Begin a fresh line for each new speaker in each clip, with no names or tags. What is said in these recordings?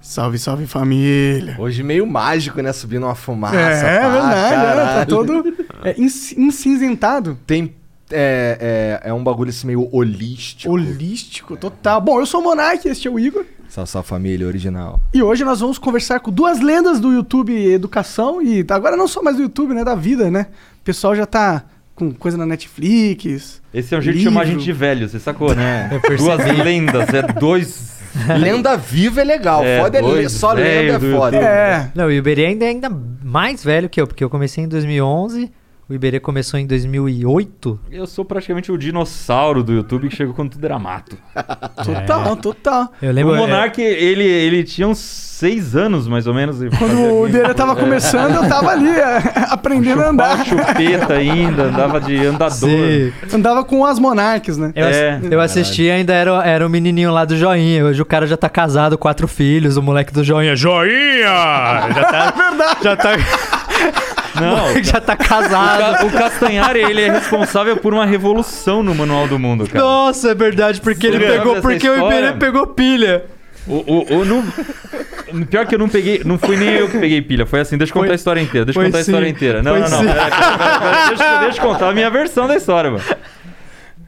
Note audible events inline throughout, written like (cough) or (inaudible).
Salve, salve família.
Hoje meio mágico, né? Subindo uma fumaça.
é,
pá,
verdade, né? tá
caralho.
todo é, inci- incinzentado.
Tem. É, é, é um bagulho esse meio
Tipo,
holístico.
Holístico, total. Bom, eu sou o Monark, este é o Igor.
Salve, salve família, é original. (laughs)
E hoje nós vamos conversar com duas lendas do YouTube Educação. E agora não só mais do YouTube, né? Da vida, né? O pessoal já tá com coisa na Netflix.
Esse é um jeito de chamar a gente de velho, você sacou, né?
É,
Duas lendas, é dois.
Lenda viva é legal,
É,
foda é
dois
le- só
velho
lenda
do
é foda.
YouTube.
É.
Não, e o Iberê ainda é ainda mais velho que eu, porque eu comecei em 2011, o Iberê começou em 2008.
Eu sou praticamente o dinossauro do YouTube que chegou quando tudo era mato.
Total, total.
Eu
O
lembro...
Monark, ele, ele tinha uns seis anos, mais ou menos. e
Quando
fazia
o
game.
Dele tava começando, eu tava ali, é, (laughs) aprendendo a
Chupava
andar.
chupeta ainda, andava de andador.
é, Sim.
Andava com as monarques, né?
Eu, ass-
É,
eu assisti ainda era, era o menininho lá do Joinha. Hoje o cara já tá casado, quatro filhos, o moleque do Joinha. Joinha! Já (laughs) tá, já tá,
Não,
já tá
o,
casado.
Ca- o Castanhari, ele é responsável por uma revolução no Manual do Mundo, cara.
Nossa, é verdade, porque ele
Você lembra
pegou,
dessa
porque o
história?
Iberê pegou pilha.
O, o, o- não- Pior que eu não peguei. Não fui nem eu que peguei pilha. Foi assim, deixa eu contar
Foi-
a história inteira. Deixa eu
foi
contar a
sim,
história inteira. Não,
foi
não, não.
sim.
pera, pera, pera, pera, deixa, eu- deixa eu contar a minha versão da história, mano.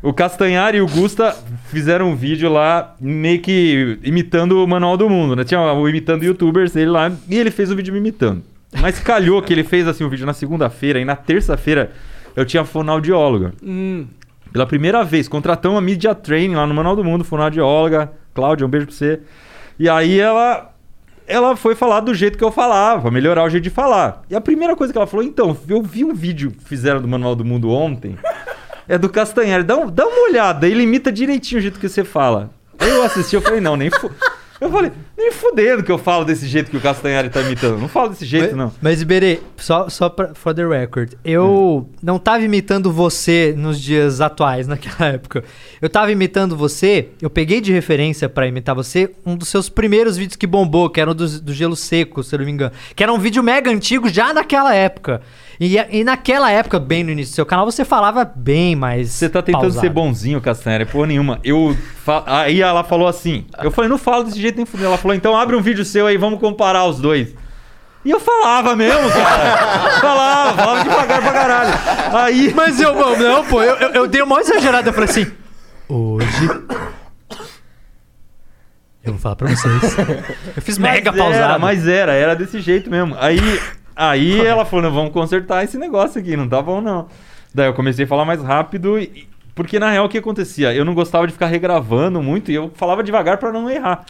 O Castanhari e o Gusta fizeram um vídeo lá, meio que imitando o Manual do Mundo, né? Tinha o imitando youtubers, ele lá, e ele fez o vídeo me imitando. Mas calhou que ele fez assim o vídeo na segunda-feira, e na terça-feira eu tinha fonoaudióloga.
Hum.
Pela primeira vez, contratamos a Media Training lá no Manual do Mundo, fonoaudióloga. Cláudia, um beijo pra você. E aí ela ela foi falar do jeito que eu falava, melhorar o jeito de falar. E a primeira coisa que ela falou, então, eu vi um vídeo que fizeram do Manual do Mundo ontem, é do Castanheira. Dá, um- dá uma olhada, ele imita direitinho o jeito que você fala. Aí eu assisti, eu falei, não, nem fu Eu falei, nem fudendo que eu falo desse jeito que o Castanhari tá imitando. Não falo desse jeito, não.
Mas, Iberê, só, só pra, for the record, eu
Hum.
não tava imitando você nos dias atuais, (laughs) naquela época. Eu tava imitando você, eu peguei de referência pra imitar você um dos seus primeiros vídeos que bombou, que era o do, do Gelo Seco, se eu não me engano. Que era um vídeo mega antigo já naquela época. E, e naquela época, bem no início do seu canal, você falava bem mais.
Você tá tentando
pausado.
ser bonzinho, Castanheira, porra nenhuma. Eu fa- Aí ela falou assim. Eu falei, não falo desse jeito nem fudendo. Ela falou, então abre um vídeo seu aí, vamos comparar os dois. E eu falava mesmo, cara. (laughs) falava, falava devagar pra caralho. Aí.
Mas eu, não, não, pô, eu, eu, eu dei uma exagerada, eu falei assim. Hoje. Eu vou falar pra vocês. Eu fiz mega
mas Era,
pausado.
mas era, era desse jeito mesmo. Aí,
(laughs)
aí ela falou, não, vamos consertar esse negócio aqui, não tá bom não. Daí eu comecei a falar mais rápido, e- porque na real o que acontecia? Eu não gostava de ficar regravando muito e eu falava devagar pra não errar.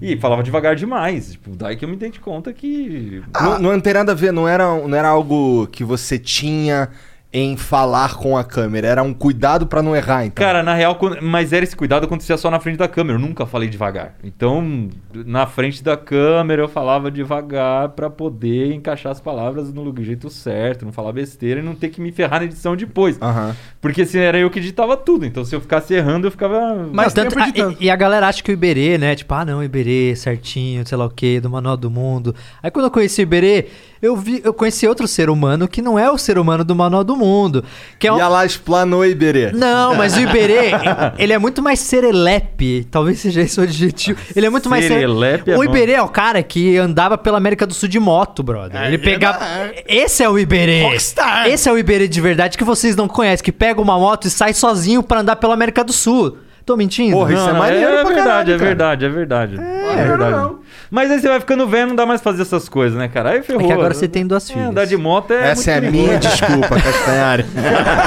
E falava devagar demais. Tipo, daí que eu me dei de conta que...
Ah. Não, não tem nada a ver, não era, não era algo que você tinha em falar com a câmera, era um cuidado pra não errar, então.
Cara, na real, quando- mas era esse cuidado acontecia só na frente da câmera. Eu nunca falei devagar. Então, na frente da câmera, eu falava devagar pra poder encaixar as palavras no lu- jeito certo, não falar besteira e não ter que me ferrar na edição depois.
Aham.
Porque se era eu que editava tudo. Então, se eu ficasse errando, eu ficava.
Mais
Não, tanto-
tempo
ah,
editando.
e, e a galera acha que o Iberê, né? Tipo, ah, não, Iberê, certinho, sei lá o quê, do Manual do Mundo. Aí quando eu conheci o Iberê, eu, vi, eu conheci outro ser humano que não é o ser humano do Manual do Mundo. Que é um...
E ela explanou, Iberê.
(laughs)
Não, mas o Iberê, ele é muito mais serelepe, talvez seja esse o adjetivo. Ele é muito mais cere-
Serelepe é
O
bom.
Iberê é o cara que andava pela América do Sul de moto, brother. Ele pegava. Esse é o Iberê.
Rockstar.
Esse é o Iberê de verdade que vocês não conhecem, que pega uma moto e sai sozinho pra andar pela América do Sul. Tô mentindo?
Porra, isso é maneiro
é,
pra
verdade,
caralho,
é
cara.
verdade, é verdade, é
maneiro
verdade.
não.
Mas aí você vai ficando velho, não dá mais fazer essas coisas, né, cara? Aí ferrou.
É que agora você tem duas
É,
filhas.
andar de moto é
Essa é a
muito
minha
perigoso.
desculpa,
(laughs)
Castanhari.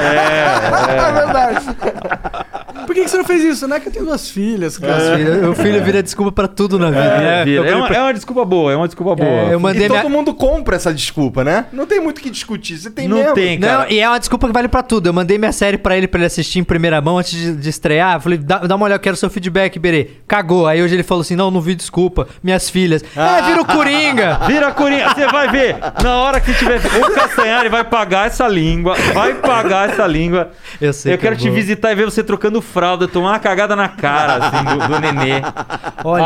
É verdade. (laughs) Por que, que você não fez isso? Não é que eu tenho duas filhas, cara.
Duas filhas. O filho vira desculpa pra tudo na vida, né?
É, vira.
Eu
É uma,
falei
é uma desculpa boa, é uma desculpa
pra-
boa.
É, eu mandei
E todo
minha-
mundo compra essa desculpa, né? Não tem muito o que discutir. Você tem
Não
mesmo.
tem,
Não,
cara.
e é uma desculpa que vale pra tudo. Eu mandei minha série pra ele, pra ele assistir em primeira mão antes de, de estrear. Eu Falei, dá, dá uma olhada, eu quero seu feedback, Berê. Cagou. Aí hoje ele falou assim, não, não vi, desculpa. Minhas filhas. Ah, vira o Coringa.
Vira Coringa, você vai ver. Na hora que tiver. O Castanhari vai pagar essa língua. Vai pagar essa língua.
(laughs) Eu sei
Eu
que é
quero
eu
te
vou.
visitar e ver você trocando fralda, tomar uma cagada na cara, assim, do, do nenê.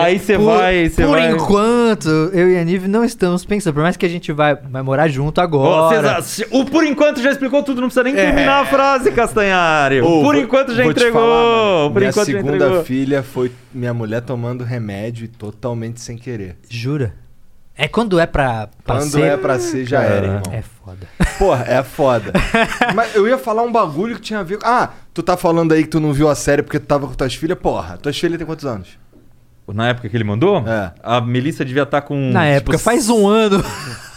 Aí você
por-
vai, você
Por
vai-
enquanto, eu e a Nive não estamos pensando. Por mais que a gente vai, vai morar junto
Ó,
agora.
cês- o por enquanto já explicou tudo, não precisa nem terminar a frase, Castanhari.
É. Ô, vou-
por enquanto já
vou te
entregou.
falar, mano,
por
minha
enquanto já
segunda
entregou.
filha foi minha mulher tomando remédio e totalmente sem querer.
Jura? É quando é pra, pra
Quando
ser-
é pra ser, já era, irmão.
É foda.
Porra, é
(laughs)
foda. Mas eu ia falar um bagulho que tinha a ver. com- Ah, tu tá falando aí que tu não viu a série porque tu tava com tuas filhas? Porra, tuas filhas têm quantos anos?
Na época que ele mandou,
É.
a Melissa devia estar com.
Hum, Na
tipo,
época, faz um ano.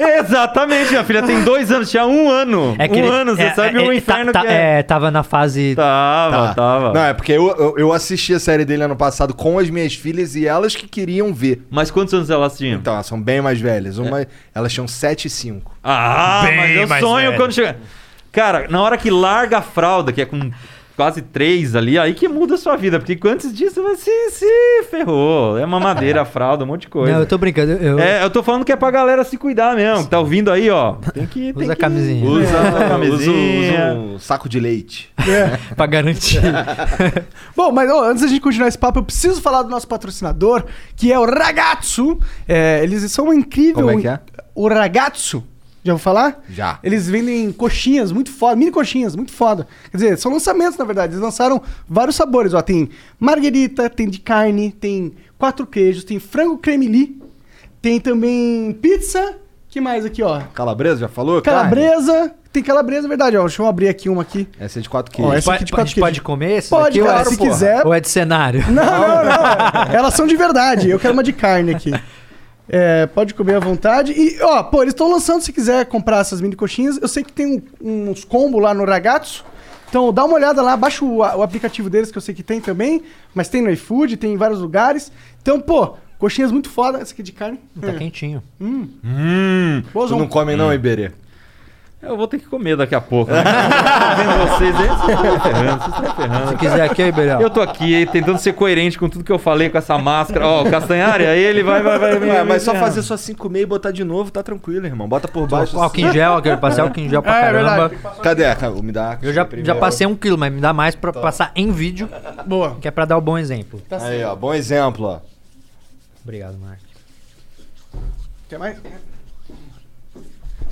Exatamente, minha filha tem dois anos, tinha um ano. um
ele-
ano, você
é-
sabe
é-
o
ele
inferno
tá,
que
tá-
é.
é, Tava na fase.
Tava,
Tá.
Ah, tava.
Não, é porque eu, eu, eu assisti a série dele ano passado com as minhas filhas e elas que queriam ver.
Mas quantos anos elas tinham?
Então, elas são bem mais velhas. Uma, Elas tinham 7 e 5.
Ah, mas eu sonho quando chega. Cara, na hora que larga a fralda, que é com quase três ali, aí que muda a sua vida. Porque antes disso você se ferrou. É mamadeira, (laughs) fralda, um monte de coisa.
Não, eu tô brincando. Eu,
É, eu tô falando que é pra galera se cuidar mesmo. Que tá ouvindo aí, ó. Tem que. tem
Usa a
que-
camisinha.
Usa a
usa, usa
camisinha.
um saco de leite.
né? pra garantir. É. (laughs)
Bom, mas ó, antes da gente continuar esse papo, eu preciso falar do nosso patrocinador, que é o Ragazzo. É, eles são uma incrível.
Como é que é?
O Ragazzo. Já vou falar?
Já.
Eles vendem coxinhas muito foda, mini coxinhas muito foda. Quer dizer, são lançamentos, na verdade. Eles lançaram vários sabores. Ó, tem marguerita, tem de carne, tem quatro queijos, tem frango cremili, tem também pizza. que mais aqui, ó?
Calabresa, já falou?
Calabresa. Tem calabresa, é verdade, ó. Deixa eu abrir aqui uma aqui.
Carne? Essa é de 4
Ó,
quilos.
esse aqui de
a gente
quatro
pode
queijos.
comer esse
Pode,
daqui, ou
cara,
é-
se
porra,
quiser.
Ou é de cenário?
Não, não, não. Elas são de verdade. Eu quero uma de carne aqui. É, pode comer à vontade. E, ó, pô, eles estão lançando se quiser comprar essas mini coxinhas. Eu sei que tem um- uns combos lá no Ragazzo. Então dá uma olhada lá, baixa o, a- o aplicativo deles que eu sei que tem também. Mas tem no iFood, tem em vários lugares. Então, pô, coxinhas muito foda. Essa aqui é de carne.
Tá quentinho.
Hum.
Tu não
Bozão.
come não, Iberê?
Eu vou ter que comer daqui a pouco. Né? Tá vendo vocês aí? Vocês estão me ferrando, vocês estão me ferrando.
Ah, Se quiser aqui, Iberão.
Eu tô aqui tentando ser coerente com tudo que eu falei com essa máscara. Ó, o Castanhari, aí ele vai, vai, vai. vai-
Ué, mas só
vai-
fazer só 5 meia e botar de novo, tá tranquilo, irmão. Bota por baixo. assim.
Álcool em gel, eu quero passar álcool em gel pra
É, é verdade,
caramba.
tem que passar-
Cadê? Cara, Me dá.
eu já, já passei um quilo, mas me dá mais pra passar em vídeo,
Boa.
que é pra dar o bom exemplo.
Tá
Aí,
certo.
ó, bom exemplo, ó.
Obrigado, Mark.
Quer mais?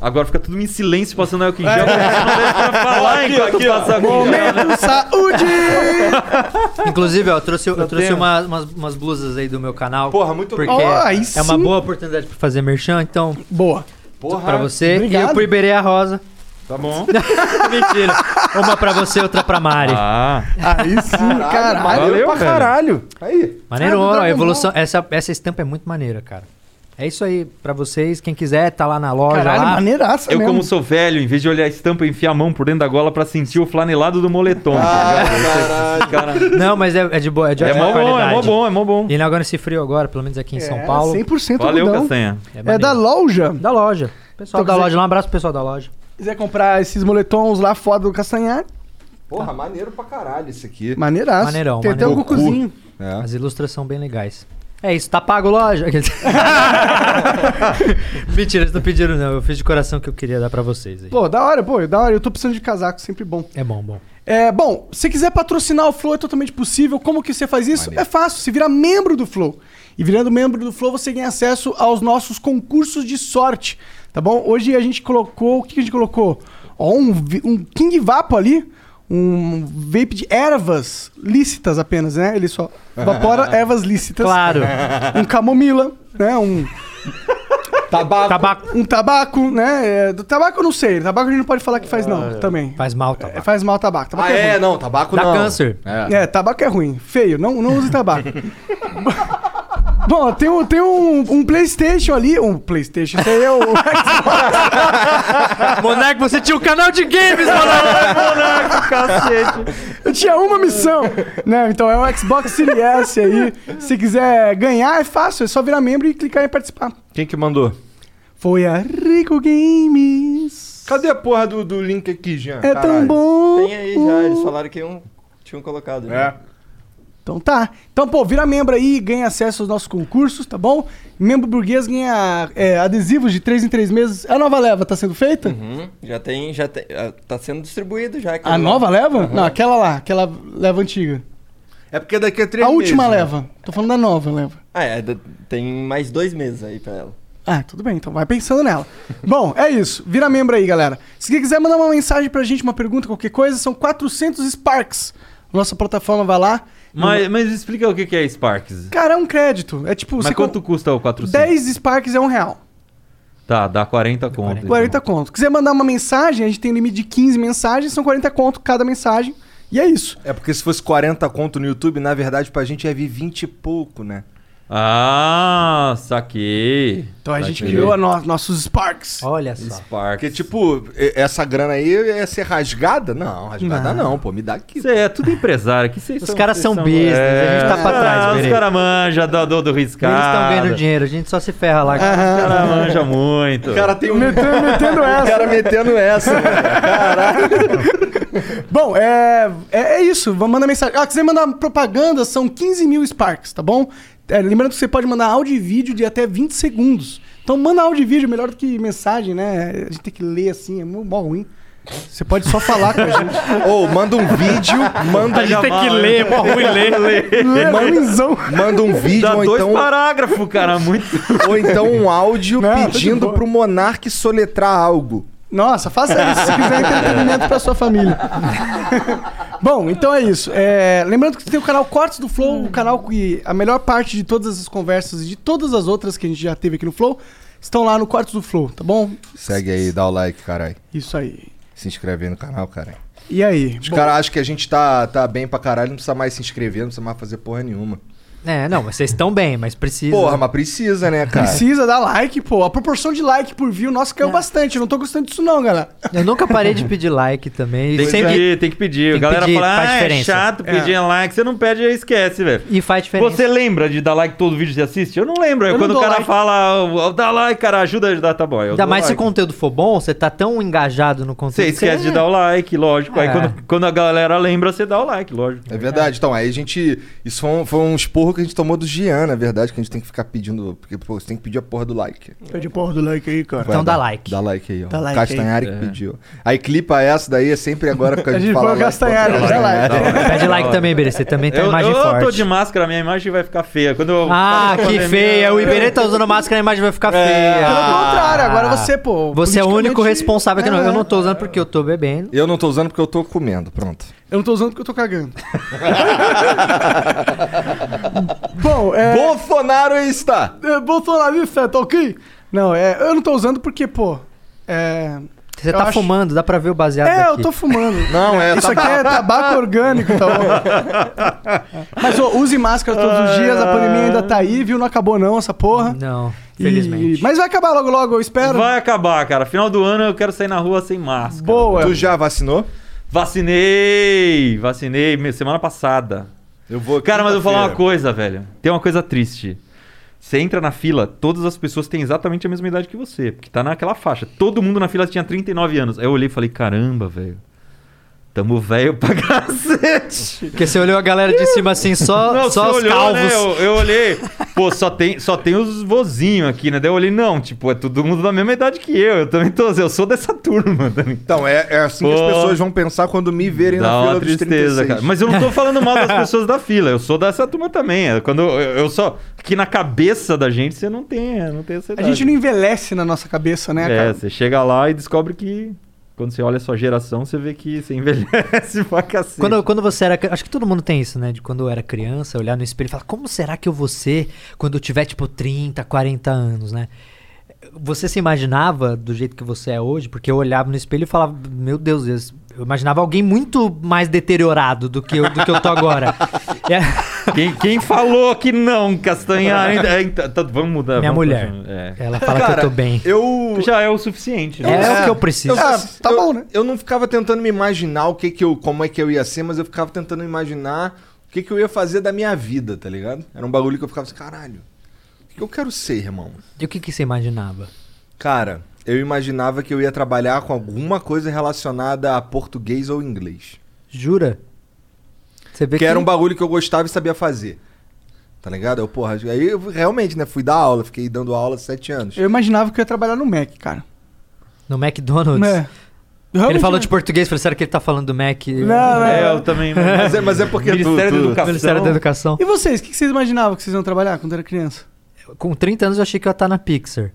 Agora fica tudo em silêncio passando álcool em
É.
gel. porque você não deixa pra falar enquanto passa álcool em gel.
Momento saúde!
Inclusive, ó, eu trouxe, eu trouxe
tenho.
uma- umas, umas blusas aí do meu canal.
Porra, muito
porque
bom. Ó, aí
É uma
sim.
boa oportunidade pra fazer merchan, então,
Boa.
Porra.
pra você.
obrigado.
E pro Iberê a rosa.
Tá bom.
Mentira. Uma pra você, outra pra Mari.
Ah,
Aí sim, caralho.
valeu,
pra
velho.
caralho. Aí.
Maneiro,
Ah, do
ó,
Dragon
a evolução. Essa, essa estampa é muito maneira, cara. É isso aí pra vocês. Quem quiser, tá lá na loja.
Caralho,
lá.
maneiraça
Eu,
É mesmo.
como sou velho, em vez de olhar a estampa, eu enfio a mão por dentro da gola pra sentir o flanelado do moletom.
Ah,
tá ligado? Cara,
Não, mas é, é de boa, é de
é
ótima
mó bom, é
qualidade.
mó bom, é mó bom.
E agora nesse frio agora, pelo menos aqui em São
É,
Paulo.
100%
Valeu,
algodão.
Castanha.
É
maneiro.
da loja.
Da loja. Pessoal
Então,
da
quiser-
loja, lá, um abraço pro pessoal da loja.
quiser comprar esses moletons lá foda do Castanhar,
Porra, maneiro pra caralho isso aqui.
maneiraço.
Maneirão,
Tem até
maneirão.
um cucuzinho.
Tá.
É.
As ilustrações são bem legais. É isso, tá pago loja. (laughs) Mentira, eles não pediram, não. Eu fiz de coração que eu queria dar pra vocês aí.
Pô, da hora, pô, da hora. Eu tô precisando de casaco, sempre bom.
É bom, bom.
É, bom, se quiser patrocinar o Flow, é totalmente possível. Como que você faz isso? É fácil, você vira membro do Flow. E virando membro do Flow, você ganha acesso aos nossos concursos de sorte, tá bom? Hoje a gente colocou, o que que a gente colocou? Ó, um, vi- um King Vapo ali, um vape de ervas lícitas apenas, né? Ele só (laughs) vapora ervas lícitas.
Claro.
um camomila, né? Um
Tabaco.
Tabaco.
Um tabaco, né? É, do tabaco eu não sei. Tabaco a gente não pode falar que faz, não, também.
Faz mal,
É,
tabaco.
faz mal tabaco. tabaco
Ah,
é,
é,
ruim.
não, tabaco
Dá
não.
câncer.
É.
É, tabaco é ruim. Feio, não, não use tabaco. (laughs) Bom, tem, um, tem um, um Playstation ali. Um Playstation, isso aí é o
Monark, você tinha um canal de games, (laughs) Monark!
Caraca, cacete.
(laughs) Eu tinha uma missão. Não, então é o Xbox Series S aí. Se quiser ganhar, é fácil. É só virar membro e clicar em participar.
Quem que mandou?
Foi a Rico Games.
Cadê a porra do, do link aqui, Jean?
É tão bom.
Tem aí já, eles falaram que um, tinham colocado. né?
É.
Então tá. Então, pô, vira membro aí e ganha acesso aos nossos concursos, tá bom? Membro burguês ganha é, adesivos de 3 em 3 meses. A nova leva tá sendo feita?
Uhum, já tem, já tem, ah, tá sendo distribuído já.
A nova leva? Não, aquela lá, aquela leva antiga.
É porque daqui a três
A última
meses, né?
leva. Tô falando da nova leva.
Ah, é, da- tem mais dois meses aí pra ela.
Ah, tudo bem, então vai pensando nela.
(laughs)
Bom, é isso. Vira membro aí, galera. Se quem quiser mandar uma mensagem pra gente, uma pergunta, qualquer coisa, são 400 Sparks. Nossa plataforma vai lá.
Mas, mas explica o que que é Sparks.
Cara, é um crédito. É tipo,
Mas quanto custa assim? o 400?
10 Sparks é um real.
Tá, dá 40 conto. então.
40 conto. Se quiser mandar uma mensagem, a gente tem limite de 15 mensagens, são 40 conto cada mensagem. E é isso.
É porque se fosse 40 conto no YouTube, na verdade, pra gente ia vir 20 e pouco, né?
Ah, saquei.
Então a
Saquei.
gente criou a no- nossos Sparks.
Olha só.
Sparks.
Porque, tipo, e- essa grana aí ia ser rasgada? Não, rasgada
Não.
não, pô, me dá aqui.
Cê é tudo empresário. Que vocês
Os caras são business, a gente tá pra trás,
ah, Os
Pereira.
caras manjam do, do, do
Eles
riscado.
estão ganhando dinheiro, a gente só se ferra lá.
Os caras manjam muito.
O cara tem um...
Metendo,
(laughs)
metendo
o
essa.
cara metendo essa. né?
Bom, é, é, é isso. Vamos mandar mensagem. Ah, quiser mandar propaganda, são 15 mil Sparks, tá bom? É, lembrando que você pode mandar áudio e vídeo de até 20 segundos. Então manda áudio e vídeo, melhor do que mensagem, né? A gente tem que ler assim, é mó mó ruim. Você pode só falar com a gente.
Ou manda um vídeo, manda,
A gente tem que ler, é mó ruim ler.
é?
Lê, ruimzão.
manda um vídeo
Dá
ou
dois
então,
parágrafos, cara. Muito.
ou então um áudio
(laughs) Não, tá de
pedindo
boa.
pro Monark soletrar algo.
Nossa, faça isso se quiser entretenimento pra sua família. (laughs) Bom, então é isso. É, lembrando que tem o canal Cortes do Flow, o canal que a melhor parte de todas essas conversas e de todas as outras que a gente já teve aqui no Flow estão lá no Cortes do Flow, tá bom?
Segue aí, dá o like, caralho.
Isso aí.
Se inscreve aí no canal, caralho.
E aí?
Os caras acham que a gente tá, tá bem pra caralho, não precisa mais se inscrever, não precisa mais fazer porra nenhuma.
É, não, mas vocês estão bem, mas precisa.
Porra, mas precisa, né, cara?
Precisa dar like, pô. A proporção de like por view, nossa,
É.
caiu bastante. Eu não tô gostando disso, não, galera.
Eu nunca parei de pedir like também.
Tem
E,
que
sempre...
pedir, tem que pedir.
Tem
a
que
galera
pedir,
fala,
faz
ah, é
diferença."
chato pedir like. Você não pede, aí esquece, velho.
e faz diferença.
Você lembra de dar like todo vídeo que você assiste? Eu não lembro. É
Eu não
Quando o
dou
cara
like.
fala, "Ó, dá like, cara, ajuda a ajudar, tá bom. Eu
Ainda
dou
mais se o
like.
conteúdo for bom, você tá tão engajado no conteúdo.
Você
que
esquece
você- né?
de dar o like, lógico. Aí
É.
quando, quando a galera lembra, você dá o like, lógico.
É verdade. Então, aí a gente. Isso foi um, foi um esporro que a gente tomou do Gian, na verdade, que a gente tem que ficar pedindo. Porque, pô, você tem que pedir a porra do like.
Pede porra do like aí, cara.
Vai,
Então dá like.
Dá like aí, ó.
Dá like
Castanhari
É.
que pediu. Aí clipa essa daí, é sempre agora
(laughs)
que a
A
gente,
gente
fala.
falou
like,
Castanhari,
pô, É.
dá like.
Da hora.
Pede like
Da hora.
também, Iberê. Você também tem
Eu,
É imagem
eu
forte.
tô de máscara, minha imagem vai ficar feia. Quando eu
Ah,
falar com a
que
pandemia, É.
feia. O
eu-
Iberê tá usando máscara, a imagem vai ficar feia. Ah.
Pelo contrário, agora você, pô.
Você é o único
politicamente-
responsável que não.
É,
Eu não tô usando porque eu tô bebendo.
Eu não tô usando porque eu tô comendo, pronto.
Eu não tô usando porque eu tô cagando. Bom, é.
Bolsonaro está!
é bolsonarista, tá ok? Não, é. Eu não tô usando porque, pô. É.
Você
Eu
tá
acho-
fumando, dá pra ver o baseado
É,
Tá daqui.
eu tô fumando.
Não, é.
Isso
tá-
aqui é tabaco orgânico, tá bom? Mas, ô, use máscara todos os dias, a pandemia ainda tá aí, viu? Não acabou não essa porra.
Não,
E-
felizmente.
Mas vai acabar logo logo, eu espero.
Vai acabar, cara. Final do ano eu quero sair na rua sem máscara.
Boa.
Tu já vacinou?
Vacinei! Vacinei me- semana passada.
Eu vou.
Cara, mas eu vou falar uma
quinta-feira.
coisa, velho. Tem uma coisa triste. Você entra na fila, todas as pessoas têm exatamente a mesma idade que você, porque tá naquela faixa. Todo mundo na fila tinha 39 anos. Aí eu olhei e falei: caramba, velho. Tamo velho pra (laughs) cacete.
Porque você olhou a galera de cima assim, só, só os
você olhou,
calvos.
né? Eu, eu olhei, pô, só tem, só tem os vozinhos aqui, né? Daí eu olhei, não, tipo, é todo mundo da mesma idade que eu. Eu também tô, eu sou dessa turma (laughs) também.
Então, é, é assim que
Pô.
as pessoas vão pensar quando me verem
Dá
na fila
uma
dos
tristeza,
36.
cara. Mas eu não tô falando mal das pessoas da fila, eu sou dessa turma também. É Quando eu, eu só. Que na cabeça da gente você não tem, é, não tem essa
A
idade.
gente não envelhece na nossa cabeça, né,
É,
cara?
você chega lá e descobre que. Quando você olha a sua geração, você vê que você envelhece (laughs) pra cacete.
Quando, quando você era. cri- Acho que todo mundo tem isso, né? De quando eu era criança, olhar no espelho e falar: Como será que eu vou ser quando eu tiver, tipo, 30, 40 anos, né? Você se imaginava do jeito que você é hoje? Porque eu olhava no espelho e falava, meu Deus, esse- eu imaginava alguém muito mais deteriorado do que eu, do que eu tô agora. (laughs) É,
Quem, quem falou que não, Castanhar? Ainda- é, então, tá, vamos mudar.
minha
vamos
mulher.
continuar. É.
Ela fala que eu tô bem.
Eu.
Já é o suficiente.
É,
Né?
o que eu preciso.
Ah, tá
eu-
bom, né?
Eu não ficava tentando me imaginar o que que eu, como é que eu ia ser, mas eu ficava tentando imaginar o que que eu ia fazer da minha vida, tá ligado? Era um bagulho que eu ficava assim, caralho. O que que eu quero ser, irmão?
E o que, que você imaginava?
Cara, eu imaginava que eu ia trabalhar com alguma coisa relacionada a português ou inglês.
Jura? Você vê
Que era um bagulho que eu gostava e sabia fazer. Tá ligado? Eu, porra, aí eu realmente, né, fui dar aula, fiquei dando aula sete anos.
Eu imaginava que eu ia trabalhar no Mac, cara.
No McDonald's.
É.
Ele
Realmente,
falou
né?
de português, falei, será que ele tá falando do Mac?
Não, não.
É, eu também.
Mas é, mas é porque
Ministério da
tu- tu-
Educação.
Ministério da Educação.
E vocês, o que que vocês imaginavam que vocês iam trabalhar quando era criança?
Com 30 anos eu achei que eu ia estar na Pixar.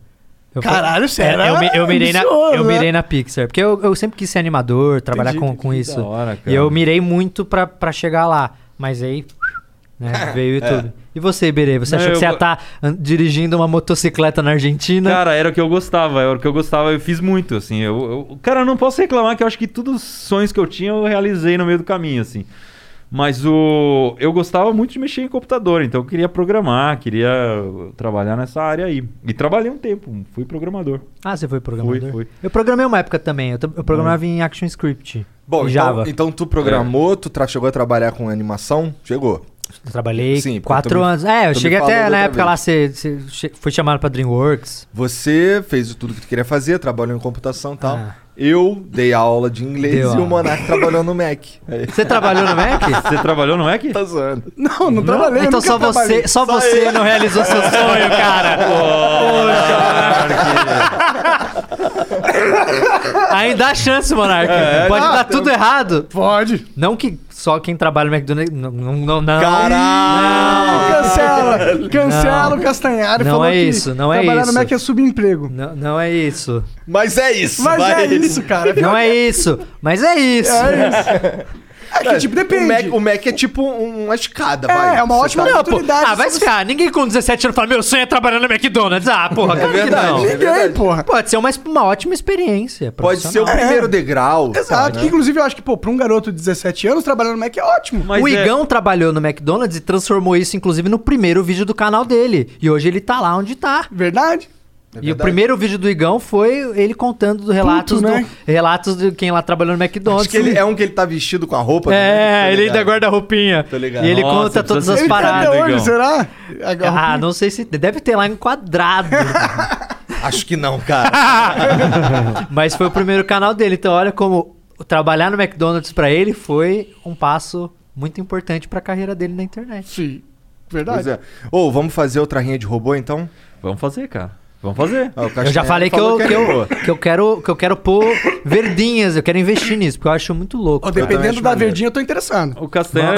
Eu falei-
Caralho, você
É,
era
eu, me- eu mirei na,
ambicioso,
eu
né?
mirei na Pixar. Porque eu, eu sempre quis ser animador, trabalhar com, com isso.
Da hora, cara.
E eu mirei muito pra, pra chegar lá. Mas aí. né, veio e tudo. E você, Iberê? Você
Não,
achou que
eu
você ia
go-
estar dirigindo uma motocicleta na Argentina?
Cara, era o que eu gostava, era o que eu gostava, eu fiz muito, assim. Eu, eu- cara, eu não posso reclamar que eu acho que todos os sonhos que eu tinha eu realizei no meio do caminho, assim. Mas o eu gostava muito de mexer em computador, então eu queria programar, queria trabalhar nessa área aí. E trabalhei um tempo, fui programador.
ah, você foi programador?
Fui, fui.
Eu programei uma época também. Eu, tra- eu programava em ActionScript.
Bom,
em
então,
Java.
então tu programou, tu tra- chegou a trabalhar com animação? Chegou.
Eu trabalhei
Sim, porque tu
quatro
me-
anos. É, eu
tu me
cheguei
falou da
até na
outra
época
vez.
lá, você, você che- foi chamado pra DreamWorks.
Você fez tudo que tu queria fazer, trabalhou em computação e tal.
Ah.
Eu dei aula de inglês
Deu
e
aula.
o Monark trabalhou
(laughs)
no Mac. Aí,
Você trabalhou no Mac?
Você trabalhou é no Mac?
tá zoando.
Não, não trabalhei. eu
então
nunca
só
trabalhei.
você, só você não realizou
É.
seu sonho, cara. Poxa. Ainda há chance, Monark.
É,
Pode dar tudo errado.
Pode.
Não que só quem trabalha no McDonald's. Não, não, não, não.
Caralho!
Cancela. Cancela o Castanhari.
Não
falou
é
que
isso, não é
trabalhar
isso.
no Mac é subemprego.
Não, não é isso.
Mas é isso,
Mas
vai.
é isso, cara. É
Não é isso. Mas é isso.
que, tipo, depende.
O Mac, o Mac é tipo um- uma escada,
É,
vai.
é uma
Você
ótima
tá-
Não, pô.
oportunidade.
Ah, vai se ferrar. Ninguém com 17 anos fala: meu sonho é trabalhar no McDonald's. Ah, porra,
É
claro que
verdade,
não.
é verdade.
Ninguém, porra.
Pode ser uma, uma ótima experiência.
tá- Pode ser o
profissional. É.
primeiro degrau.
Exato.
sabe, né?
Inclusive, eu acho que, pô, pra um garoto de 17 anos, trabalhar no Mac é ótimo.
Mas
o
é-
Igão trabalhou no McDonald's e transformou isso, inclusive, no primeiro vídeo do canal dele. E hoje ele tá lá onde tá.
Verdade?
e o
É verdade.
primeiro vídeo do Igão foi ele contando do relatos
Puto,
do-
né?
relatos de quem lá trabalhou no McDonald's.
Acho que ele, é um que ele tá vestido com a roupa. do Mac,
É,
tá
ele
ligado?
ainda guarda a roupinha.
Tô ligado.
E ele
Nossa,
conta todas
precisa
as
ser-
Ele tá até
paradas.
hoje,
Igão.
será?
um
Ah, não sei se. Deve ter lá um
(laughs)
enquadrado.
Acho que não, cara.
(laughs) Mas foi o primeiro canal dele. Então, olha como trabalhar no McDonald's pra ele foi um passo muito importante pra carreira dele na internet.
Sim.
pois
Verdade.
é. Ô, vamos fazer outra rinha de robô, então?
Vamos fazer, cara. Vamos fazer.
Ó, o
Eu já
Castanheira
falei que eu,
é, falou
que, eu,
robô.
que, eu quero, que eu quero pôr verdinhas, eu quero investir nisso, porque eu acho muito louco.
Ó,
cara.
também
dependendo
acho
da
maneiro.
verdinha, eu tô interessado.
O Castanhar.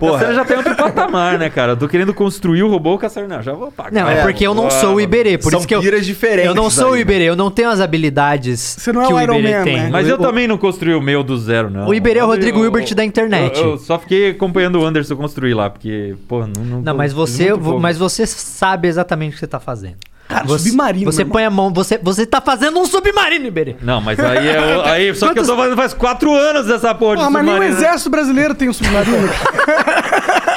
O Castanhar já tem outro patamar, né, cara? Eu tô querendo construir o robô, o Castanhar. Não, já vou apagar.
Não, é,
É,
porque eu não
vou-
sou o Iberê, por
São
isso que eu.
piras diferentes
Eu não sou o
aí, né?
Iberê, eu não tenho as habilidades
Você não é
que
o
o
Iron
Iberê
Man,
tem.
né?
Mas eu
o,
também não construí o meu do zero, não.
O Iberê é o
Eu-
Rodrigo
eu-
Hilbert da internet.
Eu, eu só fiquei acompanhando o Anderson construir lá, porque, pô, não. não
Não,
tô- fiz
mas você,
muito pouco.
mas você sabe exatamente o que você tá fazendo.
Cara,
você,
Ah, submarino,
Você
meu
põe a mão, você, você tá fazendo um submarino, Iberê.
Não, mas aí é. o- Aí, só que eu tô fazendo faz quatro anos essa porra de
Ah, mas nem o
submarino, né?
exército brasileiro tem um submarino.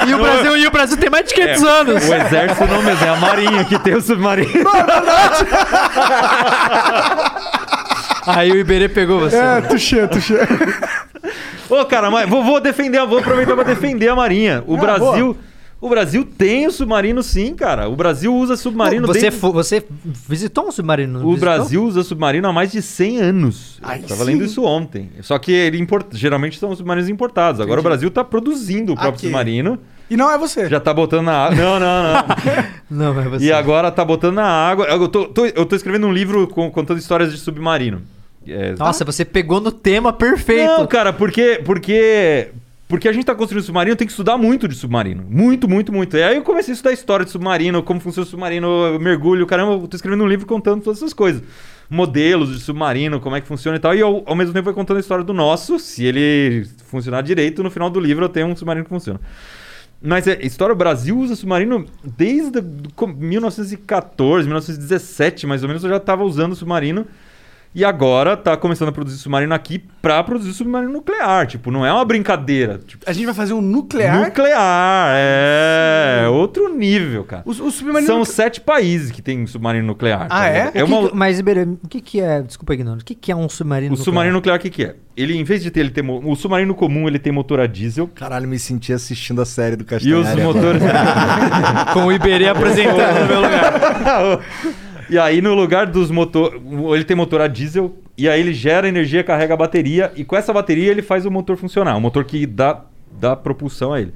E o Brasil, e o Brasil tem mais
É.
de 500 anos.
O exército não mesmo, é a marinha que tem o
(laughs)
submarino.
Aí o Iberê pegou você.
é, tuxê, tuxê.
Ô, cara, mas vou, vou defender, vou aproveitar pra defender a marinha. O
Ah,
Brasil. O Brasil tem o submarino, sim, cara. O Brasil usa submarino
você,
desde-
fo- você visitou um submarino? não
O
visitou?
Brasil usa submarino há mais de 100 anos.
Aí
Eu tava lendo
sim.
isso ontem. Só que ele import- geralmente são submarinos importados. Agora o Brasil tá produzindo o próprio
Aqui.
submarino.
E não é você.
Já tá botando na água. Não, não, não.
(laughs)
Não, mas você.
e agora tá botando na água. Eu tô, tô- eu tô escrevendo um livro com- contando histórias de submarino. É,
Nossa, você pegou no tema perfeito.
Não, cara, porque, porque, porque a gente tá construindo submarino, tem que estudar muito de submarino. Muito, muito, muito. E aí eu comecei a estudar a história de submarino, como funciona o submarino, eu mergulho, caramba, eu tô escrevendo um livro contando todas essas coisas. Modelos de submarino, como é que funciona e tal. E eu, ao mesmo tempo, vai contando a história do nosso. Se ele funcionar direito, no final do livro eu tenho um submarino que funciona. Mas é, história, o Brasil usa submarino desde do com- 1914, 1917, mais ou menos, eu já estava usando submarino. E agora tá começando a produzir submarino aqui pra produzir submarino nuclear. Tipo, não é uma brincadeira. Tipo,
A gente vai fazer um nuclear.
Nuclear, é. Outro nível, cara.
O, o submarino.
São sete países que tem submarino nuclear. tá
Ah, é?
ligado?
O que
uma-
que- mas, Iberê, o que, que é. Desculpa, ignorante. O que, que é um submarino?
O submarino nuclear, o que, que é? Ele, em vez de ter, ele ter mo- o submarino comum, ele tem motor a diesel.
Caralho, me senti assistindo a série do
E
Castanhari.
os
agora.
(laughs)
motores.
nuclear? Com o (laughs) Iberê apresentando no meu lugar.
(laughs) e aí, no lugar dos motores. Ele tem motor a diesel. E aí, ele gera energia, carrega a bateria. E com essa bateria, ele faz o motor funcionar. O motor que dá, dá propulsão a ele.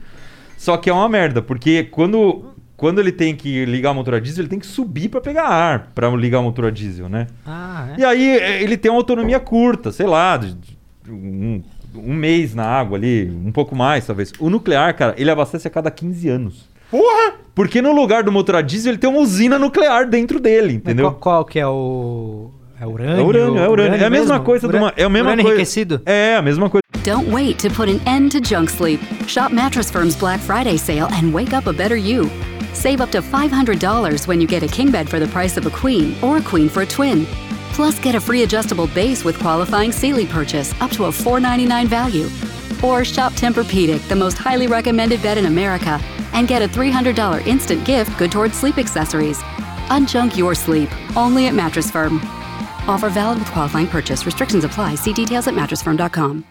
Só que é uma merda, porque quando. Quando ele tem que ligar o motor a diesel, ele tem que subir pra pegar ar pra ligar o motor a diesel, né?
Ah, é.
E aí é, ele tem uma autonomia curta, sei lá, de- de- um, um mês na água ali, um pouco mais talvez. O nuclear, cara, ele abastece a cada 15 anos. Porra! Porque no lugar do motor a diesel ele tem uma usina nuclear dentro dele,
Mas
entendeu?
Qual, qual que é o. É urânio?
É urânio, é urânio. É a mesma
mesmo?
coisa de uma- é a mesma
urânio
coisa-
enriquecido?
É, a mesma coisa
Don't wait to put an end to junk sleep. Shop Mattress Firm's Black Friday sale and wake up a better you. Save up to $500 when you get a king bed for the price of a queen or a queen for a twin. Plus, get a free adjustable base with qualifying Sealy purchase up to a $499 value. Or shop Tempur-Pedic, the most highly recommended bed in America, and get a $300 instant gift good towards sleep accessories. Unjunk your sleep, only at Mattress Firm. Offer valid with qualifying purchase. Restrictions apply. See details at mattressfirm.com.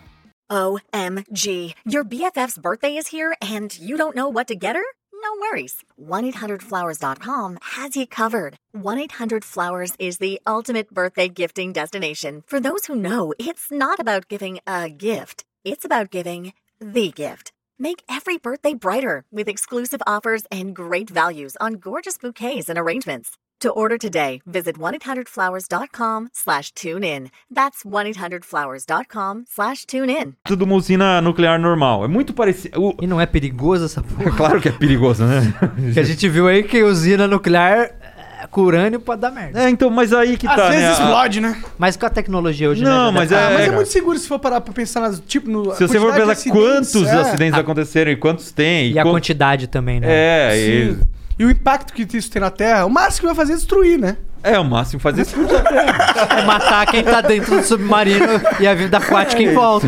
OMG. Your BFF's birthday is here and you don't know what to get her? No worries. 1-800-Flowers.com has you covered. 1-800-Flowers is the ultimate birthday gifting destination. For those who know, it's not about giving a gift. It's about giving the gift. Make every birthday brighter with exclusive offers and great values on gorgeous bouquets and arrangements. To order today, visit 1-800-Flowers.com slash tune in. That's 1-800-Flowers.com slash tune in.
de uma usina nuclear normal. É muito parecido. o-
E não é
(laughs)
perigoso essa
É
porra?
claro que é perigoso, né?
(laughs) que a gente viu aí que usina nuclear é, com urânio pode dar merda.
É, então, mas aí que tá, né?
Às vezes
A-
explode, né?
Mas com a tecnologia hoje,
Não,
né?
mas
Ah, mas é,
cara.
muito seguro se for parar pra pensar nas, tipo, no.
Se você for pensar
quantidade de acidentes,
quantos
é.
acidentes aconteceram e quantos tem.
Ah. E a
quan-
quantidade também, né?
É, e-
Sim. E o impacto que isso tem na Terra, o máximo que vai fazer é destruir, né?
é o máximo fazer isso.
É matar quem tá dentro do submarino e a vida aquática
É.
em volta.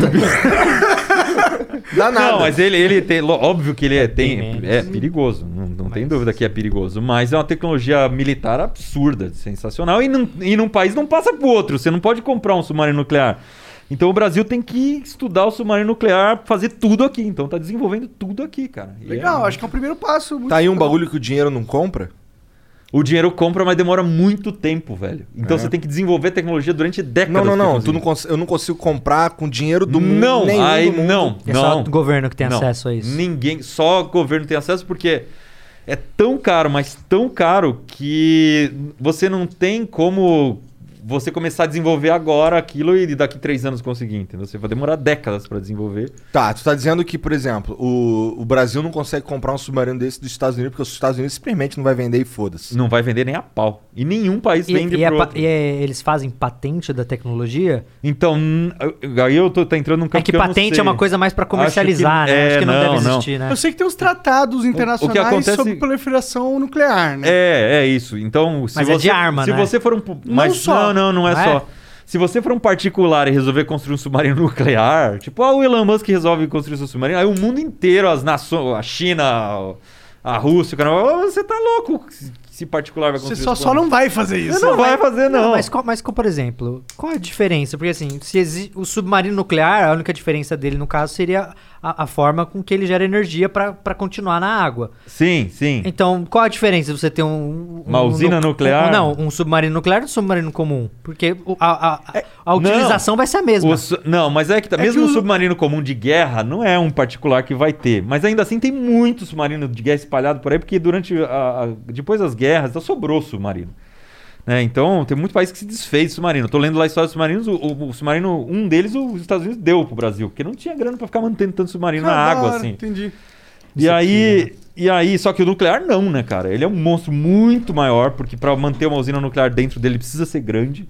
Dá nada.
Não, mas ele, ele tem. lo- Óbvio que ele é, tem,
menos.
é perigoso. Não, não tem dúvida que é perigoso. Mas é uma tecnologia militar absurda, sensacional. E num, e num país não passa pro outro. Você não pode comprar um submarino nuclear. Então o Brasil tem que estudar o submarino nuclear, fazer tudo aqui. Então tá desenvolvendo tudo aqui, cara. E é-
Legal, acho que é um primeiro passo. muito
Tá aí um
legal.
bagulho que o dinheiro não compra?
O dinheiro compra, mas demora muito tempo, velho. Então você tem que desenvolver tecnologia durante décadas.
É. Não, não,
pra
não.
fazer
Tu não
isso.
cons- eu não consigo comprar com dinheiro do mundo.
Não,
nenhum
aí
do mundo.
não.
É só
não.
o governo que tem
Não.
acesso a isso.
Ninguém, só o governo tem acesso porque é tão caro, mas tão caro que você não tem como você começar a desenvolver agora aquilo e daqui três anos conseguir, entendeu? Você vai demorar décadas pra desenvolver.
Tá, tu tá dizendo que, por exemplo, o, o Brasil não consegue comprar um submarino desse dos Estados Unidos porque os Estados Unidos simplesmente não vai vender e foda-se.
Não vai vender nem a pau. E nenhum país
E,
vende
e é
pro
pa-
outro.
e é- eles fazem patente da tecnologia?
Então, hum, aí eu tô tá entrando num campo
é que
eu não
patente
sei.
é uma coisa mais pra
que-
comercializar, né? Acho
é,
que não, deve
não, não.
existir, né?
Eu sei que tem uns tratados internacionais
acontece-
sobre proliferação nuclear, né?
É, é isso. Então, se
Mas é
você
de arma,
se
né?
você for um pu- mas
só.
não, não, não é
Não é?
só. Se você for um particular e resolver construir um submarino (laughs) nuclear, tipo, ah, o Elon Musk resolve construir seu submarino, aí o mundo inteiro, as nações, a China, a Rússia, o Canadá, "Ah, você tá louco se- se particular vai
Você
construir
só,
esse
só
plano."
não vai fazer isso.
Não vai fazer, não.
Mas, qual, mas qual, por exemplo, qual é a diferença? Porque assim, se exi- o submarino nuclear, a única diferença dele no caso seria a, a forma com que ele gera energia pra pra continuar na água.
Sim, sim.
Então, qual a diferença de você ter um. um-
Uma
um
usina
nu-
nuclear?
um- não, um submarino nuclear e um submarino comum. Porque o- a, a- a-
É,
a utilização vai ser a mesma.
O su- não, mas é que tá,
É
mesmo
que
um
o-
submarino comum de guerra não é um particular que vai ter. Mas ainda assim tem muito submarino de guerra espalhado por aí, porque durante a, a- depois das guerras então, sobrou submarino. Né? Então tem muito país que se desfez de submarino. Eu tô lendo lá a história dos submarinos, o, o- o submarino, um deles, os Estados Unidos deu pro Brasil, porque não tinha grana pra ficar mantendo tanto submarino na
Ah, da
água
hora,
assim.
Entendi.
E aí, e aí, só que o nuclear não, né, cara? Ele é um monstro muito maior, porque para manter uma usina nuclear dentro dele precisa ser grande.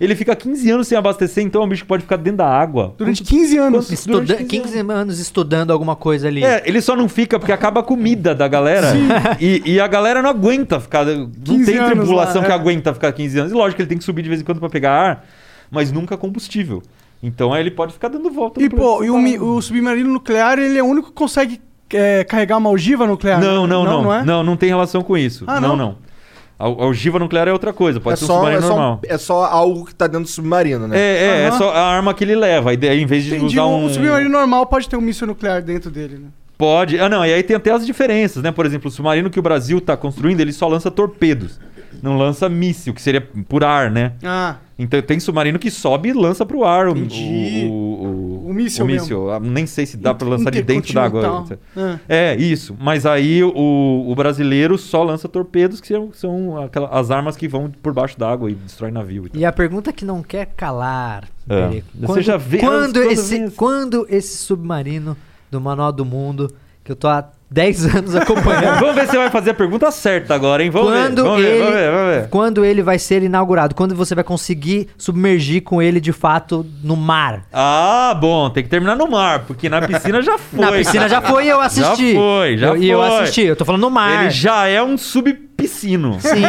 Ele fica 15 anos sem abastecer, então é um bicho que pode ficar dentro da água.
Durante 15 anos.
Estuda 15 anos estudando alguma coisa ali.
É, ele só não fica porque acaba a comida da galera. (laughs) E, e a galera não aguenta ficar. Não
15
tem
anos
tripulação
lá,
que
é.
aguenta ficar 15 anos. E lógico que ele tem que subir de vez em quando pra pegar ar, mas nunca combustível. Então aí ele pode ficar dando volta.
E,
no
pô,
planeta.
e o, mi- o submarino nuclear, ele é o único que consegue é, carregar uma ogiva nuclear?
Não, não, não. Não, não,
é?
tem relação com isso.
Ah,
não,
não?
não. A, a ogiva nuclear é outra coisa, pode
é,
ser um
só, é,
submarino
só,
normal.
é só algo que tá dentro do submarino, né?
É, é, é
Aham.
só a arma que ele leva. Aí, de- em vez de
Entendi.
usar
Um...
um.
submarino normal pode ter um míssil nuclear dentro dele, né?
Pode. Ah, não. E aí tem até as diferenças, né? Por exemplo, o submarino que o Brasil está construindo, ele só lança torpedos. Não lança míssil, que seria por ar, né?
Ah,
Então tem submarino que sobe e lança pro ar o,
Entendi.
o, o,
O míssil
Ah, Nem sei se dá para lançar de dentro d'água.
intercontinental. Ah.
É, isso. Mas aí o, o brasileiro só lança torpedos, que são, são aquela- as armas que vão por baixo d'água e destrói navio.
(laughs)
E tal.
E a pergunta que não quer calar,
É.
Pereco,
Você já vê-
quando,
quando
esse,
vem esse-
quando esse submarino do Manual do Mundo, que eu tô há 10 anos (laughs) acompanhando,
É, Vamos ver se você vai fazer a pergunta certa agora, hein? Vamos ver.
quando,
Vamos
ele,
ver, vamos ver, vamos ver.
quando ele vai ser inaugurado? Quando você vai conseguir submergir com ele de fato no mar?
Ah, bom, tem que terminar no mar, porque na piscina já foi.
(laughs) Na piscina já foi, eu assisti.
Já foi, já
eu, E eu
foi.
assisti, eu tô falando no mar.
Ele já é um subpiscino.
Sim,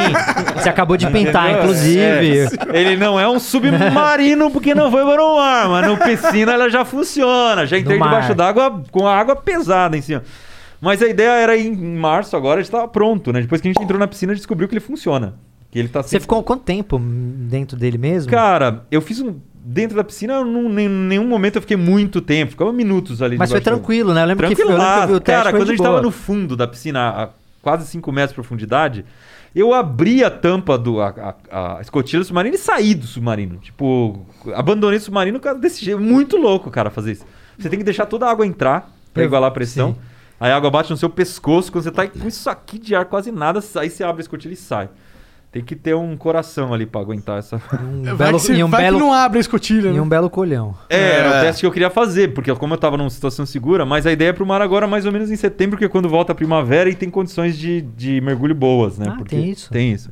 você acabou de pintar,
Entendeu?
inclusive.
É. Ele não é um submarino porque não foi para o mar, mas no piscina ela já funciona. Já entrei
No mar.
debaixo d'água com a água pesada em cima. Mas a ideia era em em março agora, a gente tava pronto, né? Depois que a gente entrou na piscina, a gente descobriu que ele funciona. Que ele tá
Você
sempre-
ficou quanto tempo dentro dele mesmo?
Cara, eu fiz um. Dentro da piscina, eu não, em nenhum momento eu fiquei muito tempo, ficava minutos ali.
Mas foi
debaixo d'água.
tranquilo, né? Eu lembro que, eu
Tranquilo
lembro que eu vi o teste.
Cara,
foi
quando a
de
gente tava
boa.
no fundo da piscina, a a quase 5 metros de profundidade, eu abri a tampa do. A, a- a escotilha do submarino e saí do submarino. Tipo, abandonei o submarino cara, desse jeito. Muito louco, cara, fazer isso. Você tem que deixar toda a água entrar pra
Eu-
igualar a pressão.
sim.
Aí a água bate no seu pescoço, quando você tá com isso aqui de ar, quase nada, aí você abre a escotilha e sai. Tem que ter um coração ali pra aguentar essa.
Um
vai
belo,
que, se-
e um
vai que
belo
não abre a escotilha,
E
né?
um belo colhão.
É, era o teste que eu queria fazer, porque como eu tava numa situação segura, mas a ideia é pro mar agora mais ou menos em setembro, que é quando volta a primavera e tem condições de, de mergulho boas, né?
Ah, tem isso?
Tem isso.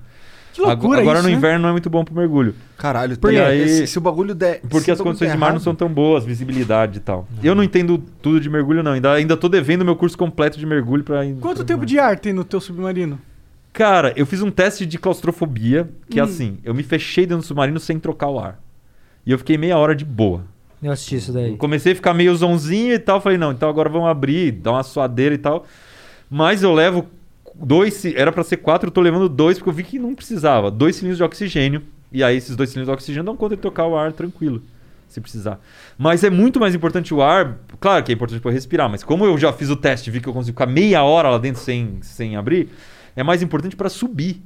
Que loucura
Ago- agora
isso,
no
né?
inverno não é muito bom pro mergulho.
Caralho,
Por
tem-
quê?
esse- se o bagulho der. se
Porque
o
é
as
bagulho
condições
der
de mar não
errado-
são tão boas, visibilidade e tal. Eu não entendo tudo de mergulho, não. Ainda, ainda tô devendo meu curso completo de mergulho pra.
Quanto tempo de ar tem no teu submarino?
Cara, eu fiz um teste de claustrofobia,
Hum.
que é assim, eu me fechei dentro do submarino sem trocar o ar. E eu fiquei meia hora de boa.
Eu assisti isso
Eu
daí.
Comecei a ficar meio zonzinho e tal. Falei, não, então agora vamos abrir, dar uma suadeira e tal. Mas eu levo dois. ci- Era pra ser quatro, eu tô levando dois, porque eu vi que não precisava. Dois cilindros de oxigênio. E aí, esses dois cilindros de oxigênio dão conta de tocar o ar tranquilo, se precisar. Mas é muito mais importante o ar. Claro que é importante pra eu respirar, mas como eu já fiz o teste e vi que eu consigo ficar meia hora lá dentro sem, sem abrir, é mais importante pra subir.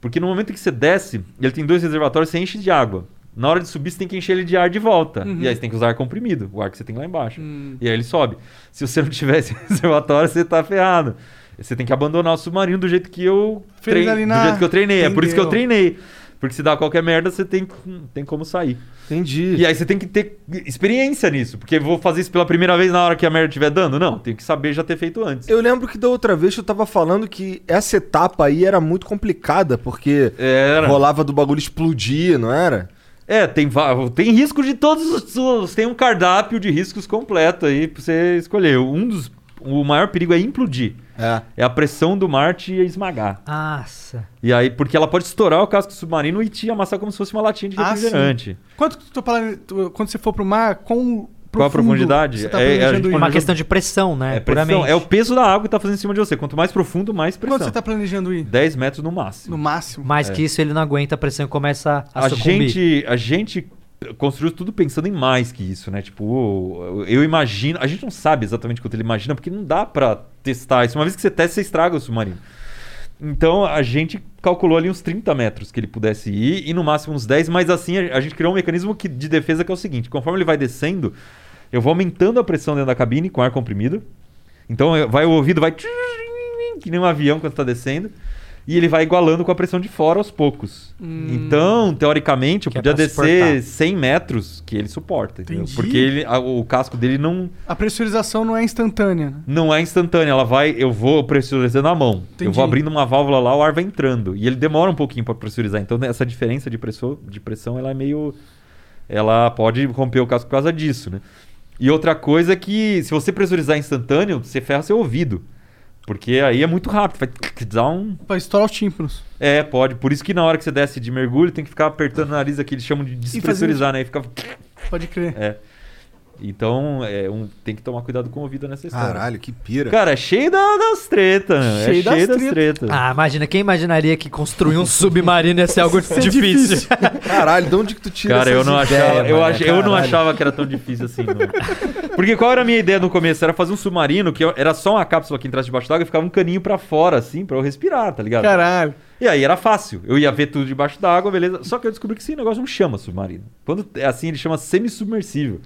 Porque no momento que você desce, ele tem dois reservatórios, você enche de água. Na hora de subir, você tem que encher ele de ar de volta.
Uhum.
E aí você tem que usar ar comprimido, o ar que você tem lá embaixo.
Hum.
E aí ele sobe. Se você não tivesse (laughs) reservatório, você tá ferrado. Você tem que abandonar o submarino do jeito que eu,
Fez
trein...
ali
do
na-
jeito que eu treinei. É por isso que eu
Entendeu.
treinei. Porque se dá qualquer merda, você tem, hum, tem como sair.
Entendi.
E aí você tem que ter experiência nisso. Porque vou fazer isso pela primeira vez na hora que a merda estiver dando? Não, tenho que saber já ter feito antes.
Eu lembro que da outra vez eu tava falando que essa etapa aí era muito complicada, porque
Era.
rolava do bagulho explodir, não era?
É, tem, va- tem risco de todos os- os. Tem um cardápio de riscos completo aí pra você escolher. Um dos. O maior perigo é implodir.
É.
É a pressão do mar te esmagar.
Nossa.
E aí, porque ela pode estourar o casco do submarino e te amassar como se fosse uma latinha de
Ah,
refrigerante.
Quanto que tu tá falando, tu- quando você for pro mar, quão
Qual a
profundo
profundidade?
Você tá
É- é-
planejando
Mas
Uma
eu-
ir?
questão de pressão, né?
é, pressão,
Puramente.
é o peso da água que tá fazendo em cima de você. Quanto mais profundo, mais pressão.
Quanto você tá planejando ir?
10 metros no máximo.
No máximo?
Mais que isso, ele não aguenta a pressão e começa a,
é. a
sucumbir.
gente, a gente construiu tudo pensando em mais que isso, né? Tipo, eu- eu imagino. A gente não sabe exatamente quanto ele imagina, porque não dá pra testar isso. Uma vez que você testa, você estraga o submarino. Então a gente calculou ali uns 30 metros que ele pudesse ir e no máximo uns 10, mas assim a a gente criou um mecanismo que- de defesa que é o seguinte: conforme ele vai descendo, eu vou aumentando a pressão dentro da cabine com ar comprimido. Então eu- vai o ouvido, vai. tchurrim, Que nem um avião quando está descendo. e ele vai igualando com a pressão de fora aos poucos. Então, teoricamente, eu
Hum. Que é
podia
pra
descer
suportar.
100 metros que ele suporta, entendeu?
Entendi.
Porque ele, a- o casco dele não,
A pressurização não é instantânea, né?
não é instantânea. Ela vai, eu vou pressurizando a mão. Eu
Entendi.
vou abrindo uma válvula lá, o ar vai entrando. E ele demora um pouquinho para pressurizar. Então, essa diferença de pressão, de pressão, ela é meio. Ela pode romper o casco por causa disso, né? E outra coisa é que se você pressurizar instantâneo, você ferra seu ouvido. Porque aí é muito rápido, vai dar um
Pra estourar os tímpanos.
é, pode. Por isso que na hora que você desce de mergulho, tem que ficar apertando o nariz aqui. Eles chamam de despressurizar, né? E fica...
Pode crer.
É. Então, é, um- tem que tomar cuidado com o ouvido é nessa história.
Caralho, que pira.
Cara, é cheio da- das tretas, né?
Cheio
é cheio
das
das tretas.
Ah, imagina, quem imaginaria que
(laughs)
construir um submarino ia ser algo
é
difícil?
Caralho, de onde que tu tira
Cara, eu
essas
não,
ideias,
achava, eu,
mano?
ach- eu não
Caralho.
achava que era tão difícil assim. não. Porque qual era a minha ideia no começo? Era fazer um submarino que eu- era só uma cápsula que entrasse debaixo d'água e ficava um caninho pra fora, assim, pra eu respirar, tá ligado?
Caralho.
E aí era fácil. Eu ia ver tudo debaixo da água, beleza. Só que eu descobri que esse negócio não chama submarino. Quando é assim, ele chama semissubmersível.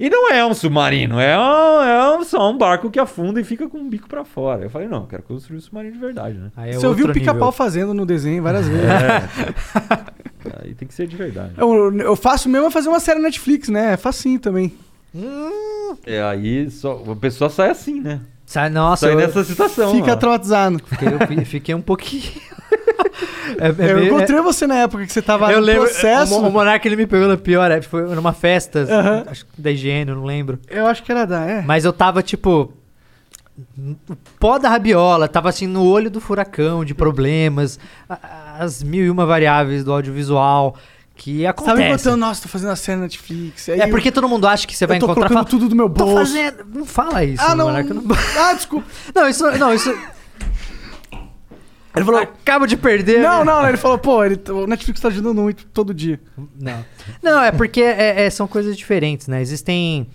E não é um submarino, é, um, é um- só um barco que afunda e fica com o bico pra fora. Eu falei, não, eu quero construir um submarino de verdade, né?
Aí é
Você ouviu o
outro
pica-pau
nível.
fazendo no
(laughs)
desenho várias vezes.
Aí tem que ser de verdade.
Eu, eu faço mesmo é fazer uma série Netflix, né? É facinho também.
É, aí só, a pessoa sai assim, né?
Sai- Nossa,
sai
eu,
nessa
Então,
situação.
Fica
ó.
traumatizado.
fiquei, eu fi- fiquei um pouquinho... (laughs) É- é
eu
meio- é-
encontrei você na época que você tava
eu
no
lembro,
processo.
o, Mo- o Monark ele me pegou na pior, é, foi numa festa, acho que da higiene, eu não lembro.
Eu acho que era da, é.
Mas eu tava, tipo. O pó da rabiola, tava assim no olho do furacão de problemas, a- as mil e uma variáveis do audiovisual que
Você tava
acontece.
encontrando, nossa, tô fazendo a série Netflix. Aí
É
eu-
porque todo mundo acha que você
eu
vai
tô
encontrar
colocando
fala,
tudo do meu
Tô
bolso.
fazendo. Não fala isso,
Ah, não.
Monarca,
(laughs)
não- (laughs)
Ah, desculpa.
Não, isso. Não, isso. Ele falou, acabo de perder. né?"
Não, não, ele falou, pô, ele, o Netflix tá ajudando muito todo dia.
Não. Não, é porque é- é- são coisas diferentes, né? Existem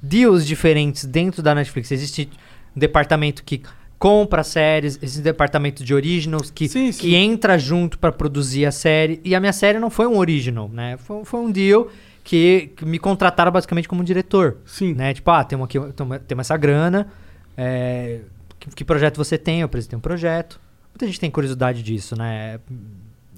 deals diferentes dentro da Netflix. Existe um departamento que compra séries, existe um departamento de originals que,
Sim,
que
sim.
entra junto pra produzir a série. E a minha série não foi um original, né? Foi, foi um deal que, que me contrataram basicamente como diretor.
Sim.
Né? Tipo, ah, temos aqui temos temos essa grana. é, que, que projeto você tem? Eu apresentei um projeto. Muita gente tem curiosidade disso, né?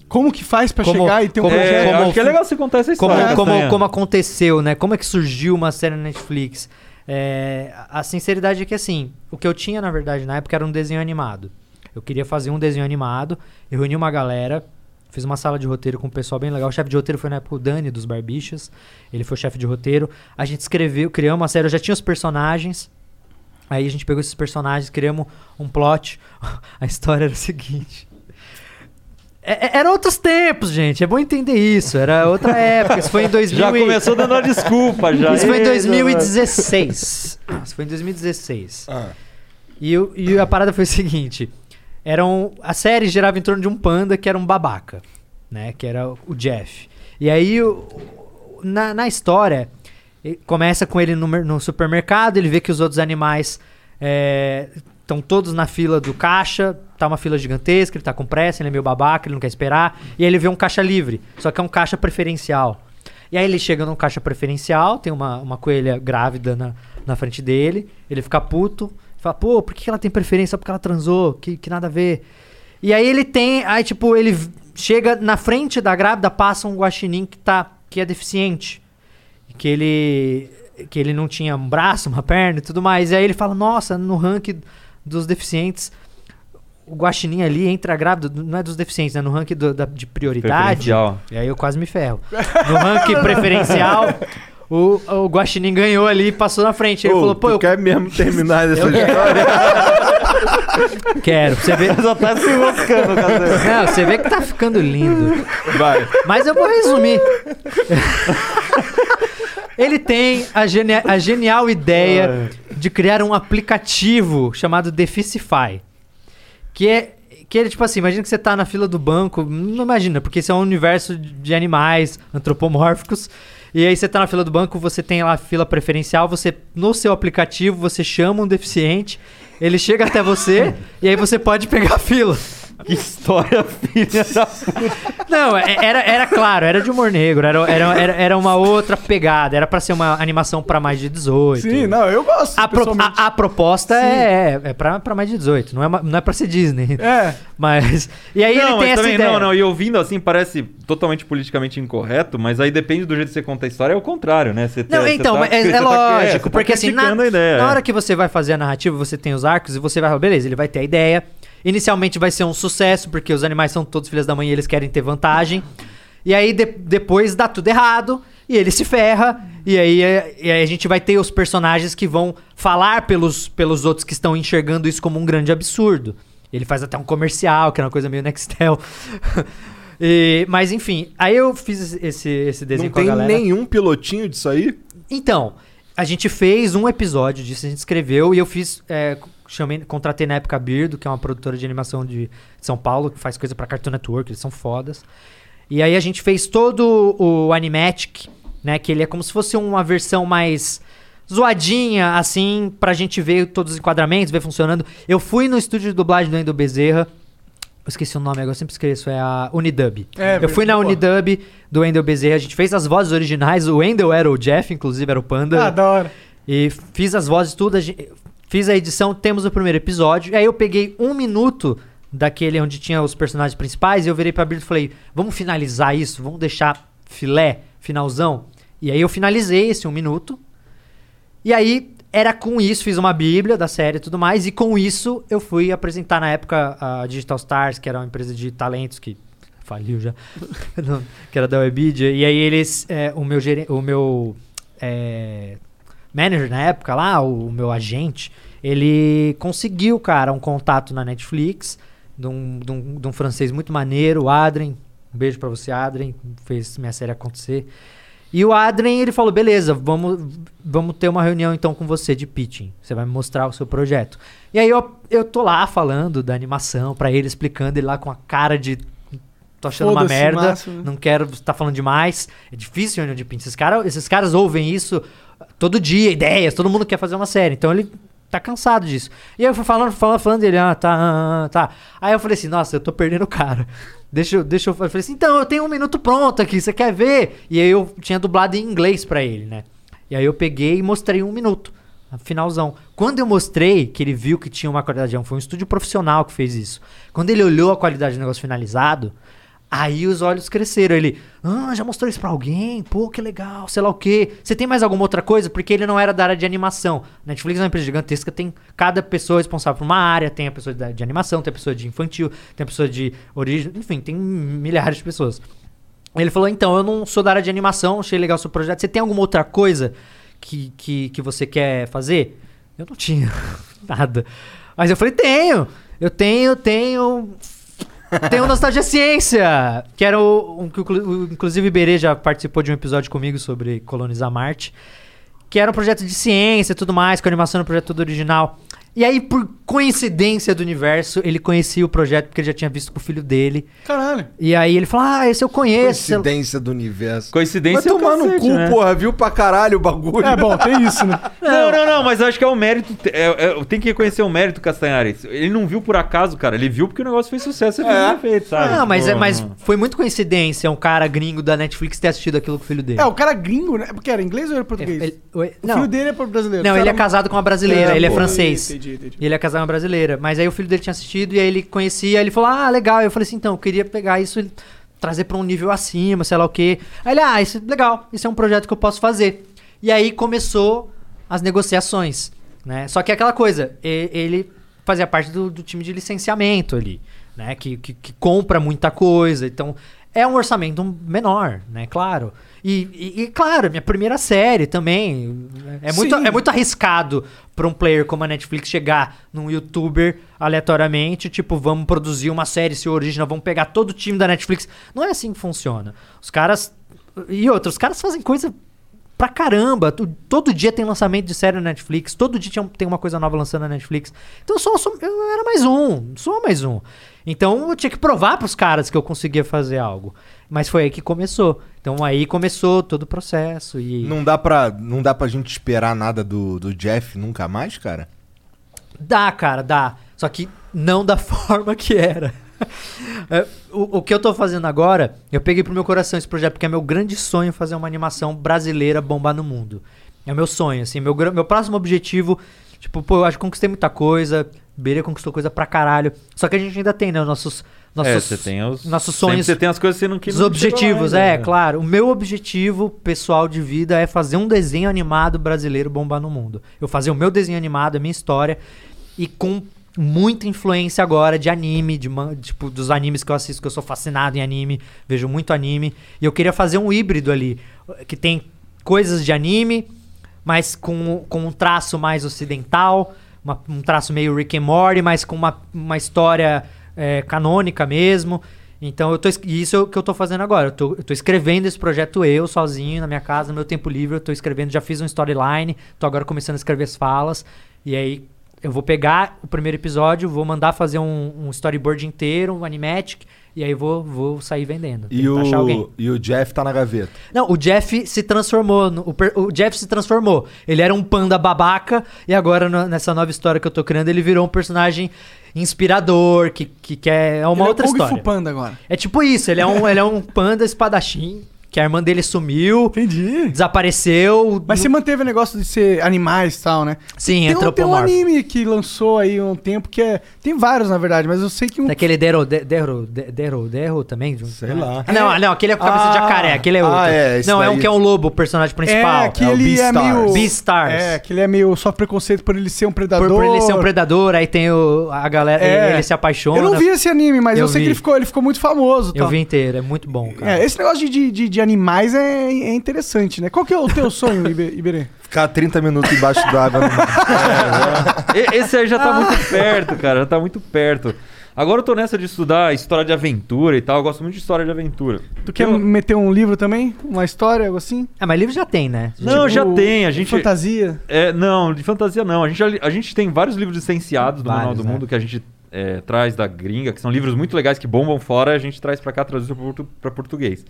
Como que faz pra
Como-
chegar e ter um
como-
É,
projeto?
eu
como-
acho que é legal você contar essa
como,
história.
como,
Castanha.
como aconteceu, né? Como é que surgiu uma série na Netflix? É, a a sinceridade é que, assim, o que eu tinha, na verdade, na época era um desenho animado. Eu queria fazer um desenho animado, eu reuni uma galera, fiz uma sala de roteiro com um pessoal bem legal. O chefe de roteiro foi na época o Dani, dos Barbixas. Ele foi o chefe de roteiro. A gente escreveu, criamos uma série, eu já tinha os personagens. Aí a gente pegou esses personagens, criamos um plot. (laughs) A história era o seguinte. É, é- era outros tempos, gente. É bom entender isso. Era outra época. Isso foi em 2000
Já
e-
começou dando uma
(laughs)
desculpa, já.
Isso foi em
Eita,
2016. é. Ah, Isso foi em 2016. E, o- e a parada foi o seguinte: eram, a série girava em torno de um panda que era um babaca, né? Que era o Jeff. E aí, o- na, na história, e- começa com ele no, mer- no supermercado, ele vê que os outros animais estão todos na fila do caixa, tá uma fila gigantesca, ele tá com pressa, ele é meio babaca, ele não quer esperar. E aí ele vê um caixa livre, só que é um caixa preferencial. E aí ele chega num caixa preferencial, tem uma, uma coelha grávida na, na frente dele, ele fica puto, fala, pô, por que ela tem preferência? Só porque ela transou, que, que nada a ver. E aí ele tem, aí tipo, ele v- chega na frente da grávida, passa um guaxinim que, tá, que é deficiente que ele que ele não tinha um braço, uma perna e tudo mais. E aí ele fala: "Nossa, no ranking dos deficientes, o Guaxinim ali entra grávido, não é dos deficientes, né? No ranking do- da- de prioridade.
Preferencial.
(laughs) E aí eu quase me ferro. No ranking preferencial, o, o Guaxinim ganhou ali e passou na frente. Ele
Ô,
falou: "Pô,
tu
eu (laughs)
quer mesmo terminar essa história?
quero". Pra Você vê,
Só tá se
(laughs)
enroscando, Castanha.
não, você vê que tá ficando lindo.
Vai.
Mas eu vou resumir. Ele tem a, genia- a genial ideia de criar um aplicativo chamado Deficify. Que é. Que ele, tipo assim, imagina que você tá na fila do banco. Não imagina, porque isso é um universo de animais antropomórficos. E aí você tá na fila do banco, você tem lá a fila preferencial, você. No seu aplicativo, você chama um deficiente, ele chega até você, e aí você pode pegar a fila.
Que história, filha da puta.
Não, é- era, era claro, era de humor negro, era, era, era, era uma outra pegada, era pra ser uma animação pra mais de 18.
Sim, não, eu gosto.
A, pro-
pessoalmente.
a- a proposta é, é pra, pra mais de 18, não é, ma- não é pra ser Disney.
É.
Mas. E aí ele
mas
tem essa
também-
ideia.
Não, não, e ouvindo assim parece totalmente politicamente incorreto, mas aí depende do jeito que você conta a história, é o contrário, né? Você tá-
Não,
você
então,
tá-
mas é,
você
é
tá-
lógico,
você tá
porque assim, na,
criticando a ideia. é.
na hora que você vai fazer a narrativa, você tem os arcos e você vai falar, beleza, ele vai ter a ideia. Inicialmente vai ser um sucesso, porque os animais são todos filhos da mãe e eles querem ter vantagem. E aí de- depois dá tudo errado, e ele se ferra, e aí, é- e aí a gente vai ter os personagens que vão falar pelos, pelos outros que estão enxergando isso como um grande absurdo. Ele faz até um comercial, que era uma coisa meio Nextel. (laughs) E- mas enfim, aí eu fiz esse, esse desenho
Não
com a
tem
galera.
nenhum pilotinho disso aí?
Então, a gente fez um episódio disso, a gente escreveu e eu fiz. é, chamei, contratei na época a Birdo, que é uma produtora de animação de São Paulo, que faz coisa pra Cartoon Network, eles são fodas. E aí a gente fez todo o Animatic, né? Que ele é como se fosse uma versão mais zoadinha, assim, pra gente ver todos os enquadramentos, ver funcionando. Eu fui no estúdio de dublagem do Endo Bezerra. Eu esqueci o nome agora, eu sempre esqueço, é a Unidub.
É,
eu fui na
boa.
Unidub do Wendel Bezerra, a gente fez as vozes originais, o Wendel era o Jeff, inclusive era o Panda.
Ah, da hora.
E fiz as vozes, tudo. a gen- fiz a edição, temos o primeiro episódio. E aí eu peguei um minuto daquele onde tinha os personagens principais. E eu virei pra Brito e falei: vamos finalizar isso, vamos deixar filé, finalzão. E aí eu finalizei esse um minuto. E aí era com isso, fiz uma bíblia da série e tudo mais. E com isso eu fui apresentar na época a Digital Stars, que era uma empresa de talentos que faliu já, (laughs) Não, que era da Webidia. E aí eles, é, o meu, gere- o meu é, manager na época lá, o, o meu agente, ele conseguiu, cara, um contato na Netflix de um, de um, de um francês muito maneiro, o Adrien. Um beijo pra você, Adrien. Fez minha série acontecer. E o Adrien, ele falou, beleza, vamos, vamos ter uma reunião então com você de pitching. Você vai me mostrar o seu projeto. E aí eu, eu tô lá falando da animação pra ele, explicando ele lá com a cara de... Tô achando uma
Foda-se,
merda,
máximo. né?"
não quero estar falando demais. É difícil reunião de pitching. Esses, cara, esses caras ouvem isso todo dia, ideias, todo mundo quer fazer uma série. Então ele tá cansado disso. E aí eu fui falando, falando, falando dele, ah, tá, ah, ah, tá. Aí eu falei assim, nossa, eu tô perdendo o cara. Deixa eu, deixa eu. Eu falei assim, então, eu tenho um minuto pronto aqui, você quer ver? E aí eu tinha dublado em inglês pra ele, né? E aí eu peguei e mostrei um minuto. Finalzão. Quando eu mostrei que ele viu que tinha uma qualidade, foi um estúdio profissional que fez isso. Quando ele olhou a qualidade do negócio finalizado, aí os olhos cresceram. Ele, ah, já mostrou isso pra alguém? Pô, que legal, sei lá o quê. Você tem mais alguma outra coisa? Porque ele não era da área de animação. Netflix é uma empresa gigantesca, tem cada pessoa é responsável por uma área, tem a pessoa da- de animação, tem a pessoa de infantil, tem a pessoa de origem, enfim, tem milhares de pessoas. Ele falou: então, eu não sou da área de animação, achei legal o seu projeto. Você tem alguma outra coisa que, que, que você quer fazer? Eu não tinha (laughs) nada. Mas eu falei: tenho, eu tenho, tenho. Tenho Nostalgia Ciência, que era o, um que o clu- o- inclusive o Iberê já participou de um episódio comigo sobre colonizar Marte, que era um projeto de ciência e tudo mais, com animação no projeto todo original. E aí, por coincidência do universo, ele conhecia o projeto porque ele já tinha visto com o filho dele.
Caralho.
E aí ele falou: Ah, esse eu conheço. sei lá-
Coincidência do universo. Vai
Coincidência é o
tomar no
cacete,
cu,
né?
porra. Viu pra caralho o bagulho.
É bom, tem isso, né?
(laughs)
Não, não, não, mas eu acho que é o mérito. é- é- tem que reconhecer o mérito, Castanhari. Ele não viu por acaso, cara. Ele viu porque o negócio fez sucesso e fez bem feito, sabe?
É. Não, mas, é,
Tipo,
mas foi muito coincidência um cara gringo da Netflix ter assistido aquilo com o filho dele.
É, o cara gringo, né? Porque era inglês ou era português?
Ele- oi-
O
não,
filho dele é pro- brasileiro.
não,
O
ele é
cara-
casado com uma brasileira,
É,
ele é
pô.
francês.
Entendi, entendi.
E ele é casado com uma brasileira. Mas aí o filho dele tinha assistido e aí ele conhecia, aí ele falou: Ah, legal. Eu falei assim: então, eu queria pegar isso e trazer pra um nível acima, sei lá o quê. Aí ele: Ah, isso é legal, isso é um projeto que eu posso fazer. E aí começou as negociações, né? Só que é aquela coisa, e- ele fazia parte do, do time de licenciamento ali, né? Que, que, que compra muita coisa. Então, é um orçamento menor, né? Claro. E, e- e, claro, minha primeira série também. É muito,
Sim.
é muito arriscado pra um player como a Netflix chegar num youtuber aleatoriamente, tipo, vamos produzir uma série seu original, vamos pegar todo o time da Netflix. Não é assim que funciona. Os caras. E outros, os caras fazem coisa pra caramba. Tu- Todo dia tem lançamento de série na Netflix, todo dia tinha- um, tem uma coisa nova lançando na Netflix. Então eu, só, só- eu era mais um, sou mais um. Então eu tinha que provar pros caras que eu conseguia fazer algo. Mas foi aí que começou. Então aí começou todo o processo e...
Não dá, pra, não dá pra gente esperar nada do, do Jeff nunca mais, cara?
Dá, cara, dá. Só que não da (laughs) forma que era. É, o, o que eu tô fazendo agora, eu peguei pro meu coração esse projeto, porque é meu grande sonho fazer uma animação brasileira bombar no mundo. É o meu sonho, assim, meu, gran- meu próximo objetivo, tipo, pô, eu acho que conquistei muita coisa, Beira conquistou coisa pra caralho. Só que a gente ainda tem, né, os nossos, nossos,
é, você tem os.
nossos
sempre
sonhos
Você tem as coisas que você não quis.
os objetivos, é, claro. O meu objetivo pessoal de vida é fazer um desenho animado brasileiro bombar no mundo. Eu fazer o meu desenho animado, a minha história, e com muita influência agora de anime, de man- tipo, dos animes que eu assisto, que eu sou fascinado em anime, vejo muito anime. E eu queria fazer um híbrido ali, que tem coisas de anime, mas com, com um traço mais ocidental, uma- um traço meio Rick and Morty, mas com uma, uma história é, canônica mesmo. Então, eu tô, es- e isso é o que eu tô fazendo agora. Eu tô, eu tô escrevendo esse projeto eu, sozinho, na minha casa, no meu tempo livre. Eu tô escrevendo, já fiz um storyline, tô agora começando a escrever as falas. E aí, eu vou pegar o primeiro episódio, vou mandar fazer um, um storyboard inteiro, um animatic, e aí vou, vou sair vendendo.
E
Tentar achar alguém.
o, e o Jeff tá na gaveta.
Não, o Jeff se transformou. no- o, per- o Jeff se transformou. Ele era um panda babaca e agora no- nessa nova história que eu tô criando, ele virou um personagem inspirador, que, que, que é uma
Ele é
outra
o Kung Fu
história.
Panda agora.
É tipo isso, ele é um, ele é um panda espadachim, que a irmã dele sumiu,
Entendi.
desapareceu.
Mas
nu-
você manteve o negócio de ser animais e tal, né?
Sim,
Tem um, tem um
antropomorfo.
anime que lançou aí há um tempo que é. Tem vários, na verdade, mas eu sei que um.
Daquele Dero, de- Dero, de- Dero, Dero também? de um-
Sei lá.
Ah, Não, não, aquele é com cabeça de
Ah,
jacaré, aquele é
ah,
outro.
é, esse
não, é um
daí.
que é um lobo, o personagem principal. um,
é, que
É o
ele é
Beastars.
meio.
Beastars.
É, que ele é meio só preconceito por ele ser um predador.
Por, por ele ser um predador, aí tem o, a galera,
É.
ele, ele se apaixona.
Eu não vi esse anime, mas eu,
Eu
sei
vi.
que ele ficou, ele ficou muito famoso. e
Eu
tal.
vi inteiro, é muito bom, cara.
É, esse negócio de, de, de animais é, é interessante, né? Qual que é o teu sonho, Ibe- Iberê?
Ficar 30 minutos embaixo d'água no
(laughs)
mar.
E- Esse aí já tá
Ah.
muito perto, cara. Já tá muito perto. Agora eu tô nessa de estudar história de aventura e tal. Eu gosto muito de história de aventura.
Tu quer
Eu-
meter um livro também? Uma história, algo assim?
Ah, mas livro já tem, né?
Não, já
Tipo,
tem. A gente.
Fantasia?
É, não, de fantasia não. A gente, já li- a gente tem vários livros licenciados do
Vários,
Manual do
né?
Mundo que a gente é, traz da gringa, que são livros muito legais que bombam fora, a gente traz pra cá, traduz pra, portu- pra português.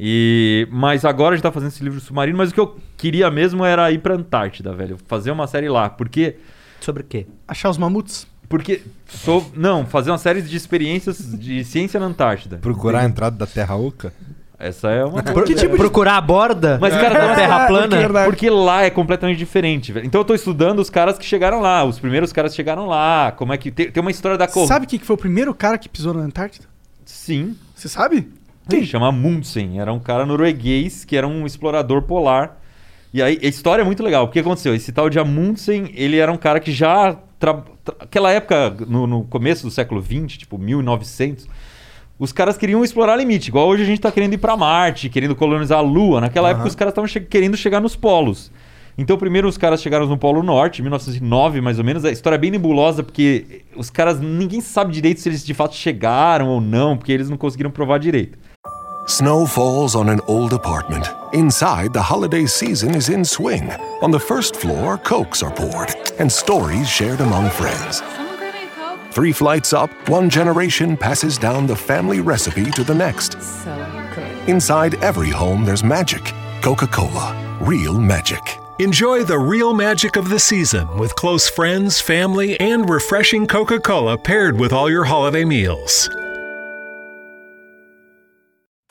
E, mas agora a gente tá fazendo esse livro submarino, mas o que eu queria mesmo era ir pra Antártida, velho. Fazer uma série lá, porque...
Sobre o quê?
Achar os mamutos?
Porque sou... Não, fazer uma série de experiências de ciência na Antártida.
Procurar a entrada da Terra Oca?
Essa é
(laughs)
uma...
Pro- Procurar a borda?
Mas, cara,
da
não-
terra
É
plana?
verdade.
Porque lá é completamente diferente, velho. Então eu tô estudando os caras que chegaram lá, os primeiros caras que chegaram lá, como é que... Tem, tem uma história da corrupção.
Sabe quem que foi o primeiro cara que pisou na Antártida?
Sim.
Você sabe?
Quem? Chama Amundsen. Era um cara norueguês que era um explorador polar. E aí, a história é muito legal. porque aconteceu? Esse tal de Amundsen, ele era um cara que já... tra- tra- Aquela época, no, no começo do século XX, tipo 1900, os caras queriam explorar limite. Igual hoje a gente tá querendo ir pra Marte, querendo colonizar a Lua. Naquela época, os caras estavam che- querendo chegar nos polos. Então, primeiro os caras chegaram no Polo Norte, em 1909 mais ou menos. A história é bem nebulosa, porque os caras, ninguém sabe direito se eles de fato chegaram ou não, porque eles não conseguiram provar direito.
Snow falls on an old apartment. Inside, the holiday season is in swing. On the first floor, cokes are poured and stories shared among friends. Three flights up, one generation passes down the family recipe to the next. Inside every home, there's magic. Coca Cola, real magic.
Enjoy the real magic of the season with close friends, family, and refreshing Coca Cola paired with all your holiday meals.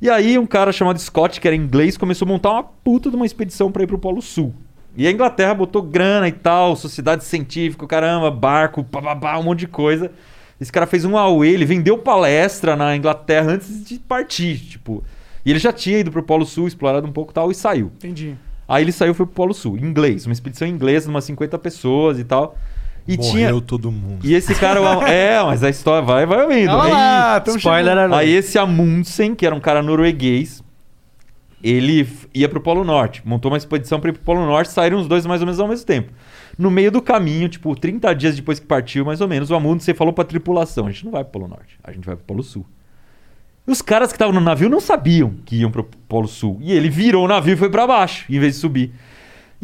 E aí um cara chamado Scott, que era inglês, começou a montar uma puta de uma expedição pra ir pro Polo Sul. E a Inglaterra botou grana e tal, sociedade científica, caramba, barco, bababá, um monte de coisa. Esse cara fez um auê, ele vendeu palestra na Inglaterra antes de partir, tipo. E ele já tinha ido pro Polo Sul, explorado um pouco e tal e saiu.
Entendi.
Aí ele saiu e foi pro Polo Sul, inglês, uma expedição inglesa, umas 50 pessoas e tal. E
Morreu
tinha
todo mundo.
e esse cara.
(laughs)
o- é, mas a história vai, vai ouvindo.
Olha lá,
Aí-
tamo
spoiler
chegando.
alert. Aí esse Amundsen, que era um cara norueguês, ele f- ia pro Polo Norte, montou uma expedição para ir pro Polo Norte, saíram os dois mais ou menos ao mesmo tempo. No meio do caminho, tipo, 30 dias depois que partiu, mais ou menos, o Amundsen falou pra tripulação: a gente não vai pro Polo Norte, a gente vai pro Polo Sul. E os caras que estavam no navio não sabiam que iam pro Polo Sul. E ele virou o navio e foi pra baixo, em vez de subir.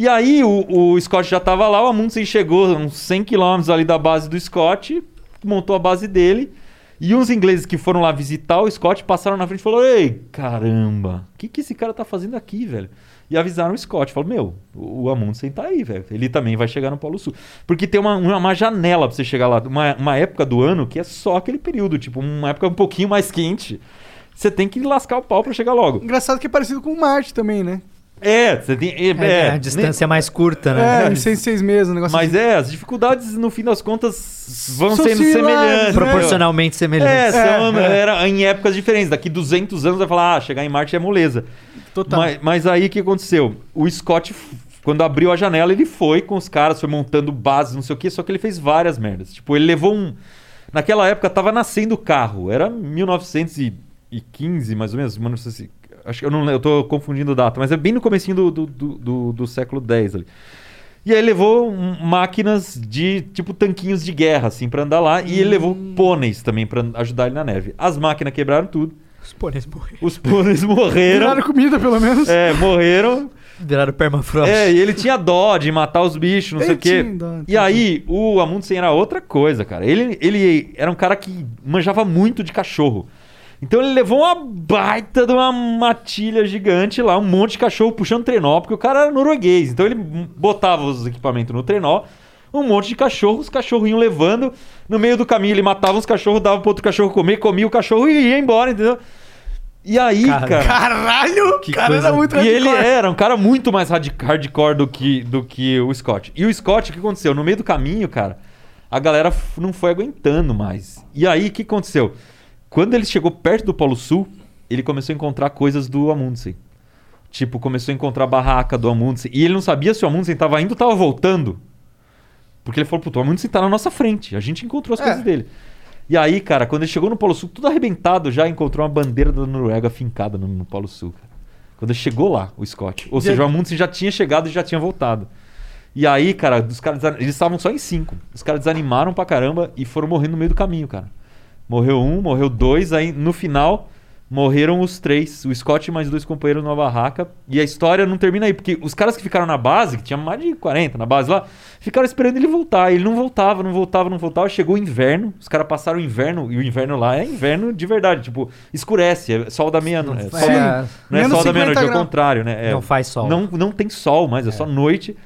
E aí o, o Scott já tava lá, o Amundsen chegou uns 100 quilômetros ali da base do Scott, montou a base dele. E uns ingleses que foram lá visitar o Scott passaram na frente e falaram: Ei, caramba, o que, que esse cara tá fazendo aqui, velho? E avisaram o Scott: falaram, Meu, o o Amundsen tá aí, velho. Ele também vai chegar no Polo Sul. Porque tem uma, uma, uma janela pra você chegar lá, uma, uma época do ano que é só aquele período, tipo, uma época um pouquinho mais quente. Você tem que lascar o pau pra chegar logo.
Engraçado que é parecido com o Marte também, né?
É, você tem. É,
É,
é,
a distância é mais curta, né?
É, em seis, seis meses, um negócio
Mas é, as dificuldades, no fim das contas, vão
São
sendo
similares,
semelhantes.
né?
Proporcionalmente semelhante.
É, são,
é.
era em épocas diferentes. Daqui 200 anos vai falar, ah, chegar em Marte é moleza.
Total.
Mas, mas aí o que aconteceu? O Scott, f- quando abriu a janela, ele foi com os caras, foi montando bases, não sei o quê, só que ele fez várias merdas. Tipo, ele levou um. Naquela época tava nascendo o carro, era 1915 mais ou menos, 1900 acho que eu não le- eu tô confundindo data, mas é bem no comecinho do, do, do, do- do século X ali. E aí levou hum, máquinas de tipo tanquinhos de guerra assim pra andar lá e ele levou
Hum.
pôneis também pra ajudar ele na neve. As máquinas quebraram tudo,
Os pôneis morreram.
os pôneis (laughs) morreram,
Tiraram comida, pelo menos.
um- é, morreram.
Viraram permafrost.
É, e ele tinha dó de matar os bichos, não
Ele
sei o quê.
tinha dó,
E aí, o Amundsen era outra coisa, cara. Ele, ele era um cara que manjava muito de cachorro. Então ele levou uma baita de uma matilha gigante lá, um monte de cachorro puxando trenó, porque o cara era norueguês. Então ele botava os equipamentos no trenó, um monte de cachorro, os cachorros iam levando. No meio do caminho ele matava os cachorros, dava pro outro cachorro comer, comia o cachorro e ia embora, entendeu? E aí,
Cara,
cara
Caralho, o cara era muito
e ele era um cara muito mais radi- hardcore do que, do que o Scott. E o Scott, o que aconteceu? No meio do caminho, cara, a galera f- não foi aguentando mais. E aí, o que aconteceu? Quando ele chegou perto do Polo Sul, ele começou a encontrar coisas do Amundsen. Tipo, começou a encontrar a barraca do Amundsen. E ele não sabia se o Amundsen tava indo ou tava voltando. Porque ele falou, puto, o Amundsen tá na nossa frente. A gente encontrou
É.
as coisas dele. E aí, cara, quando ele chegou no Polo Sul, tudo arrebentado, já encontrou uma bandeira da Noruega fincada no, no Polo Sul, cara. Quando ele chegou lá, o Scott. Ou seja, o Amundsen já tinha chegado e já tinha voltado. E aí, cara, os caras desa- eles estavam só em cinco. Os caras desanimaram pra caramba e foram morrendo no meio do caminho, cara. Morreu um, morreu dois, aí no final morreram os três. O Scott e mais dois companheiros numa barraca. E a história não termina aí, porque os caras que ficaram na base, que tinha mais de 40 na base lá, ficaram esperando ele voltar. Ele não voltava, não voltava, não voltava. Chegou o inverno, os caras passaram o inverno, e o inverno lá é inverno de verdade. Tipo, escurece, é sol da meia-noite. É,
Sim.
sol- não é
Menos
sol da
50
meia-noite, é o
graus.
contrário, né? É,
Não faz sol.
Não, não tem sol mais, é, só noite.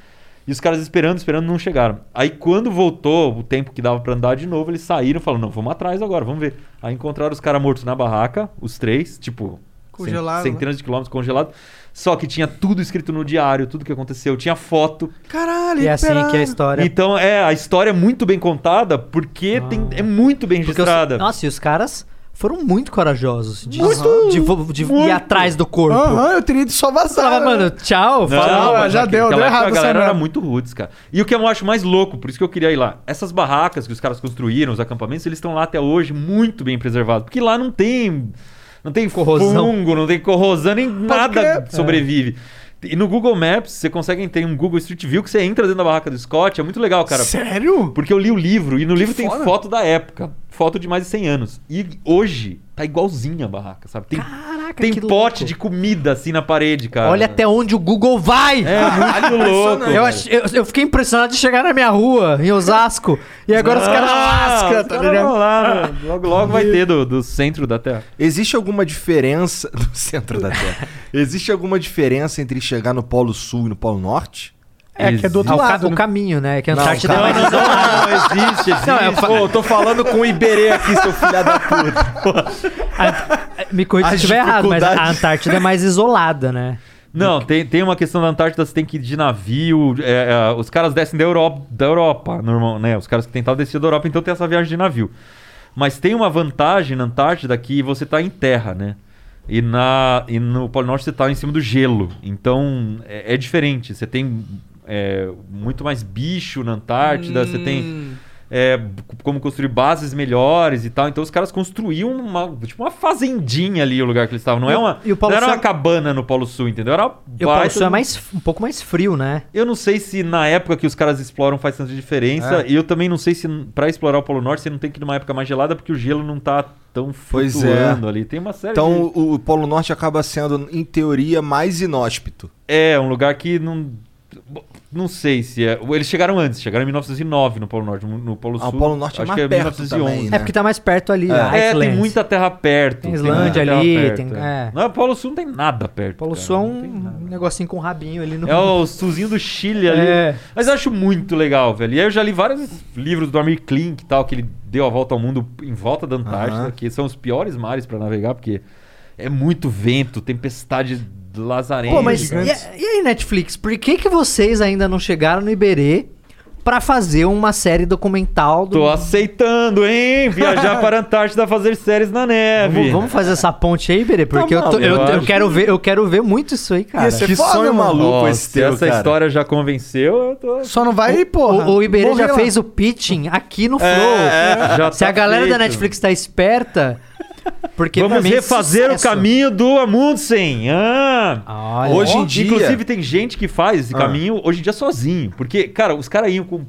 E os caras esperando, esperando, não chegaram. Aí quando voltou o tempo que dava pra andar de novo, eles saíram e falaram, não, vamos atrás agora, vamos ver. Aí encontraram os caras mortos na barraca, os três, tipo... cen-
Congelado,
Centenas de quilômetros congelados. Só que tinha tudo escrito no diário, tudo que aconteceu. Tinha foto.
Caralho,
E é assim que a história.
Então, é, a história é muito bem contada, porque tem, é muito bem
Ah. Porque os-
registrada.
nossa, e os caras foram muito corajosos de,
Muito,
de vo- de
muito.
ir atrás do corpo.
Aham, eu teria de só vazar.
Falava,
né?
mano, tchau.
Não,
fala-
Fala,
mas
já
naquela
deu, deu
época
errado
A
essa
galera era
merda.
muito roots, cara. E o que eu acho mais louco, por isso que eu queria ir lá. Essas barracas que os caras construíram, os acampamentos, eles estão lá até hoje muito bem preservados. Porque lá não tem. Não tem
Corrosão.
fungo, não tem corrosão, nem nada
crer. É.
sobrevive. E no Google Maps, você consegue ter um Google Street View que você entra dentro da barraca do Scott. É muito legal, cara.
Sério?
Porque eu li o livro e no livro tem
foda.
foto da época. Foto de mais de 100 anos. E hoje tá igualzinha a barraca, sabe? Tem,
Caraca,
tem
que
pote
louco.
de comida assim na parede, cara.
Olha até onde o Google vai.
É muito louco.
Eu, ach- eu, eu fiquei impressionado de chegar na minha rua, em Osasco, e agora os caras
lascam,
lascam, tá ligado?
Logo, logo vai ter do, do centro da Terra.
Existe alguma diferença (laughs) no centro da
(laughs)
Terra? Existe alguma diferença entre chegar no Polo Sul e no Polo Norte?
É, que é do outro
Ah, o, ca-
lado.
o
né?
caminho, né? Que a Antártida é
Não,
mais
não, não, não, existe, existe.
Pô, eu tô falando com o Iberê aqui, seu filho da puta.
A- Me corrija se
As
estiver errado, mas a
dificuldades.
Antártida é mais isolada, né?
Não, tem, tem uma questão da Antártida, você tem que ir de navio. é, é, os caras descem da Europa, da Europa, normal, né? Os caras que tentaram descer da Europa, então tem essa viagem de navio. Mas tem uma vantagem na Antártida que você tá em terra, né? E, na, e no Polo Norte você tá em cima do gelo. Então é, é
Hum.
diferente. Você tem é, muito mais bicho na Antártida, você tem. é, como construir bases melhores e tal. Então os caras construíam uma, tipo, uma fazendinha ali o lugar que eles estavam. Não, é uma,
e o Polo
não era
Sul-
uma cabana no Polo Sul, entendeu? Era uma
E o Polo
baita
Sul é
de-
mais, um pouco mais frio, né?
Eu não sei se na época que os caras exploram faz tanta diferença.
É.
E eu também não sei se pra explorar o Polo Norte você não tem que ir numa época mais gelada porque o gelo não tá tão
Pois
flutuando
é.
ali. Tem uma série
Então o, o Polo Norte acaba sendo, em teoria, mais inóspito.
É, um lugar que não. Não sei se é. Eles chegaram antes, chegaram em 1909 no Polo Norte. No, no Polo Sul.
Ah, o Polo Norte é
acho
mais
que é
perto
1911.
também, né?
É porque tá mais perto ali. a
É, tem
Iceland.
muita terra perto.
Tem Islândia
muita
ali,
terra
tem-
perto.
é.
Não, o Polo Sul não tem nada perto.
Polo
cara.
Sul é um negocinho com um rabinho ali no.
É o Suzinho do Chile ali.
É.
Mas eu acho muito legal, velho. E aí eu já li vários livros do Amir Klink e tal, que ele deu a volta ao mundo em volta da Antártida,
Aham.
que são os piores mares pra navegar, porque é muito vento, tempestade lazarenta.
Pô, mas e, e aí, Netflix, por que, que vocês ainda não chegaram no Iberê pra fazer uma série documental do.
Tô aceitando, hein?
(laughs)
Viajar para a Antártida fazer séries na neve.
Vamos, vamos fazer essa ponte aí, Iberê,
Então
porque eu, tô- eu-
maluco.
eu quero ver, eu quero ver muito isso aí, cara.
é
que sonho maluco
Ó,
esse
se
teu,
essa história já convenceu, eu tô.
Só não vai, porra.
O, o Iberê já
morrer lá.
fez o pitching aqui no Flow.
É, já
Se
tá
a galera da
feito.
Netflix tá esperta, porque pra
Vamos
mim é
refazer
sucesso.
o caminho do Amundsen. Ah!
Olha,
Hoje em
Ó,
dia-
Inclusive, tem gente que faz esse
Ah.
caminho hoje em dia sozinho. Porque, cara, os caras iam com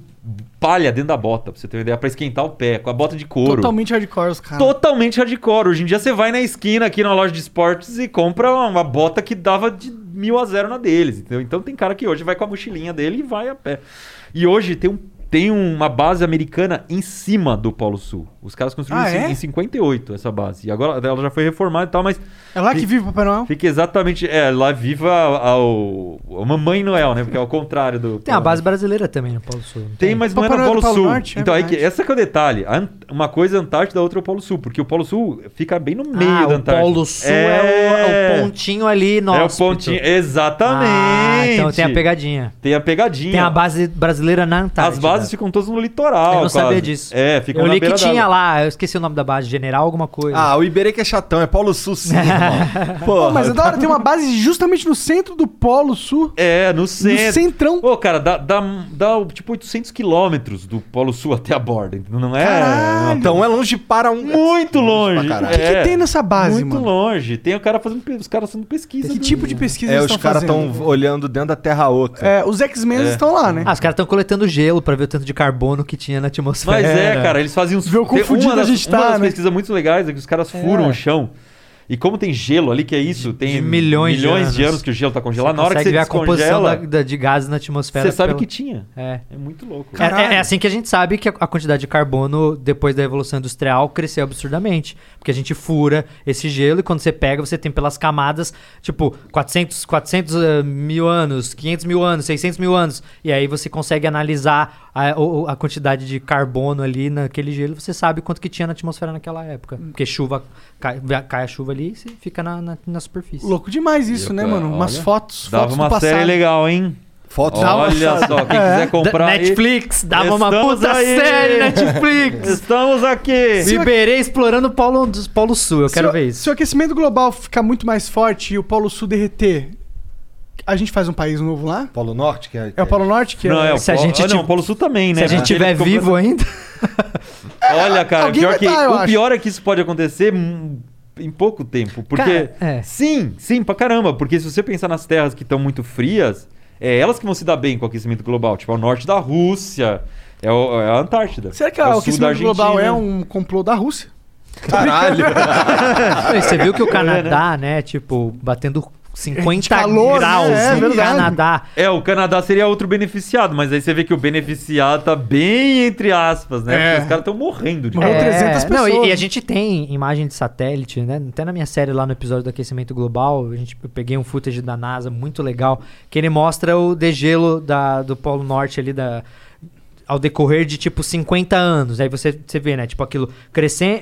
palha dentro da bota, pra você ter uma ideia, pra esquentar o pé, com a bota de couro.
Totalmente hardcore os caras.
Totalmente hardcore. Hoje em dia você vai na esquina aqui na loja de esportes e compra uma, uma bota que dava de mil a zero na deles. Entendeu? Então tem cara que hoje vai com a mochilinha dele e vai a pé. E hoje tem, um, tem uma base americana em cima do Polo Sul. Os caras construíram
Ah,
em,
é?
em 58 essa base. E agora ela já foi reformada e tal, mas
É lá que vive o Papai Noel?
Fica exatamente. É, lá viva ao, ao Mamãe Noel, né? Porque é ao contrário do. né?
Tem a base brasileira também no Polo Sul. não
Tem, mas não é
Papai
no
Noel do
Polo
Polo
Sul.
Norte, é
então, aí que,
verdade.
essa que é o detalhe. A Ant- Uma coisa é a Antártida, a outra é o Polo Sul. Porque o Polo Sul fica bem no meio
ah,
da
o
Antártida.
Polo Sul é, o, é o pontinho ali nosso.
É o pontinho. Exatamente.
Ah, então tem a pegadinha.
Tem a pegadinha.
Tem a base brasileira na Antártida.
As bases ficam todas no litoral.
Eu não
quase.
sabia disso.
É, ficam
Eu
na
li que
beira da-
tinha lá, eu esqueci o nome da base, General alguma coisa.
Ah, o Iberê que é chatão, é Paulo Sul
(laughs)
sim, irmão. Porra.
Pô, mas é da hora, tem uma base justamente no centro do Polo Sul.
É, no centro.
No centrão.
Ô, cara, dá, dá, dá tipo 800 quilômetros do Polo Sul até a borda. entendeu? Não é.
Caralho.
Então é longe para um...
Muito longe.
pra
O que,
caralho.
que tem nessa base,
É. Muito
mano?
longe. Tem o cara fazendo, pe- os caras fazendo pesquisa.
Que
do-
tipo de pesquisa
É,
eles
os
estão
caras
fazendo?
estão olhando dentro da terra oca.
É, os X-Men estão lá, né?
Ah, os caras estão coletando gelo pra ver o tanto de carbono que tinha na atmosfera.
Mas é, cara, eles faziam uns
Vê o
tem
confundido
uma das,
a gente
uma
tá,
das
né?
pesquisas muito legais é que os caras furam o chão. E como tem gelo ali, que é isso, tem
milhões de
milhões
anos.
de anos que o gelo tá congelado. Na hora que
consegue
você
ver a composição
descongela,
da- da- de gases na atmosfera.
você sabe
pela-
que tinha.
É.
É muito louco.
É- É, é assim que a gente sabe que a, a quantidade de carbono depois da Revolução Industrial cresceu absurdamente. Porque a gente fura esse gelo e quando você pega, você tem pelas camadas, tipo, 400, 400 eh, mil anos, 500 mil anos, 600 mil anos. E aí você consegue analisar a, o- o- a quantidade de carbono ali naquele gelo. Você sabe quanto que tinha na atmosfera naquela época. Porque chuva, cai, cai a chuva ali e você fica na, na, na superfície.
Louco demais isso,
Eu,
né,
cara,
mano? Umas
olha.
fotos,
Dava
fotos
uma
do passado.
série legal, hein?
Fotos
Olha só, quem quiser
Da-
comprar. aí-
Netflix, dava uma
Estamos
puta
aí. (laughs)
série, Netflix!
Estamos aqui.
Me Iberê explorando o Polo, Polo Sul, eu quero
se, o-
ver isso.
Se o aquecimento global ficar muito mais forte e o Polo Sul derreter, a gente faz um país novo lá?
Polo Norte, que é...
É o Polo Norte que
Não, é o
Se a
Polo-
gente
ah, não,
tiver-
o Polo Sul também, né?
Se a gente
Ele
estiver
ficou
vivo
(laughs)
ainda.
Olha, cara,
Alguém
pior
vai
que,
tá, eu
o
acho.
pior é que isso pode acontecer hum, em pouco tempo. Porque.
Cara, é.
Sim, sim, pra caramba. Porque se você pensar nas terras que estão muito frias, é elas que vão se dar bem com o aquecimento global. Tipo, é o norte da Rússia. É, o- é a Antártida.
Será que
é
o
sul da
aquecimento global
Argentina.
é um complô da Rússia?
Caralho.
Ah,
Não, e Você viu que o Canadá, né? Tipo, batendo 50
calor, né?
graus
É
no
verdade.
Canadá.
É, o Canadá seria outro beneficiado, mas aí você vê que o beneficiado tá bem entre aspas, né? Porque os caras estão morrendo de
Morreu
calor.
É. 300
Não, e- e,
pessoas.
a gente tem imagem de satélite, né? Até na minha série lá no episódio do aquecimento global, a gente, eu peguei um footage da NASA muito legal, que ele mostra o degelo da, do Polo Norte ali da. Ao decorrer de tipo 50 anos. Aí você, você vê, né? Tipo aquilo crescendo,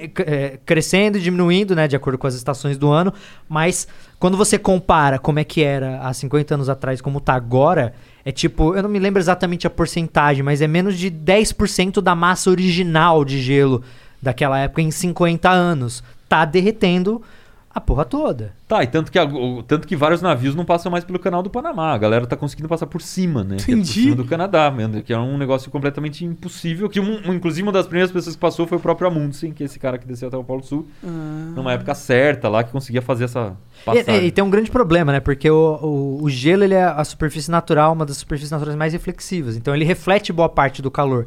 crescendo e diminuindo, né? De acordo com as estações do ano. Mas quando você compara como é que era há 50 anos atrás, como tá agora, é tipo, eu não me lembro exatamente a porcentagem, mas é menos de 10% da massa original de gelo daquela época em 50 anos. Tá derretendo A porra toda.
Tá, e tanto que, a- o- tanto que vários navios não passam mais pelo canal do Panamá. A galera tá conseguindo passar por cima, né? Que é por
Entendi.
cima do Canadá, mesmo, que é um negócio completamente impossível. Que um, um- inclusive uma das primeiras pessoas que passou foi o próprio Amundsen, que é esse cara que desceu até o Polo Sul, numa época certa lá, que conseguia fazer essa
E,
passagem.
e- e tem um grande problema, né? Porque o, o, o gelo ele é a superfície natural, uma das superfícies naturais mais reflexivas. Então ele reflete boa parte do calor.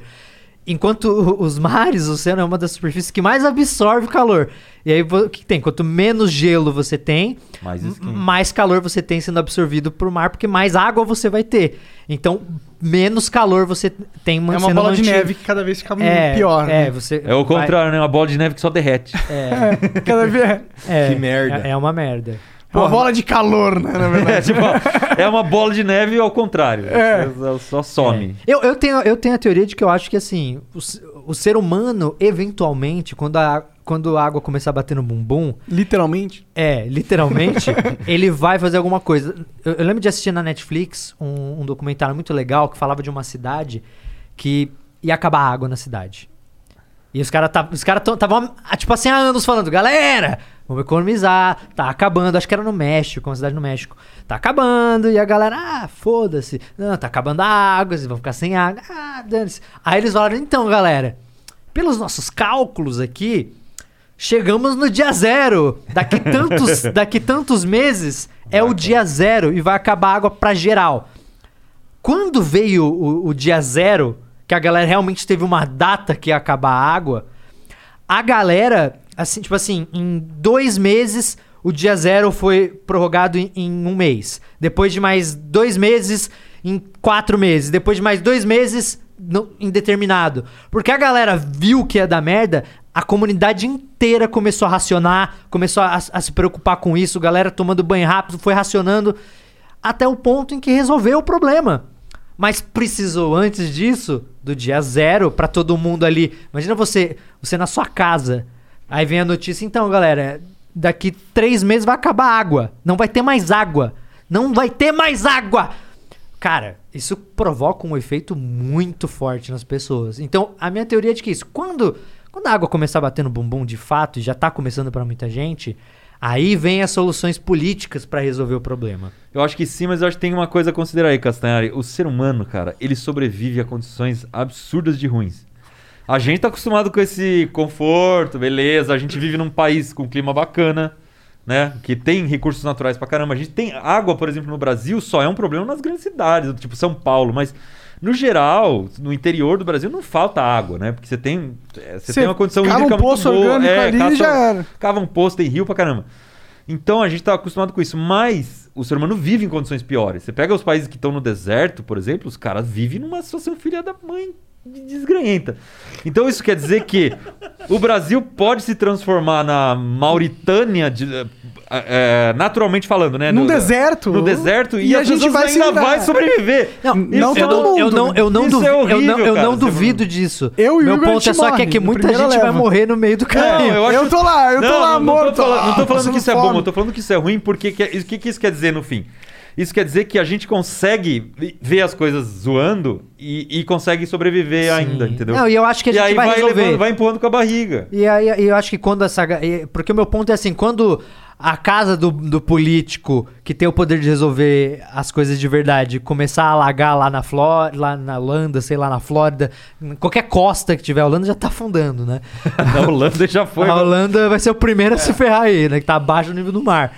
Enquanto o- os mares, o oceano é uma das superfícies que mais absorve calor. E aí vo- o que que tem? Quanto menos gelo você tem,
Mas
m-
isso que-
mais calor você tem sendo absorvido por mar, porque mais água você vai ter. Então, menos calor você tem
É uma
sendo
bola de
mantido.
neve que cada vez fica
É,
pior.
É,
né?
você
É o
vai-
contrário, né? Uma bola de neve que só derrete.
É,
(laughs) Cada vez.
é,
Que merda.
É, é uma merda.
É uma bola de calor, né? Na verdade.
É, (laughs) tipo, é uma bola de neve ao contrário.
É.
Só- Só some.
É. Eu, eu, tenho, eu tenho a teoria de que eu acho que, assim, o, s- o ser humano, eventualmente, quando a, quando a água começar a bater no bumbum,
Literalmente.
é, literalmente, ele vai fazer alguma coisa. Eu, eu lembro de assistir na Netflix um, um documentário muito legal que falava de uma cidade que ia acabar a água na cidade. E os caras estavam, cara tão- tavam, ah, tipo assim, há anos falando, galera, vamos economizar, tá acabando. Acho que era no México, uma cidade no México. Tá acabando, e a galera, ah, foda-se. Não, tá acabando a água, vocês vão ficar sem água. Ah, dane-se. Aí eles falaram, então, galera, pelos nossos cálculos aqui, chegamos no dia zero. Daqui tantos, (laughs) daqui tantos meses é o dia zero e vai acabar a água pra geral. Quando veio o, o dia zero, que a galera realmente teve uma data que ia acabar a água, a galera, assim, tipo assim, em dois meses, o dia zero foi prorrogado em, em um mês. Depois de mais dois meses, em quatro meses. Depois de mais dois meses, no- indeterminado. Porque a galera viu que ia dar merda, a comunidade inteira começou a racionar, começou a, a se preocupar com isso, galera tomando banho rápido, foi racionando até o ponto em que resolveu o problema. Mas precisou antes disso, do dia zero, pra todo mundo ali. Imagina você, você na sua casa. Aí vem a notícia, então, galera, daqui três meses vai acabar a água. Não vai ter mais água. Não vai ter mais água! Cara, isso provoca um efeito muito forte nas pessoas. Então, a minha teoria é de que isso, quando, quando a água começar a bater no bumbum de fato, e já tá começando pra muita gente, aí vem as soluções políticas pra resolver o problema.
Eu acho que sim, mas eu acho que tem uma coisa a considerar aí, Castanhari. O ser humano, cara, ele sobrevive a condições absurdas de ruins. A gente tá acostumado com esse conforto, beleza. A gente vive num país com um clima bacana, né? Que tem recursos naturais pra caramba. A gente tem água, por exemplo, no Brasil, só é um problema nas grandes cidades, tipo São Paulo, mas. No geral, no interior do Brasil não falta água, né? Porque você tem, é, você
Você
tem uma condição
cava um
hídrica muito
poço
boa, É,
orgânico ali e
caça-
já era.
cava um poço, tem rio pra caramba. Então a gente tá acostumado com isso, mas o ser humano vive em condições piores. Você pega os países que estão no deserto, por exemplo, os caras vivem numa situação filha da mãe de- desgranhenta. Então isso quer dizer que o Brasil pode se transformar na Mauritânia, de- eh, eh, naturalmente falando, né?
Num
No-
deserto.
No deserto, e,
E
a
a
as
gente
pessoas
vai se
ainda
virar.
vai sobreviver. é
Não,
Isso não
eu,
todo
não, eu
mundo, né?
não, eu não,
Isso
duvi-
é
eu não,
horrível,
eu
cara,
não
você-
duvido disso.
Eu e o
Meu
Igor, a
ponto
gente
é só que
morre
aqui
no
muita gente
primeiro
vai
leva.
morrer no meio do caminho.
eu acho-
Eu tô lá, eu tô lá
não
morto.
Tô falando, não tô
Ah,
falando que isso é
passando
bom, eu tô
fome.
falando que isso é ruim, porque que, o que, que isso quer dizer no fim? Isso quer dizer que a gente consegue vi- ver as coisas zoando e, e consegue sobreviver ainda, entendeu?
é
Não, e eu acho que a
E
gente
aí
vai resolver.
levando- vai empurrando com a
(laughs)
barriga.
E aí e eu acho que quando essa. ga- e- Porque o meu ponto é assim, quando a casa do, do político que tem o poder de resolver as coisas de verdade começar a alagar lá na Flórida, lá na Holanda, sei lá, na Flórida, em qualquer costa que tiver, a Holanda já tá afundando, né?
Na Holanda já foi.
Ah,
né? É.
a Holanda vai ser o primeiro a se ferrar aí, né? Que tá abaixo do nível do mar.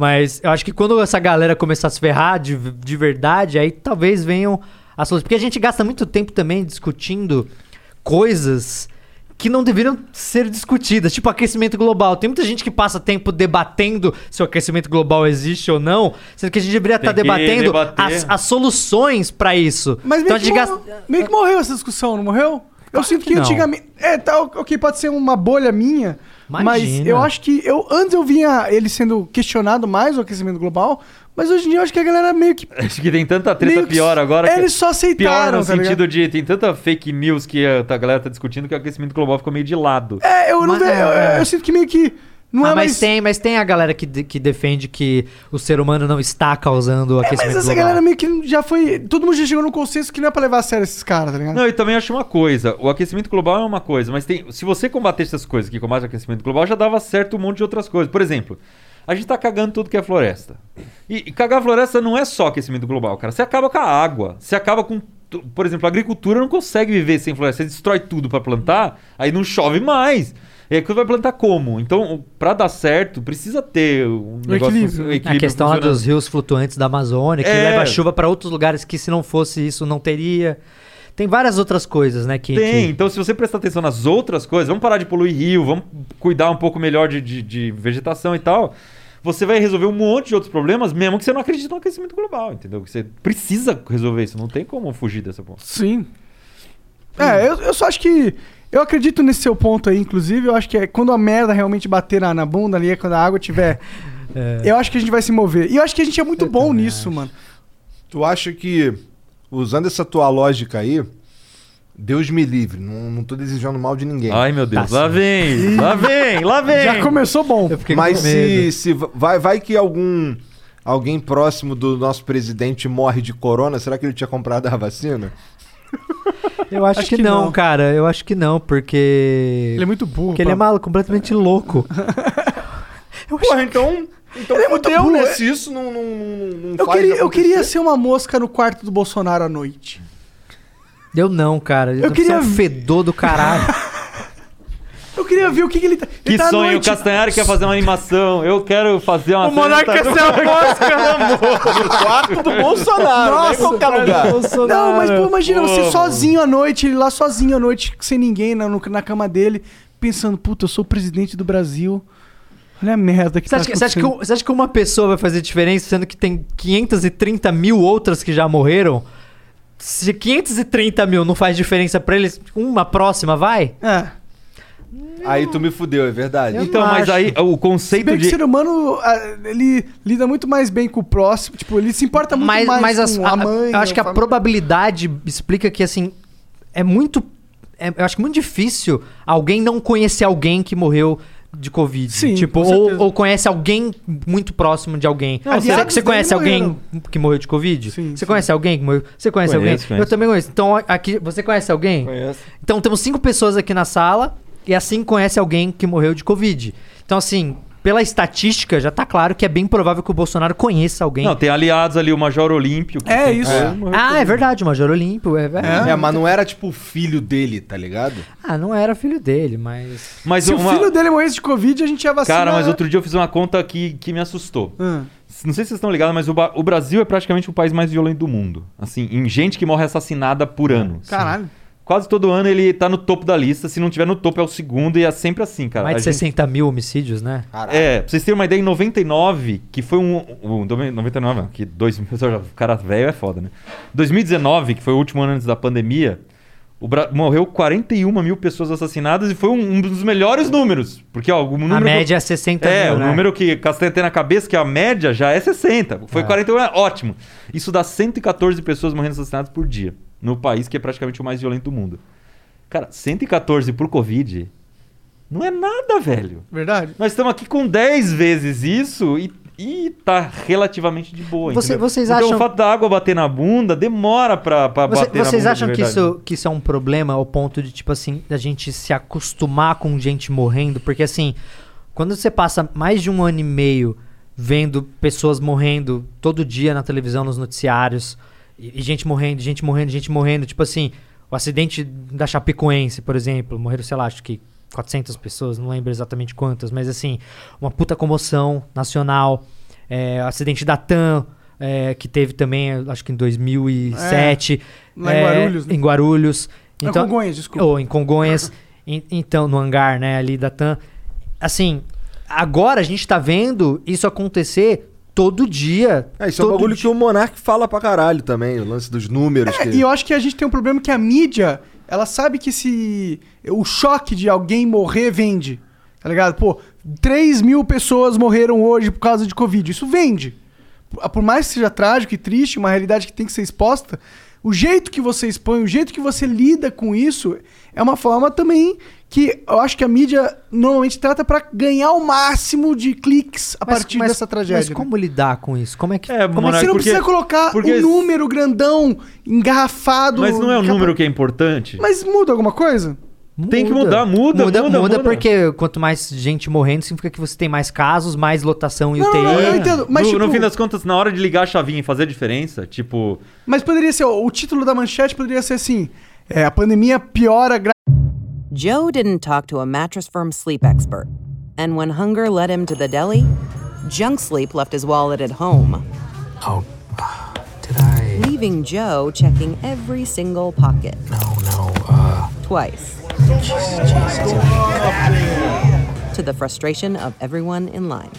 Mas eu acho que quando essa galera começar a se ferrar de, de verdade, aí talvez venham as soluções. Porque a gente gasta muito tempo também discutindo coisas que não deveriam ser discutidas, tipo aquecimento global. Tem muita gente que passa tempo debatendo se o aquecimento global existe ou não, sendo que a gente deveria
Tem
estar
que
debatendo
debater.
as, as soluções pra isso.
Mas meio,
então a gente
que
gasta.
mor- meio que morreu essa discussão, não morreu? Eu sinto que,
que não.
antigamente. É, tá, ok, pode ser uma bolha minha. Mas
Imagina.
eu acho que. Eu, antes eu vinha ele sendo questionado mais o aquecimento global, mas hoje em dia eu acho que a galera meio que.
Acho que tem tanta
meio
treta
que-
pior agora.
É,
que-
Eles só
Pior
aceitaram,
no
tá
sentido
ligado?
de. Tem tanta fake news que a, a galera tá discutindo que o aquecimento global ficou meio de lado.
É, eu, não
Mas-
ve- eu, eu sinto que meio que. Não
ah,
é
mas
mais.
tem, mas tem a galera que, de- que defende que o ser humano não está causando o
mas
aquecimento
essa
global.
galera é meio que já foi. Todo mundo já chegou no consenso que não é pra levar a sério esses caras, tá ligado?
Não, eu também acho uma coisa. O aquecimento global é uma coisa, mas tem, se você combater essas coisas que combate o aquecimento global, já dava certo um monte de outras coisas. Por exemplo, A gente tá cagando tudo que é floresta. E, e cagar a floresta não é só aquecimento global, cara. Você acaba com a água, você acaba com. tu- Por exemplo, a agricultura não consegue viver sem floresta. Você destrói tudo pra plantar, aí não chove mais. E aí, vai plantar como? Então, pra dar certo, precisa ter um negócio
equilíbrio.
funcionando,
a questão lá
funcionando.
dos rios flutuantes da Amazônia, que
É.
leva chuva para outros lugares que se não fosse isso não teria. Tem várias outras coisas, né? Que,
Tem,
que-
então se você prestar atenção nas outras coisas, vamos parar de poluir rio, vamos cuidar um pouco melhor de, de- de vegetação e tal. Você vai resolver um monte de outros problemas, mesmo que você não acredite no aquecimento global, entendeu? Que Você precisa resolver isso, não tem como fugir dessa ponta.
Sim. É, eu, eu só acho que. Eu acredito nesse seu ponto aí, inclusive. Eu acho que é quando a merda realmente bater na, na bunda ali, é quando a água tiver. Eu acho que a gente vai se mover. E eu acho que a gente é muito bom nisso, mano.
Tu acha que, usando essa tua lógica aí, Deus me livre, não, não tô desejando mal de ninguém.
Ai, meu Deus, lá vem, lá vem, lá vem.
Tá (laughs) Já começou bom.
Eu fiquei com
Mas se,
medo.
se vai, vai que algum alguém próximo do nosso presidente morre de corona, será que ele tinha comprado a vacina?
Eu acho, que, não,
não.
cara. Eu acho que não, porque.
Ele é muito burro.
Porque ele é
Paulo.
maluco, completamente louco.
Porra, então. Então
Ele é muito
fudeu,
burro,
né?
é-
Se isso não, não, não, não
eu,
faz acontecer.
queria, eu
assim,
queria ser uma mosca no quarto do Bolsonaro à noite.
Eu não, cara. Eu,
queria
um
ver-
fedor do caralho.
Eu queria ver o que, que ele tá. ele
Que
tá à
sonho, o
noite. (laughs)
Castanhari quer fazer uma animação, eu quero fazer uma...
O Monarca
cena-
quer ser
No quarto do Bolsonaro. Nossa,
tá um
qualquer lugar.
Não, mas pô, imagina você
Porra.
sozinho à noite, ele lá sozinho à noite, sem ninguém na, no- na cama dele, pensando, puta, eu sou o presidente do Brasil. Olha a merda que
Você
tá
acha, que, você acha que
acontecendo."
um- você acha que uma pessoa vai fazer diferença, sendo que tem 530 mil outras que já morreram? Se 530 mil não faz diferença pra eles, uma próxima vai?
É.
Aí tu me fudeu, é verdade.
Então, mas
acho.
aí o
Se
conceito
bem que o
de...
ser humano, ah, ele lida muito mais bem com o próximo, tipo, ele se importa muito
Mas,
mais
mas as-
com
a,
a, mãe.
eu acho que a
família.
probabilidade explica que, assim, é muito. é- eu acho muito difícil alguém não conhecer alguém que morreu de Covid.
Sim,
tipo,
com
ou,
certeza.
ou conhece alguém muito próximo de alguém.
Não,
você,
aliados
você conhece
dele
alguém que morreu de Covid?
Sim,
você
sim.
conhece alguém que morreu? Você conhece
Conheço,
alguém? Eu
conheço.
também conheço. Então, a- aqui, você conhece alguém?
Conheço.
Então temos cinco pessoas aqui na sala e assim conhece alguém que morreu de Covid. Então, assim, pela estatística, já tá claro que é bem provável que o Bolsonaro conheça alguém.
Não, tem aliados ali, o Major Olímpio. que
É
tem-
isso.
ah, é verdade, o Major Olímpio. É, verdade.
É,
então.
mas não era tipo o filho dele, tá ligado?
Ah, não era filho dele, mas.
Mas
Se
uma...
o filho dele morresse de Covid, a gente ia vacinar.
Cara, mas outro dia eu fiz uma conta que, que me assustou.
Ah.
Não sei se vocês estão ligados, mas o, Ba- o Brasil é praticamente o país mais violento do mundo. Assim, em gente que morre assassinada por ano. assim.
Caralho.
Quase todo ano ele tá no topo da lista. Se não tiver no topo, é o segundo e é sempre assim, cara.
mais de
A gente-
60 mil homicídios, né?
Caralho.
É, pra vocês terem uma ideia, em 99, que foi um. um 99, não, que (laughs) 2000. O cara velho é foda, né? 2019, que foi o último ano antes da pandemia, o Bra- morreu 41 mil pessoas assassinadas e foi um, um dos melhores números. Porque, ó, o número.
A
que eu-
média é 60
é,
mil.
o
né?
número que Castanha tem na cabeça, que a média já é 60. Foi 41, é ótimo. Isso dá 114 pessoas morrendo assassinadas por dia. No país que é praticamente o mais violento do mundo. Cara, 114 por Covid não é nada, velho.
Verdade.
Nós estamos aqui com 10 vezes isso e, e tá relativamente de boa.
Você-
entendeu?
vocês
então
acham-
o fato da água bater na bunda demora pra, pra
Você-
bater na bunda.
vocês
de
acham que
verdade.
isso, que isso é um problema ao ponto de, tipo assim, da gente se acostumar com gente morrendo? Porque, assim, quando você passa mais de um ano e meio vendo pessoas morrendo todo dia na televisão, nos noticiários, e, e gente morrendo, gente morrendo, gente morrendo, tipo assim, o acidente da Chapecoense, por exemplo, morreram, sei lá, acho que 400 pessoas, não lembro exatamente quantas, mas assim, uma puta comoção nacional, é, acidente da TAM, é, que teve também, acho que em 2007,
Lá em Guarulhos, né?
É, em Guarulhos.
Não,
Então,
Congonhas, desculpa.
ou em Congonhas. En- então, no hangar, né, ali da TAM. Assim, agora a gente tá vendo isso acontecer todo dia.
É, isso é um
todo
bagulho
dia.
que o Monark fala pra caralho também, o lance dos números.
É,
que-
e eu acho que a gente tem um problema que a mídia, ela sabe que se o choque de alguém morrer vende. Tá ligado? Pô, 3 mil pessoas morreram hoje por causa de Covid. Isso vende. Por- Por mais que seja trágico e triste, uma realidade que tem que ser exposta, o jeito que você expõe, o jeito que você lida com isso, é uma forma também que eu acho que a mídia normalmente trata pra ganhar o máximo de cliques tá a
Mas-
partir
mas-
dessa tragédia.
Mas
né?
como lidar com isso? Como é que.
É,
como é
Monark,
Você não
porque-
precisa colocar
porque-
um número grandão, engarrafado.
Mas não é o
capa-
número que é importante.
Mas muda alguma coisa?
Tem que mudar, muda,
muda,
muda, muda.
porque quanto mais gente morrendo, significa que você tem mais casos, mais lotação em
Não,
UTI.
não, não, eu entendo. Mas,
no, no
tipo-
fim das contas, na hora de ligar a chavinha e fazer a diferença, tipo,
Mas poderia ser, ó, o título da manchete poderia ser assim: é, a pandemia piora gra-
Joe didn't talk to a mattress firm sleep expert. And when hunger led him to the deli, junk sleep left his wallet at home.
Oh,
Leaving Joe checking every single pocket. No, no, uh. Twice. To the frustration of everyone in line.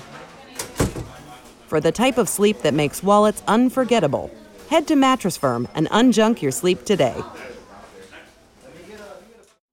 For the type of sleep that makes wallets unforgettable, head to Mattress Firm and unjunk your sleep today.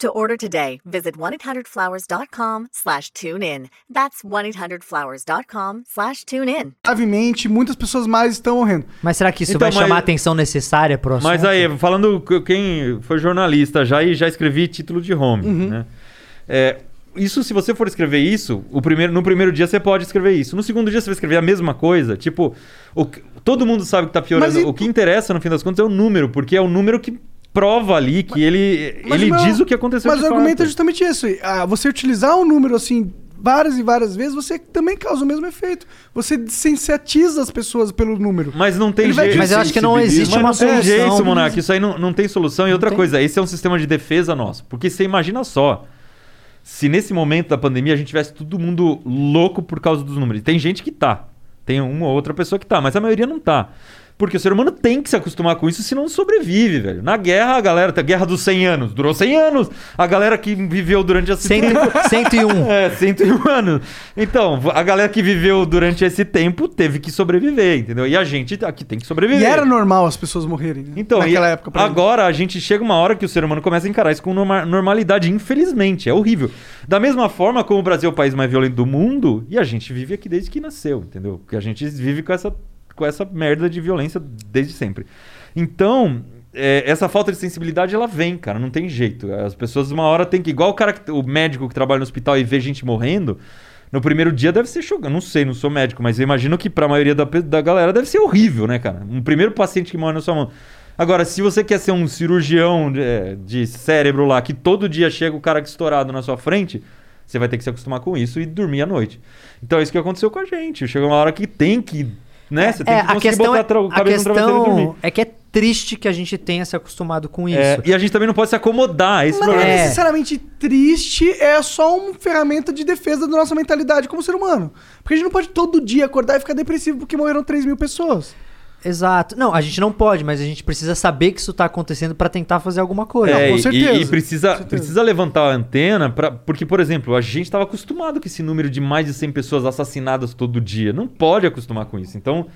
To order today, visit 1-800-Flowers.com slash tune in. That's 1-800-Flowers.com slash tune in.
gravemente, muitas pessoas mais estão morrendo.
Mas será que isso
Então,
vai
mas-
chamar a atenção necessária pro assunto?
Mas aí, falando que- quem foi jornalista já e já escrevi título de home,
Uhum.
né? É, isso, se você for escrever isso, o primeiro, no primeiro dia você pode escrever isso. No segundo dia você vai escrever a mesma coisa. Tipo, o que- todo mundo sabe que tá piorando. O que interessa, no fim das contas, é o número, porque é o número que prova ali que ele,
Mas
ele
meu-
diz o que aconteceu
Mas
de
o argumento
fato.
é justamente isso. Ah, você utilizar um número assim várias e várias vezes, você também causa o mesmo efeito. Você desensatiza as pessoas pelo número.
Mas não tem
Ele vai
jeito.
Mas eu acho que não existe
Mas
uma
não tem
solução.
jeito, Monark. Isso aí não, não tem solução. E outra coisa, esse é um sistema de defesa nosso. Porque você imagina só. Se nesse momento da pandemia a gente tivesse todo mundo louco por causa dos números. E Tem gente que tá. Tem uma ou outra pessoa que tá, mas a maioria não tá. Porque o ser humano tem que se acostumar com isso, senão não sobrevive, velho. Na guerra, a galera. A guerra dos 100 anos. Durou 100 anos. A galera que viveu durante esse
Cento-
tempo.
101.
É, (laughs) 101 anos. Então, a galera que viveu durante esse tempo teve que sobreviver, entendeu? E a gente aqui tem que sobreviver.
E era normal as pessoas morrerem. Né?
Então,
naquela
e
época. pra mim.
agora a gente chega uma hora que o ser humano começa a encarar isso com norma- normalidade, infelizmente. É horrível. Da mesma forma como o Brasil é o país mais violento do mundo, e a gente vive aqui desde que nasceu, entendeu? Porque a gente vive com essa, com essa merda de violência desde sempre. Então, é, essa falta de sensibilidade, ela vem, cara. Não tem jeito. As pessoas uma hora tem que... Igual o, cara que- o médico que trabalha no hospital e vê gente morrendo... No primeiro dia deve ser chocante. Não sei, não sou médico, mas eu imagino que pra maioria da, pe- da galera deve ser horrível, né, cara? Um primeiro paciente que morre na sua mão. Agora, se você quer ser um cirurgião é, de, cérebro lá, que todo dia chega o cara estourado na sua frente, você vai ter que se acostumar com isso e dormir à noite. Então é isso que aconteceu com a gente. Chega uma hora que tem que. Né? Você tem
É,
que
a
conseguir
questão,
botar
é,
tra- o
a
cabelo no travesseiro e dormir.
questão é que é triste que a gente tenha se acostumado com isso.
É, e a gente também não pode se acomodar. Esse
Mas não
problema.
é necessariamente triste, é só uma ferramenta de defesa da nossa mentalidade como ser humano. Porque a gente não pode todo dia acordar e ficar depressivo porque morreram 3 mil pessoas.
Exato. Não, a gente não pode, mas a gente precisa saber que isso tá acontecendo pra tentar fazer alguma coisa.
É, e- E, e precisa, precisa levantar a antena, pra, porque, por exemplo, a gente estava acostumado com esse número de mais de 100 pessoas assassinadas todo dia. Não pode acostumar com isso. Então,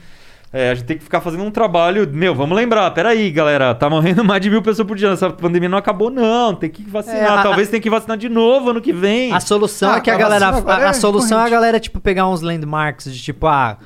é, a gente tem que ficar fazendo um trabalho. Meu, vamos lembrar, peraí, galera, tá morrendo (laughs) mais de mil pessoas por dia. Essa pandemia não acabou, não. Tem que vacinar.
É, a-
Talvez tenha que vacinar de novo ano que vem.
A solução
Ah,
é que a
a
galera.
vacina agora
A, a
é
solução é a galera, tipo, pegar uns landmarks de tipo, ah,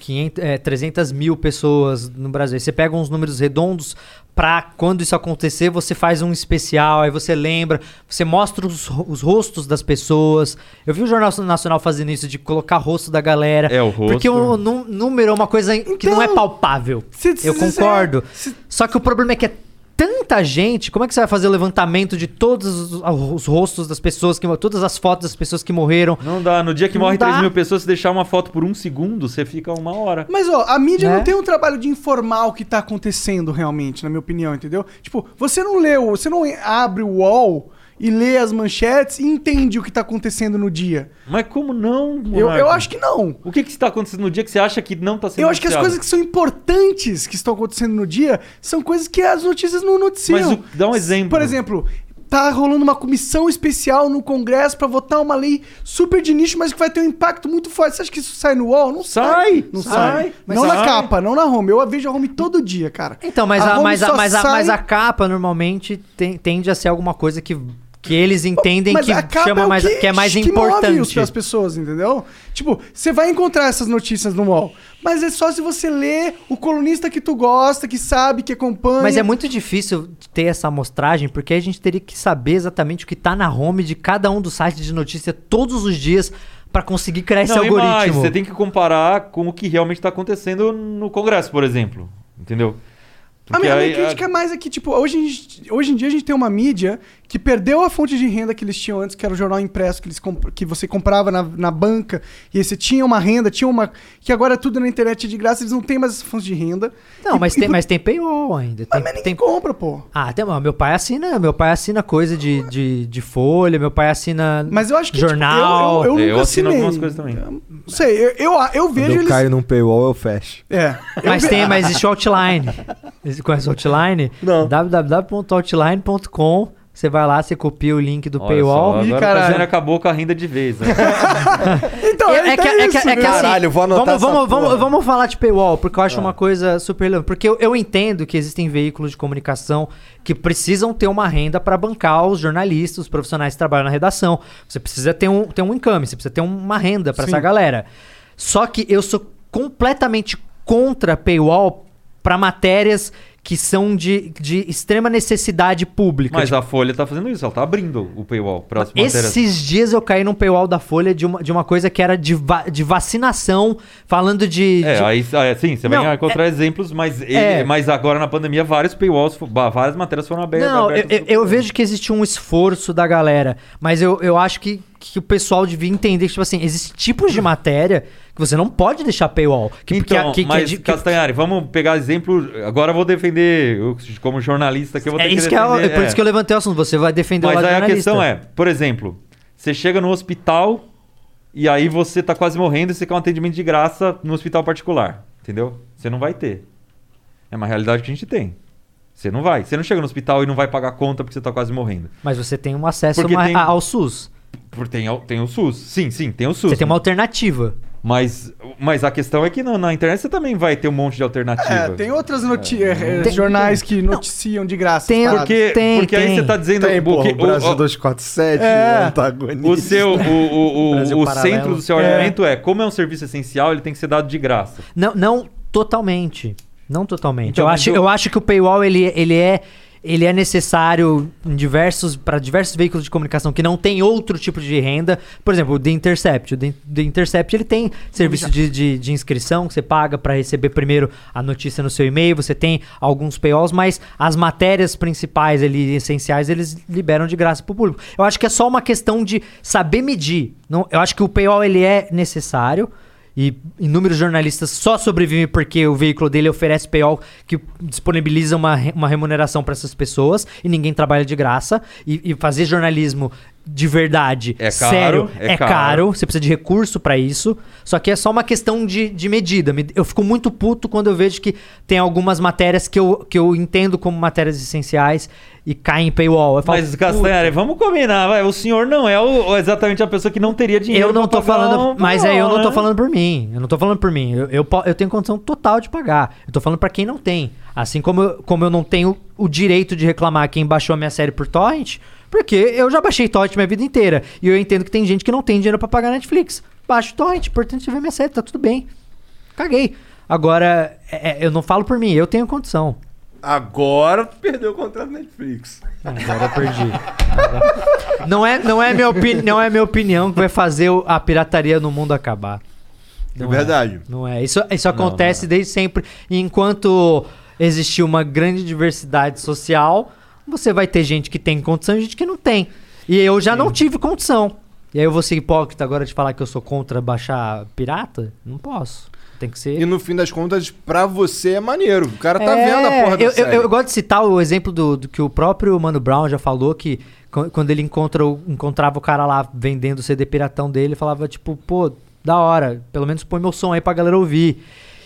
500, é, 300 mil pessoas no Brasil. Aí você pega uns números redondos pra quando isso acontecer, você faz um especial, aí você lembra, você mostra os, ro- os rostos das pessoas. Eu vi o Jornal Nacional fazendo isso, de colocar rosto da galera.
É, o rosto.
Porque o nú- número é uma coisa que não é
Então,
palpável. Eu concordo. Só que o problema é que é tanta gente, como é que você vai fazer o levantamento de todos os, os rostos das pessoas, que todas as fotos das pessoas que morreram?
Não dá. No dia que
Não
morre
dá.
3 mil pessoas, se deixar uma foto por um segundo, você fica uma hora.
Mas, ó, a mídia
Né?
não tem um trabalho de informar o que tá acontecendo realmente, na minha opinião, entendeu? Tipo, você não leu, você não abre o UOL e lê as manchetes e entende o que tá acontecendo no dia.
Mas como não?
Eu,
Monarca?
eu acho que não.
O que que está acontecendo no dia que você acha que não está sendo
Eu acho que as
noticiado?
coisas que são importantes que estão acontecendo no dia são coisas que as notícias não noticiam.
Mas o- dá um exemplo.
Por exemplo, tá rolando uma comissão especial no Congresso pra votar uma lei super de nicho, mas que vai ter um impacto muito forte. Você acha que isso sai no UOL? Não sai.
Sai,
não sai.
sai. Mas
não na
sai.
capa, não na home. Eu vejo a home todo dia, cara.
Então, mas a,
home
mas, a,
Ah, só
mas, a, mas a
sai-
capa normalmente tem- tende a ser alguma coisa que, que eles entendem
Mas
que
a capa
chama
é o
mais que é mais
que move isso
importante.
pras pessoas, entendeu? Tipo, você vai encontrar essas notícias no UOL, Mas é só se você lê o colunista que tu gosta, que sabe, que acompanha.
Mas é muito difícil ter essa amostragem, porque a gente teria que saber exatamente o que tá na home de cada um dos sites de notícia todos os dias pra conseguir criar esse é
Não, e mais,
algoritmo.
você tem que comparar com o que realmente está acontecendo no Congresso, por exemplo. Entendeu? ah,
A minha, minha crítica é mais é que, tipo, hoje, a gente- hoje em dia a gente tem uma mídia que perdeu a fonte de renda que eles tinham antes, que era o jornal impresso que, eles comp- que você comprava na, na banca, e aí você tinha uma renda, tinha uma. que agora é tudo na internet de graça, eles não têm mais essa fonte de renda.
Não, mas, tem,
por- Ah,
mas tem paywall ainda. Tem, tem...
compra, pô.
Ah, tem, meu pai assina, meu pai assina coisa de, de, de folha, meu pai assina
Mas eu acho que, tipo,
jornal.
eu- eu É, nunca eu assino assinei. algumas coisas
também.
É um
Não sei, eu, eu, eu vejo
Quando eu
eles.
caio num paywall, eu fecho.
É.
Mas
Eu-
tem, mas existe o Outline. Você Conhece o Outline? Não. www.outline.com. Você vai lá, você copia o link do
Olha
paywall.
só, agora o Cajane acabou com a renda de vez.
(laughs)
Né?
Então,
é, é que, é que- é que assim,
Caralho, vou anotar
vamos,
essa
vamos, vamos,
porra. Ah.
vamos falar de paywall, porque eu acho uma coisa super relevante. Porque eu, eu entendo que existem veículos de comunicação que precisam ter uma renda para bancar os jornalistas, os profissionais que trabalham na redação. Você precisa ter um, ter um income, você precisa ter uma renda para
Sim.
essa galera. Só que eu sou completamente contra paywall para matérias que são de, de extrema necessidade pública. Tipo,
Mas a Folha tá fazendo isso, ela tá abrindo o paywall para as matérias.
Esses dias eu caí num paywall da Folha de uma, de uma coisa que era de, va- de vacinação, falando de.
É,
de-
aí, aí, sim, você
Não,
vai encontrar exemplos, mas, e-
é.
mas agora na pandemia vários paywalls, fo- ba- várias matérias foram abertas.
Não, eu,
abertas
eu- eu vejo que existe um esforço da galera, mas eu, eu acho que, que o pessoal devia entender que, tipo assim, existem tipos de matéria que você não pode deixar paywall. Que, que-
Então,
que- que-
mas
de- que-
Castanhari, vamos pegar exemplo. Agora eu vou defender, eu, como jornalista, que eu vou
é
ter
isso
que
que é, o-
defender.
é por isso que eu levantei o assunto. Você vai defender o
Mas
lado
aí a
jornalista.
questão é, por exemplo, você chega no hospital e aí você tá quase morrendo e você quer um atendimento de graça no hospital particular, entendeu? Você não vai ter. É uma realidade que a gente tem. Você não vai. Você não chega no hospital e não vai pagar a conta porque você tá quase morrendo.
Mas você tem um acesso
Porque
ma-
tem-
a- ao SUS.
Porque tem, o- tem o SUS. Sim, sim, tem o SUS. né? Você tem
uma alternativa.
Mas, mas a questão é que na, na internet você também vai ter um monte de alternativa.
É, tem outras notícias,
Tem-
jornais que noticiam de graça.
Tem-
as paradas.
Porque, porque aí você tá dizendo
Tem,
porque-
porra, o Brasil
o-
247,
É.
o antagonista.
O seu, o,
(laughs)
o,
Brasil
o, o
paralelo.
centro do seu
É.
argumento é. como é um serviço essencial, ele tem que ser dado de graça.
Não, não totalmente. Não totalmente.
Então,
eu,
mas
acho, eu...
eu-
acho que o paywall ele, ele é ele é necessário em diversos para diversos veículos de comunicação que não tem outro tipo de renda. Por exemplo, o The Intercept. O The, The Intercept ele tem serviço de, de, de inscrição que você paga para receber primeiro a notícia no seu e-mail. Você tem alguns paywalls, mas as matérias principais ali, essenciais, eles liberam de graça para o público. Eu acho que é só uma questão de saber medir. Não, eu acho que o paywall ele é necessário. E inúmeros jornalistas só sobrevivem porque o veículo dele oferece paywall que disponibiliza uma, re- uma remuneração para essas pessoas e ninguém trabalha de graça. E, e fazer jornalismo de verdade,
É caro,
sério,
é
é caro.
caro.
Você precisa de recurso para isso. Só que é só uma questão de, de medida. Me- Eu fico muito puto quando eu vejo que tem algumas matérias que eu, que eu entendo como matérias essenciais e caem em paywall. Eu falo,
Mas, Castanhari, vamos combinar, vai. O senhor não é o- exatamente a pessoa que não teria dinheiro.
Eu não
pra
tô
pagar
falando,
um
mas é, eu
paywall,
não tô
né?
falando por mim. Eu não tô falando por mim. Eu, eu, po- eu tenho condição total de pagar. Eu tô falando pra quem não tem. Assim como eu, como eu não tenho o direito de reclamar quem baixou a minha série por torrent, porque eu já baixei torrent minha vida inteira. E eu entendo que tem gente que não tem dinheiro pra pagar Netflix. Baixo torrent, importante ver minha série, tá tudo bem. Caguei. Agora, é- é, eu não falo por mim, eu tenho condição.
Agora perdeu o contrato Netflix.
Agora eu perdi. Não é, não é, minha, opini não é minha opinião que vai fazer o- a pirataria no mundo acabar.
É verdade.
Não é. Isso, isso acontece desde sempre. E enquanto existir uma grande diversidade social, você vai ter gente que tem condição e gente que não tem. E eu já não tive condição. E aí eu vou ser hipócrita agora de falar que eu sou contra baixar pirata? Não posso. Tem que ser.
é. E no fim das contas, pra você é maneiro. O cara tá
É,
vendo a porra da
eu, eu-
série.
eu gosto de citar o exemplo do, do que o próprio Mano Brown já falou, que qu- quando ele encontra, o- encontrava o cara lá vendendo o CD piratão dele, ele falava tipo, pô, da hora, pelo menos põe meu som aí pra galera ouvir.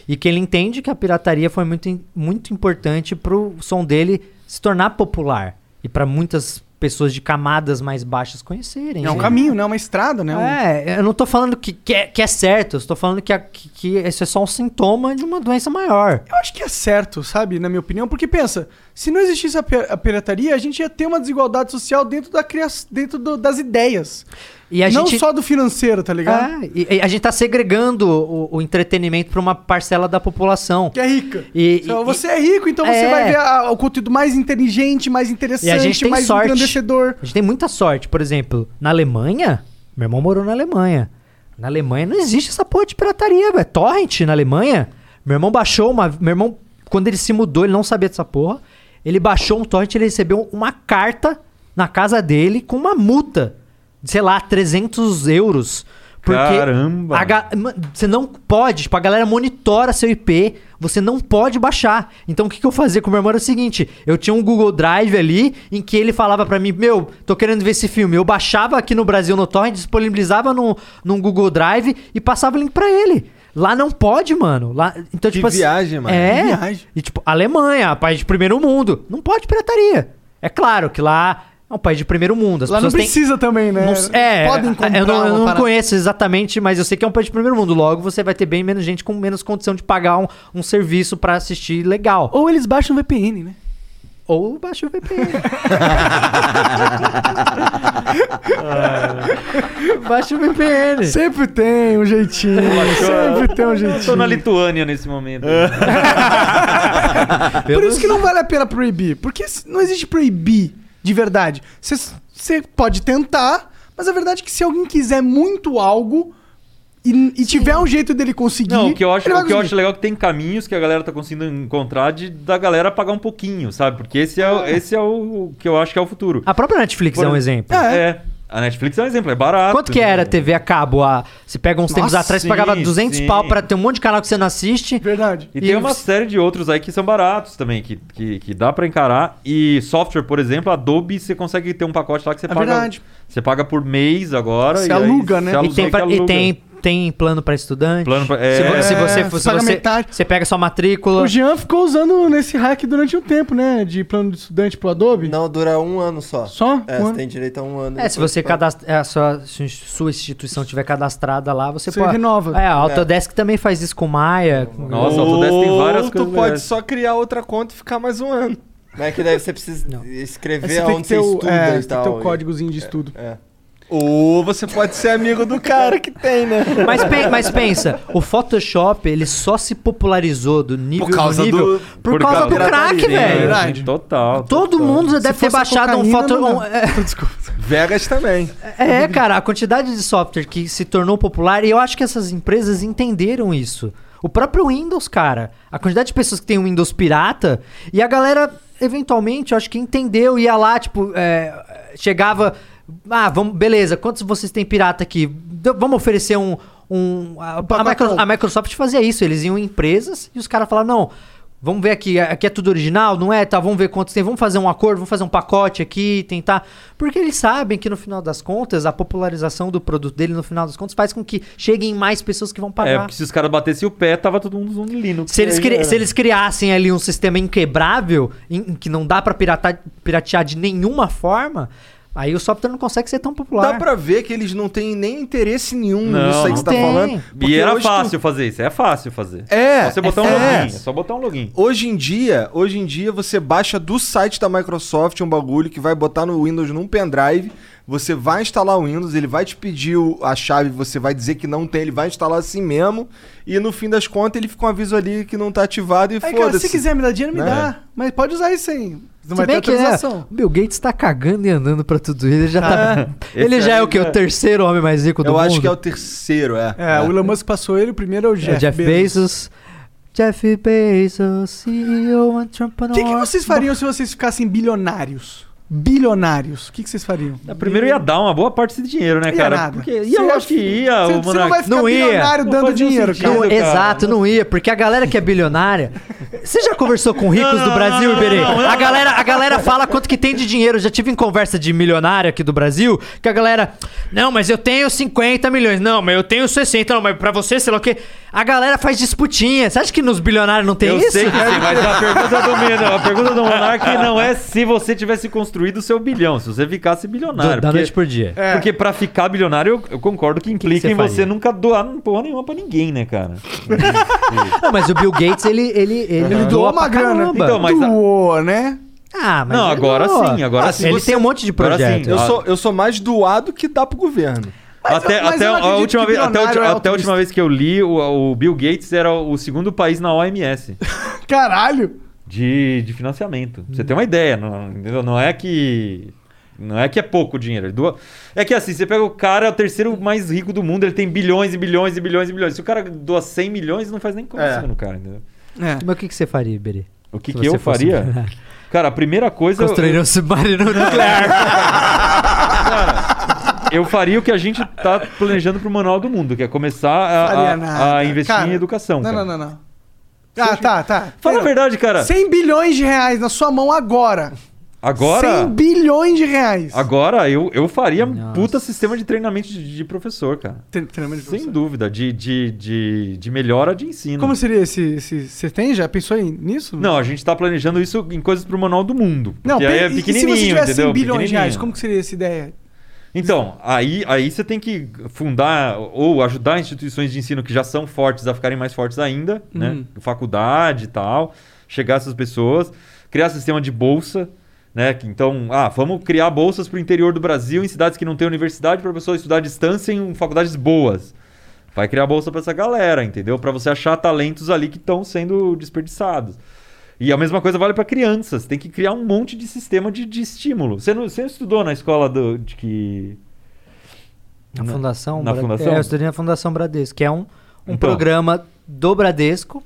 E que ele entende que a pirataria foi muito, im- muito importante pro som dele se tornar popular. E pra muitas pessoas de camadas mais baixas conhecerem.
É um
né?
caminho, né? É uma estrada, né? Um-
É, eu não tô falando que, que, é, que é certo, eu estou falando que, a- que, que isso é só um sintoma de uma doença maior.
Eu acho que é certo, sabe? Na minha opinião, porque pensa, Se não existisse a pi- a pirataria, a gente ia ter uma desigualdade social dentro, da cria- dentro do- das ideias.
E a
não
gente-
só do financeiro, tá ligado?
É, e- e a gente tá segregando o, o entretenimento pra uma parcela da população.
Que é rica.
E,
Então,
e-
você é rico, então você
É.
vai ver a- o conteúdo mais inteligente, mais interessante,
e a gente tem
mais
sorte.
engrandecedor.
A gente tem muita sorte. Por exemplo, na Alemanha, meu irmão morou na Alemanha. Na Alemanha não existe essa porra de pirataria, velho. Torrent na Alemanha. Meu irmão baixou uma. Meu irmão, quando ele se mudou, ele não sabia dessa porra. Ele baixou um torrent, ele recebeu uma carta na casa dele com uma multa. de, Sei lá, 300 euros. Porque
Caramba.
a ga- ma- Você não pode, tipo, a galera monitora seu IP, você não pode baixar. Então o que, que eu fazia com o meu irmão era o seguinte: eu tinha um Google Drive ali em que ele falava pra mim, meu, tô querendo ver esse filme. Eu baixava aqui no Brasil no Torrent, disponibilizava num, num Google Drive e passava o link pra ele. Lá não pode, mano. Lá, então,
Que
tipo assim-
viagem, mano.
É.
Que viagem.
E tipo, Alemanha, país de primeiro mundo. Não pode pirataria. É claro que lá é um país de primeiro mundo. As
Lá não
pessoas têm-
precisa também, né?
não s- é,
Podem comprar
eu não, eu
uma
não
parada.
conheço exatamente, mas eu sei que é um país de primeiro mundo. Logo, você vai ter bem menos gente com menos condição de pagar um, um serviço pra assistir legal.
Ou eles baixam VPN, né?
Ou baixa o VPN. baixa o VPN.
Sempre tem
(laughs)
um jeitinho. sempre tem um
Eu tô na
jeitinho. É.
Lituânia nesse momento.
Por isso que não vale a pena proibir. Porque se- não existe proibir de verdade. Você- Você pode tentar, mas a verdade é que se alguém quiser muito algo e, e tiver um jeito dele conseguir.
Não, o que eu acho,
ele vai
o que eu
conseguir.
acho legal é que tem caminhos que a galera tá conseguindo encontrar de da galera pagar um pouquinho, sabe? Porque esse é,
Ah.
o- esse é o o que eu acho que é o futuro.
(laughs) A própria Netflix
Por
é um
exemplo-
exemplo.
Ah,
É. A Netflix é um exemplo, é barato.
Quanto que era a TV a cabo? A, você pega uns tempos
Nossa,
atrás, você
sim,
pagava 200
sim.
pau pra ter um monte de canal que você não assiste.
Verdade.
E, tem
E
uma
os-
série de outros aí que são baratos também, que, que, que dá pra encarar. E software, por exemplo, Adobe, você consegue ter um pacote lá que você paga.
verdade.
Você paga por mês agora.
Você
e aí
aluga, né?
você
E tem,
aluga,
pra- e
aluga.
tem- tem plano pra estudante.
Plano pra-
Se vo-
é.
Se você,
É,
se
você
você,
paga metade.
você pega sua matrícula.
O Jean ficou usando nesse hack durante um tempo, né? De plano de estudante pro Adobe.
Não, dura um ano só.
Só?
É,
Um
você
ano.
tem direito a um ano.
É, se
depois
você
paga.
cadastra, é, a sua, se sua instituição tiver cadastrada lá, você,
Você
pode.
renova.
É, a Autodesk também faz isso com Maia. com-
Nossa, o Autodesk tem várias coisas.
Ou tu pode
legais.
só criar outra conta e ficar mais um ano.
Mas é que daí você precisa
Aí
escrever
Você tem que
onde
ter
você
o,
estuda
é,
e
você tem
tal.
que ter o
e-
códigozinho de estudo.
É.
Ou você pode ser amigo do cara que tem, né?
Mas, pe- mas pensa, o Photoshop ele só se popularizou do nível
Por causa
do nível
do-
por, causa, do crack,
É,
velho.
verdade.
Total.
Todo mundo já
Se
deve ter
fosse a
baixado um
cocaína,
foto.
não
um-
dá.
é,
(laughs) Desculpa.
Vegas também.
É, cara, a quantidade de software que se tornou popular, e eu acho que essas empresas entenderam isso. O próprio Windows, cara, a quantidade de pessoas que tem um Windows pirata, e a galera, eventualmente, eu acho que entendeu, ia lá, tipo, é, chegava, ah, vamos, beleza, quantos vocês têm pirata aqui? D- Vamos oferecer um. um- a, a Micro- a Microsoft fazia isso, eles iam em empresas e os caras falavam, não. Vamos ver aqui, aqui é tudo original, não é? Tá, vamos ver quantos tem, vamos fazer um acordo, vamos fazer um pacote aqui, tentar. Porque eles sabem que no final das contas, a popularização do produto dele, no final das contas, faz com que cheguem mais pessoas que vão
É,
pagar.
porque se os caras batessem o pé, tava todo mundo usando Linux.
se, eles
Aí é.
cri-
era.
se eles criassem ali um sistema inquebrável, em, em que não dá pra piratar- piratear de nenhuma forma, aí o software não consegue ser tão popular.
Dá pra ver que eles não têm nem interesse nenhum
Não,
nisso aí
não
que você tá
tem.
falando.
E era
hoje tu-
fácil fazer isso, é fácil fazer.
É,
Só você botar um
é
login,
fácil.
é só botar um login.
Hoje em dia, hoje em dia você baixa do site da Microsoft um bagulho que vai botar no Windows num pendrive, você vai instalar o Windows, ele vai te pedir o- a chave, você vai dizer que não tem, ele vai instalar assim mesmo, e no fim das contas ele fica um aviso ali que não tá ativado e
é
Aí, cara, se
foda-se.
quiser me dar dinheiro, me
Né?
dá. Mas pode usar isso aí. Não vai
Se
ter
bem que é,
atualização.
o Bill Gates tá cagando e andando pra tudo isso. Ele já, tá, (laughs) ele
Esse
já é
aí
o que? O terceiro homem mais rico do
Eu
mundo?
acho que é o terceiro, é.
É, o Elon Musk passou ele, o primeiro é o Jeff,
Jeff, Jeff Bezos. Jeff Bezos, CEO and Trump
O que, que vocês fariam se vocês ficassem bilionários? Bilionários. O que, que vocês fariam?
Primeiro ia dar uma boa parte desse dinheiro, né,
Ia
cara?
nada.
Porque ia,
Você
eu
ia-
acho que ia.
Você
o
você não vai
Monark.
ficar
Não ia.
bilionário
Não
dando
fazia
dinheiro,
sentido.
cara.
Não,
cara.
exato, não ia, porque a galera que é
(laughs)
bilionária. Você já conversou com ricos do Brasil, Iberê? A galera, a galera fala quanto que tem de dinheiro. Eu já tive em conversa de milionário aqui do Brasil, que a galera. Não, mas eu tenho 50 milhões. Não, mas eu tenho 60. Não, mas pra você, sei lá o quê. A galera faz disputinha. Você acha que nos bilionários não tem
eu
isso?
sei
é
que sim, mas a pergunta do Mino, a pergunta do
(laughs)
Monark não é se você tivesse construído o seu bilhão, se você ficasse bilionário.
Do- da noite por dia.
É. Porque pra ficar bilionário, eu, eu concordo que implica
você
em você
faria?
nunca doar porra nenhuma pra ninguém, né, cara?
Não, mas o Bill Gates, ele, ele, ele
Ele doou uma grana.
Então, mas a-
Doou, né?
Ah, mas
Não,
ele
agora
doa.
sim, agora sim.
Ele
você-
tem um monte de
agora sim.
projeto.
Eu,
Ah.
sou, eu sou mais doado que dá pro governo.
até,
mas
até
eu não
a
acredito
última
que
vez, até, a
bilionário
ulti-
é
até a última vez que eu li, o, o Bill Gates era o segundo país na OMS
Caralho.
de, de financiamento. Pra Você tem uma
Uhum.
ideia, não, entendeu? Não é que. Não é que é pouco dinheiro. ele doa- É que assim, você pega o cara, é o terceiro mais rico do mundo, ele tem bilhões e bilhões e bilhões e bilhões. Se o cara doa 100 milhões, não faz nem
É.
conta no cara, entendeu? É.
Mas o que, que você faria, Iberê?
O que,
Se
que eu
você fosse
faria?
bilionário.
Cara, a primeira coisa. eu-
Construiria
(laughs)
um submarino nuclear.
Eu faria o que a gente tá planejando pro Manual do Mundo, que é começar a,
Faria
a-
nada.
a investir
Cara,
em educação.
Não,
cara.
não, não, não. Ah, tá, tá.
Fala a verdade, cara.
100 bilhões de reais na sua mão agora.
Agora.
100 bilhões de reais.
Agora eu, eu faria um puta sistema de treinamento de, de professor, cara.
Tre- treinamento de
Sem
professor.
dúvida, de, de, de, de melhora de ensino.
Como seria esse, esse... Você tem? Já pensou em- nisso?
Não, a gente tá planejando isso em coisas pro Manual do Mundo.
Não,
porque aí é
pe- e- e se
pequenininho,
você tivesse
entendeu?
100 bilhões de reais,
Pequenininho.
como que seria essa ideia?
Então, aí, aí você tem que fundar ou ajudar instituições de ensino que já são fortes a ficarem mais fortes ainda, né? Faculdade e tal, chegar a essas pessoas, criar sistema de bolsa, né? Que Então, ah, vamos criar bolsas para o interior do Brasil, em cidades que não tem universidade, para a pessoa estudar à distância em um, faculdades boas. Vai criar bolsa para essa galera, entendeu? Para você achar talentos ali que estão sendo desperdiçados. E a mesma coisa vale para crianças. Tem que criar um monte de sistema de, de estímulo. Você não, você não estudou na escola do, de que.
Na Fundação
Na
Bra-
Fundação?
É, eu estudei na Fundação Bradesco, que é um, um
Então.
programa do Bradesco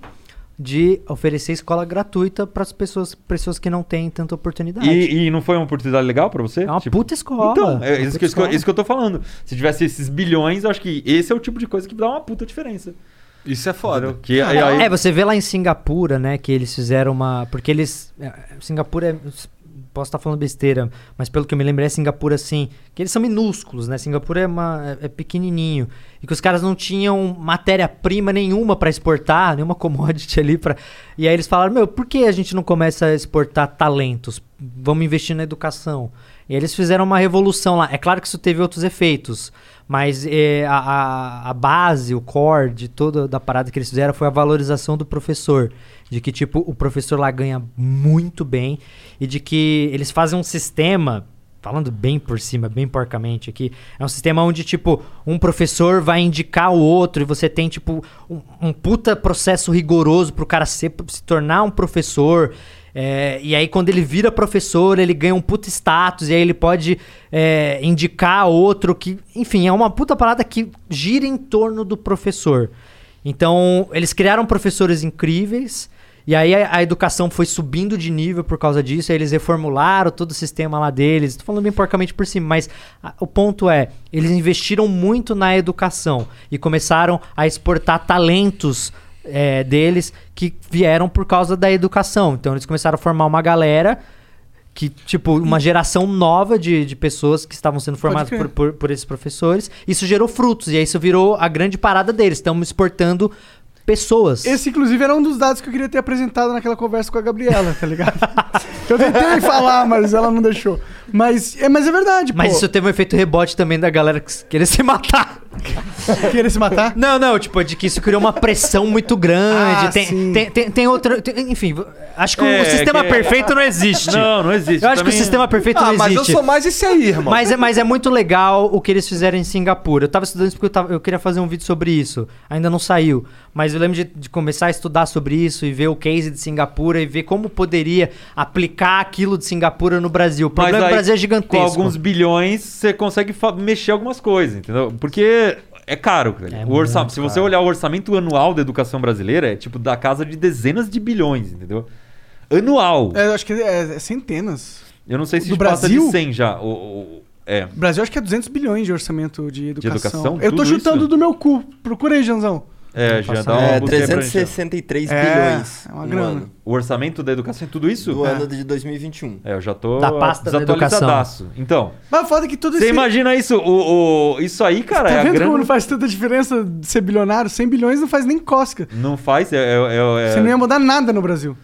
de oferecer escola gratuita para as pessoas, pessoas que não têm tanta oportunidade.
E, e não foi uma oportunidade legal para você?
é uma
Tipo,
puta escola.
Então,
uma
é isso
puta
que, isso, que eu-
escola.
isso que eu tô falando. Se tivesse esses bilhões, eu acho que esse é o tipo de coisa que dá uma puta diferença.
Isso é foda.
entendeu? Que, aí- aí-
É, você vê lá em Singapura, né, que eles fizeram uma. Porque eles. é, Singapura é. Posso estar falando besteira, mas pelo que eu me lembro é Singapura assim. Que eles são minúsculos, né? Singapura é, uma, é é pequenininho. E que os caras não tinham matéria-prima nenhuma pra exportar, nenhuma commodity ali. Pra... E aí eles falaram: Meu, por que a gente não começa a exportar talentos? Vamos investir na educação. E eles fizeram uma revolução lá. É claro que isso teve outros efeitos, mas eh, a, a- a base, o core de toda da parada que eles fizeram foi a valorização do professor. De que, tipo, o professor lá ganha muito bem e de que eles fazem um sistema. Falando bem por cima, bem porcamente aqui, é um sistema onde, tipo, um professor vai indicar o outro e você tem, tipo, um, um puta processo rigoroso pro cara ser, se tornar um professor. É, e aí, quando ele vira professor, ele ganha um puta status, e aí ele pode é, indicar outro que. Enfim, é uma puta parada que gira em torno do professor. Então, eles criaram professores incríveis, e aí a, a educação foi subindo de nível por causa disso, aí eles reformularam todo o sistema lá deles. Tô falando bem porcamente por cima, mas a- o ponto é, eles investiram muito na educação e começaram a exportar talentos é, deles que vieram por causa da educação. Então eles começaram a formar uma galera que, tipo, uma geração nova de, de pessoas que estavam sendo formadas
crer.
por, por, por esses professores. Isso gerou frutos, e aí isso virou a grande parada deles. Estamos exportando pessoas.
Esse, inclusive, era um dos dados que eu queria ter apresentado naquela conversa com a Gabriela, tá ligado? (laughs) eu tentei falar, mas ela não deixou. Mas é, mas é verdade,
Mas
pô.
isso teve um efeito rebote também da galera que s- querer (laughs) se matar.
Querer se matar?
Não, não, tipo, de que isso criou uma pressão muito grande.
Ah,
tem,
sim.
tem, tem, tem outra. tem- enfim, v- acho que
É,
o sistema
que-
perfeito não existe.
Não, não existe.
Eu acho que o
Também-
sistema perfeito não
Ah,
existe.
mas eu sou mais esse aí, irmão.
Mas é, mas é muito legal o que eles fizeram em Singapura. Eu tava estudando isso porque eu, tava- eu queria fazer um vídeo sobre isso. Ainda não saiu. Mas eu lembro de, de começar a estudar sobre isso e ver o case de Singapura e ver como poderia aplicar aquilo de Singapura no Brasil. O
Mas
problema do
aí,
Brasil é
Com
gigantesco.
alguns bilhões, você consegue fa- mexer algumas coisas, entendeu? Porque é caro, velho.
É
o orça-
muito
Se você olhar o orçamento anual da educação brasileira, é tipo da casa de dezenas de bilhões, entendeu? Anual.
É, eu acho que é, é centenas.
Eu não sei se
Do
passa de
Brasil?
100 já. O, o- é.
O Brasil acho que é 200 bilhões de orçamento de educação.
educação?
Eu tô
Tudo
chutando
isso?
do meu cu. Procura aí, Janzão.
É, já
um
dá uma
É,
buquê pra gente.
363
É,
bilhões.
é uma
Um
no
grana.
ano.
O orçamento da educação é tudo isso?
Do
é.
ano de 2021.
É, eu já tô
Da pasta da
desatualizadaço. Então,
Mas foda que tudo isso.
você imagina isso? O, o- isso aí, cara,
Tá
é a
vendo
grande...
como não faz tanta diferença de ser bilionário? 100 bilhões não faz nem cosca.
Não faz, é... é- é- é-
Você um não ia mudar nada no Brasil.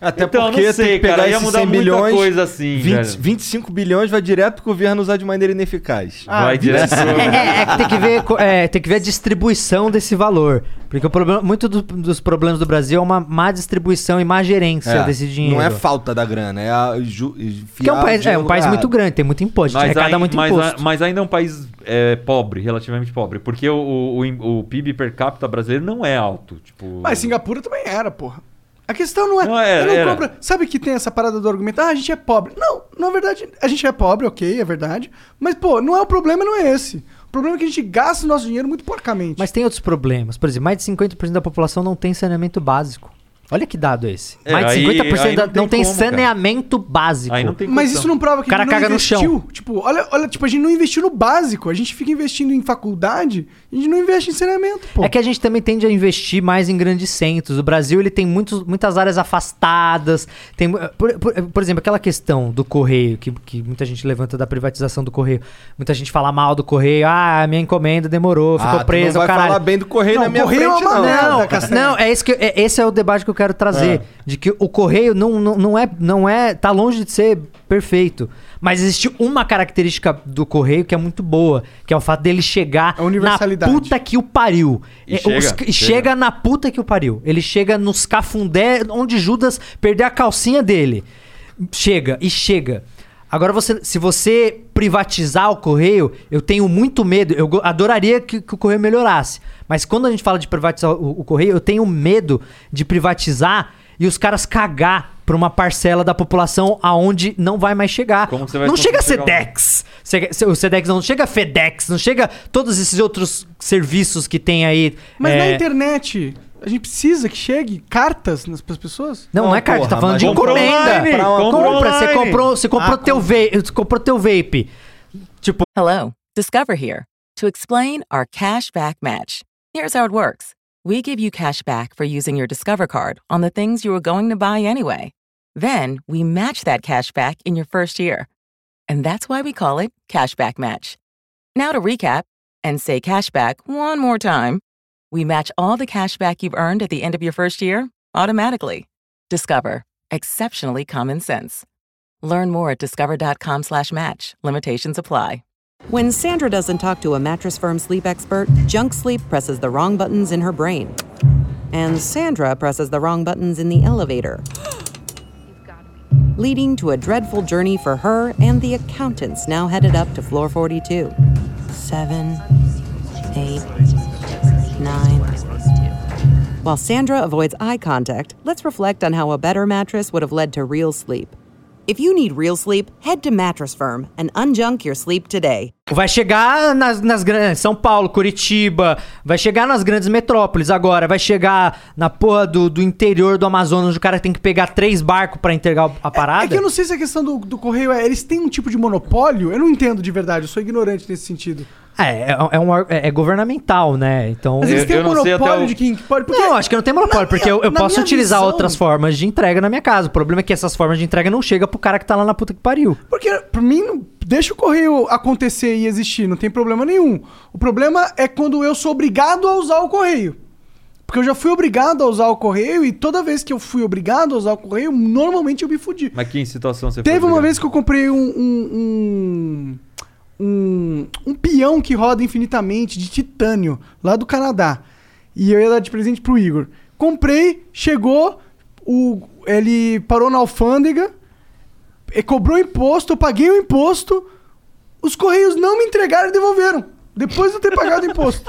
Até
Então, eu
porque
não sei,
tem que pegar
cara, ia
esses
mudar
100
muita
bilhões,
coisa assim,
20
velho.
25 bilhões vai direto pro governo usar de maneira ineficaz.
ah,
Vai direto...
É,
(laughs)
é, é que tem que, ver, co- é, tem que ver a distribuição desse valor. Porque o problema, muito do- dos problemas do Brasil é uma má distribuição e má gerência
É,
desse dinheiro.
Não é falta da grana, é a ju,
Porque é um país, é, um país muito grande, tem muito imposto, a gente arrecada
ai-
é muito
mas
imposto.
a- mas ainda é um país é, pobre, relativamente pobre. Porque o, o, o- o PIB per capita brasileiro não é alto. Tipo...
Mas Singapura também era, porra. A questão não é.
Não, era,
eu não
era.
compro- Sabe que tem essa parada do argumento? Ah, a gente é pobre. Não, na verdade, a gente é pobre, ok, é verdade. Mas, pô, não é o problema, não é esse. O problema é que a gente gasta o nosso dinheiro muito porcamente.
Mas tem outros problemas. Por exemplo, mais de 50% da população não tem saneamento básico. Olha que dado esse.
É,
mais de
aí-
50%
aí
da-
não tem
não tem
como, cara.
saneamento básico.
Aí não tem
Mas
condição.
isso não prova que
O cara
a gente não
caga no
investiu. Tipo, olha, olha, tipo, a gente não investiu no básico. A gente fica investindo em faculdade, a gente não investe em saneamento, pô.
É que a gente também tende a investir mais em grandes centros. O Brasil ele tem muitos, muitas áreas afastadas. Tem, mu- por, por- por exemplo, aquela questão do correio, que, que muita gente levanta da privatização do correio. Muita gente fala mal do correio. Ah, minha encomenda demorou, ficou
Ah, tu
presa,
não
o
vai
caralho.
falar bem do correio
Não,
na minha
correio é
frente,
uma
não.
merda.
Não,
Castanha.
não, é isso que é- esse é o debate que eu quero trazer,
Ah.
de que o correio não, não, não é não é tá longe de ser perfeito, mas existe uma característica do correio que é muito boa, que é o fato dele chegar
A universalidade.
na puta que o pariu.
E
É,
chega,
os- e
chega.
chega na puta que o pariu. Ele chega nos cafundé onde Judas perdeu a calcinha dele. Chega e chega. Agora, você, se você privatizar o correio, eu tenho muito medo. Eu go- adoraria que, que o correio melhorasse. Mas quando a gente fala de privatizar o, o correio, eu tenho medo de privatizar e os caras cagar pra uma parcela da população aonde não vai mais chegar.
Como você vai
não chega a
conseguir chegar
SEDEX. Chega- O SEDEX não chega FedEx, não chega todos esses outros serviços que tem aí.
Mas na
é,
internet, a gente precisa que chegue cartas nas pras pessoas?
Não, não é carta,
porra,
tá falando
mas
de
comprou
encomenda.
online,
Pra-
comprou
compra,
online.
você comprou, você comprou teu vape, você comprou teu vape. Tipo,
Hello, Discover here to explain our cash back match. Here's how it works we give you cash back for using your Discover card on the things you were going to buy anyway. Then we match that cash back in your first year. And that's why we call it cash back match. Now to recap and say cash back one more time. We match all the cash back you've earned at the end of your first year automatically. Discover, exceptionally common sense. Learn more at discover.com slash match. Limitations apply.
When Sandra doesn't talk to a mattress firm sleep expert, junk sleep presses the wrong buttons in her brain.
And Sandra presses the wrong buttons in the elevator, (gasps) leading to a dreadful journey for her and the accountants now headed up to floor 42. Seven, eight, nine. While Sandra avoids eye contact, let's reflect on how a better mattress would have led to real sleep.
If you need real sleep, head to Mattress Firm and unjunk your sleep today.
vai chegar nas, nas grandes. São Paulo, Curitiba, vai chegar nas grandes metrópoles agora, vai chegar na porra do, do interior do Amazonas, onde o cara tem que pegar três barcos pra entregar a parada.
É que eu não sei se a questão do, do correio é. Eles têm um tipo de monopólio? Eu não entendo de verdade, eu sou ignorante nesse sentido.
É, é, é um, or- é, é governamental, né? Então.
Mas eles
Eu-
têm
eu
um
não sei até
monopólio
o-
de quem que pode. Porque
Não, acho que não tem monopólio,
Na
porque
minha-
eu, eu
na
posso
minha
utilizar
visão-
outras formas de entrega na minha casa. O problema é que essas formas de entrega não chegam pro cara que tá lá na puta que pariu.
Porque, pra mim, não- deixa o correio acontecer e existir, não tem problema nenhum. O problema é quando eu sou obrigado a usar o correio. Porque eu já fui obrigado a usar o correio e toda vez que eu fui obrigado a usar o correio, normalmente eu me fudi.
Mas que situação você
Teve
foi,
uma
Guilherme?
vez que eu comprei um. um, um, um, um peão que roda infinitamente de titânio, lá do Canadá. E eu ia dar de presente pro Igor. Comprei, chegou, o, ele parou na alfândega, e cobrou imposto, eu paguei o imposto, os correios não me entregaram e devolveram. Depois de eu ter pagado o imposto.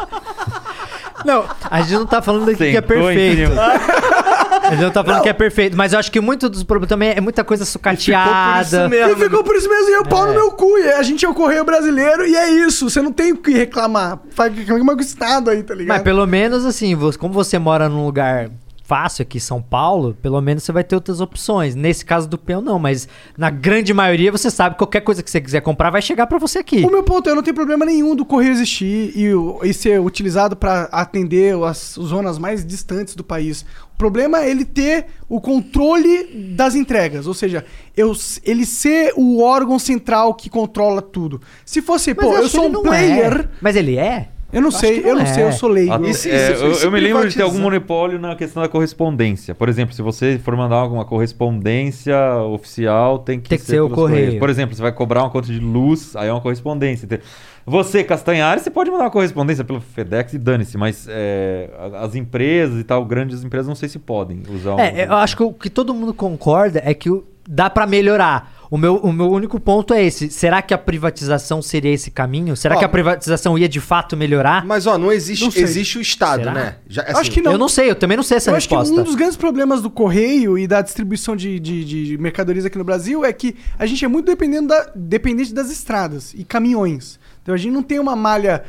Não, a gente não tá falando aqui que é
Sentou em (laughs)
perfeito.
cima.
A gente não tá falando que é perfeito, mas eu acho que muito dos problemas também é muita coisa sucateada.
E ficou por isso mesmo, e eu pau no meu cu. E a gente é o correio brasileiro e é isso. Você não tem o que reclamar. Faz reclamar com o Estado aí, tá ligado?
Mas pelo menos assim, vo- como você mora num lugar fácil aqui em São Paulo, pelo menos você vai ter outras opções. Nesse caso do peão, não, mas na grande maioria você sabe que qualquer coisa que você quiser comprar vai chegar pra você aqui.
O meu ponto é, eu não tenho problema nenhum do correio existir e, o- e ser utilizado para atender as zonas mais distantes do país. O problema é ele ter o controle das entregas, ou seja, eu, ele ser o órgão central que controla tudo. Se fosse,
Mas
pô, eu,
acho que
sou
ele
um
não é.
player,
Mas ele é?
eu não
acho
sei,
que não
eu não
é.
sei, eu sou leigo.
Até-
se-
é,
se-
eu,
se
eu me lembro de ter
privatizar?
algum monopólio na questão da correspondência. Por exemplo, se você for mandar alguma correspondência oficial, tem que,
Tem que ser o
pelos
correio.
correios. Por exemplo, você vai cobrar uma conta de luz, aí é uma correspondência. Tem- Você, Castanhari, você pode mandar uma correspondência pelo FedEx e dane-se, mas é, a- as empresas e tal, grandes empresas, não sei se podem usar um-
É, eu acho que o que todo mundo concorda é que o- dá pra melhorar. O meu, o meu único ponto é esse. Será que a privatização seria esse caminho? Será
Ó,
que a privatização ia de fato melhorar?
Mas, ó, não existe.
Não sei.
existe o Estado,
Será?
né? Já-
Acho que não.
Eu não sei, eu também não sei essa
eu acho que
resposta.
um dos grandes problemas do correio e da distribuição de, de- de mercadorias aqui no Brasil é que a gente é muito dependendo da- dependente das estradas e caminhões. Então a gente não tem uma malha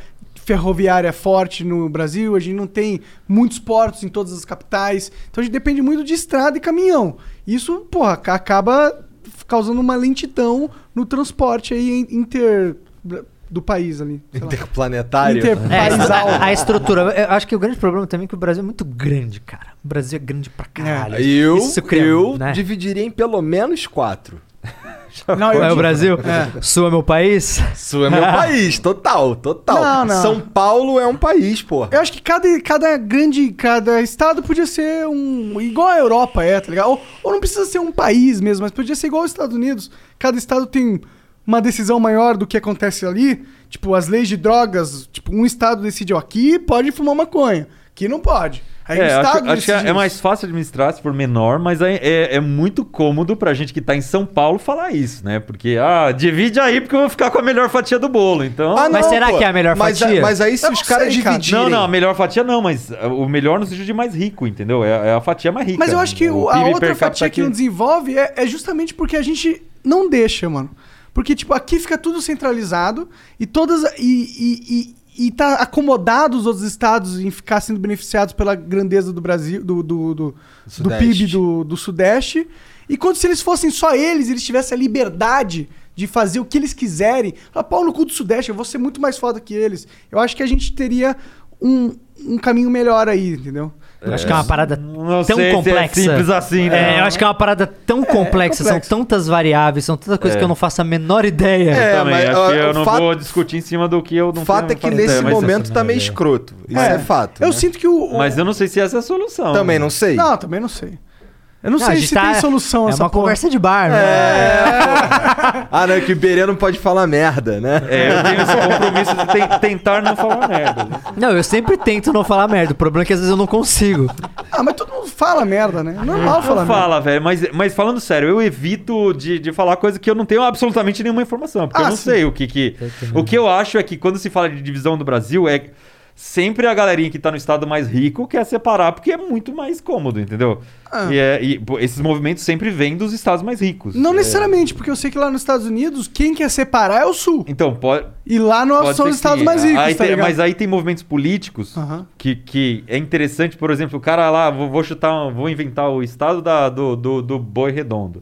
ferroviária forte no Brasil, a gente não tem muitos portos em todas as capitais. Então a gente depende muito de estrada e caminhão. Isso, porra, ca- acaba causando uma lentidão no transporte aí inter do país ali. sei lá.
Interplanetário.
É,
Interpaisal.
a, a estrutura. Eu acho que o grande problema também é que o Brasil é muito grande, cara. O Brasil é grande pra caralho.
Eu,
Isso cria,
eu
né?
dividiria em pelo menos quatro.
Não, eu
É o
digo-
Brasil? Sua é meu país?
Isso é (laughs) meu país, total, total.
Não, não.
São Paulo é um país, pô.
Eu acho que cada, cada grande, cada estado podia ser um. igual a Europa é, tá ligado? Ou, ou não precisa ser um país mesmo, mas podia ser igual aos Estados Unidos. Cada estado tem uma decisão maior do que acontece ali. Tipo, as leis de drogas, tipo, um estado decide, ó, aqui pode fumar maconha, aqui não pode. Aí
É,
o
acho,
estado
acho que
decide
é
isso.
mais fácil administrar se for menor, mas é, é- é muito cômodo pra gente que tá em São Paulo falar isso, né? Porque, ah, divide aí porque eu vou ficar com a melhor fatia do bolo. Então.
Ah,
Mas será que é a melhor
mas,
fatia?
Mas aí se
Eu
os
não
caras
sei, cara.
dividirem...
Não, não, a melhor fatia não, mas ah, o melhor no sentido de mais rico, entendeu? É, é a fatia mais rica.
Mas eu acho que o-
O
a
PIB
outra
per capita
fatia que não desenvolve é, é justamente porque a gente não deixa, mano. Porque, tipo, aqui fica tudo centralizado e todas. E, e, e, e tá acomodado os outros estados em ficar sendo beneficiados pela grandeza do Brasil, do, do, do, do
Sudeste.
PIB do, do Sudeste. E quando se eles fossem só eles, eles tivessem a liberdade de fazer o que eles quiserem. Fala, pau no cu do Sudeste, eu vou ser muito mais foda que eles. Eu acho que a gente teria um, um caminho melhor aí, entendeu?
Eu acho que é uma parada
Não sei
tão
se é
complexa.
simples assim, né?
É, eu acho que é uma parada tão complexa, são
complexo.
tantas variáveis, são tanta coisa que eu não faço a menor ideia.
É,
também,
mas,
acho
ó,
que eu
o
não
fato-
vou discutir em cima do que eu não
O fato
tenho-
é que
não
nesse
tenho, mas-
momento tá meio escroto. Isso é, fato.
Eu
né?
sinto que o. o-
Mas eu não sei se essa é a solução.
Também não sei.
Não, também não sei. Eu não,
a
sei
gente
se
tá-
tem solução
É
essa
uma
porra.
conversa de bar, né?
Ah, não, que o Iberê não pode falar merda, né?
É, eu tenho esse compromisso de ten- tentar não falar merda.
Não, eu sempre tento não falar merda. O problema é que às vezes eu não consigo.
Ah, mas todo mundo fala merda,
Uhum.
né? É normal falar
Fala,
merda.
fala velho, mas, mas falando sério, eu evito de, de falar coisa que eu não tenho absolutamente nenhuma informação, porque
Ah,
eu não
sim.
sei o que que... O que eu acho é que quando se fala de divisão do Brasil, é sempre a galerinha que tá no estado mais rico quer separar, porque é muito mais cômodo, entendeu? E, é- e, pô, esses movimentos sempre vêm dos estados mais ricos.
Ah. Não
É.
necessariamente, porque eu sei que lá nos Estados Unidos, quem quer separar é o Sul.
Então, pode...
E lá não
pode
são
ser
os
que
estados
sim.
mais ricos,
Aí
tá
tem-
ligado?
Mas aí tem movimentos políticos
Aham.
que, que é interessante, por exemplo, o cara lá, vou, vou chutar, um- vou inventar o estado da- do, do, do boi redondo.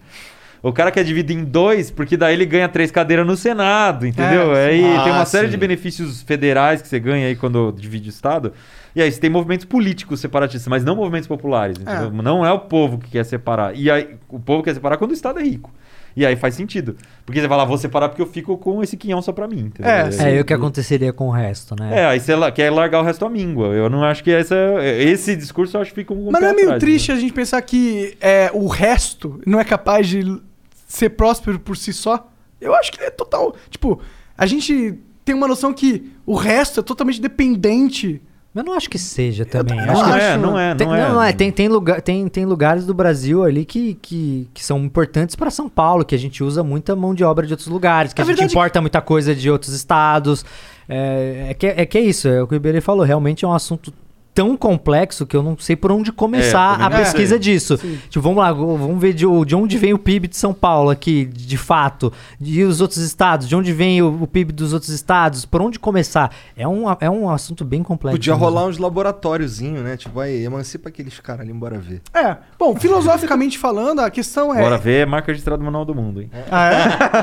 O cara quer dividir em dois, porque daí ele ganha três cadeiras no Senado, entendeu?
É,
aí tem uma
Ah,
série
sim.
de benefícios federais que você ganha aí quando divide o estado. E aí você tem movimentos políticos separatistas, mas não movimentos populares, entendeu? Não é o povo que quer separar. E aí o povo quer separar quando o estado é rico. E aí faz sentido. Porque você fala, "Ah, vou separar porque eu fico com esse quinhão só pra mim, entendeu?
É,
É, e o que aconteceria com o resto, né?
É, aí você la- quer largar o resto da míngua. Eu não acho que essa, esse discurso eu acho que fica um.
Mas
pé
não é meio
atrás,
triste
né?
a gente pensar que é, o resto não é capaz de ser próspero por si só? Eu acho que é total. Tipo, a gente tem uma noção que o resto é totalmente dependente.
Mas eu não acho que seja também.
também
Acho
Não
que-
é,
acho,
não é,
Tem-
não é.
tem, tem, lugar, tem, tem lugares do Brasil ali que, que, que são importantes para São Paulo, que a gente usa muita mão de obra de outros lugares, que
Na
a gente
verdade-
importa muita coisa de outros estados. É, é que, é que é isso, é o que o Iberê falou, realmente é um assunto tão complexo que eu não sei por onde começar
É, também
a
não
pesquisa
sei.
disso. Tipo, vamos lá, vamos ver de, de onde vem o PIB de São Paulo aqui, de fato, e os outros estados, de onde vem o, o PIB dos outros estados, por onde começar. É um, é um assunto bem complexo.
Podia
mesmo.
rolar um uns laboratóriozinhos, né? Tipo, aí, emancipa aqueles caras ali, bora ver.
É, bom, filosoficamente falando, a questão é.
Bora ver, é marca registrada do Manual do Mundo, hein?
Ah,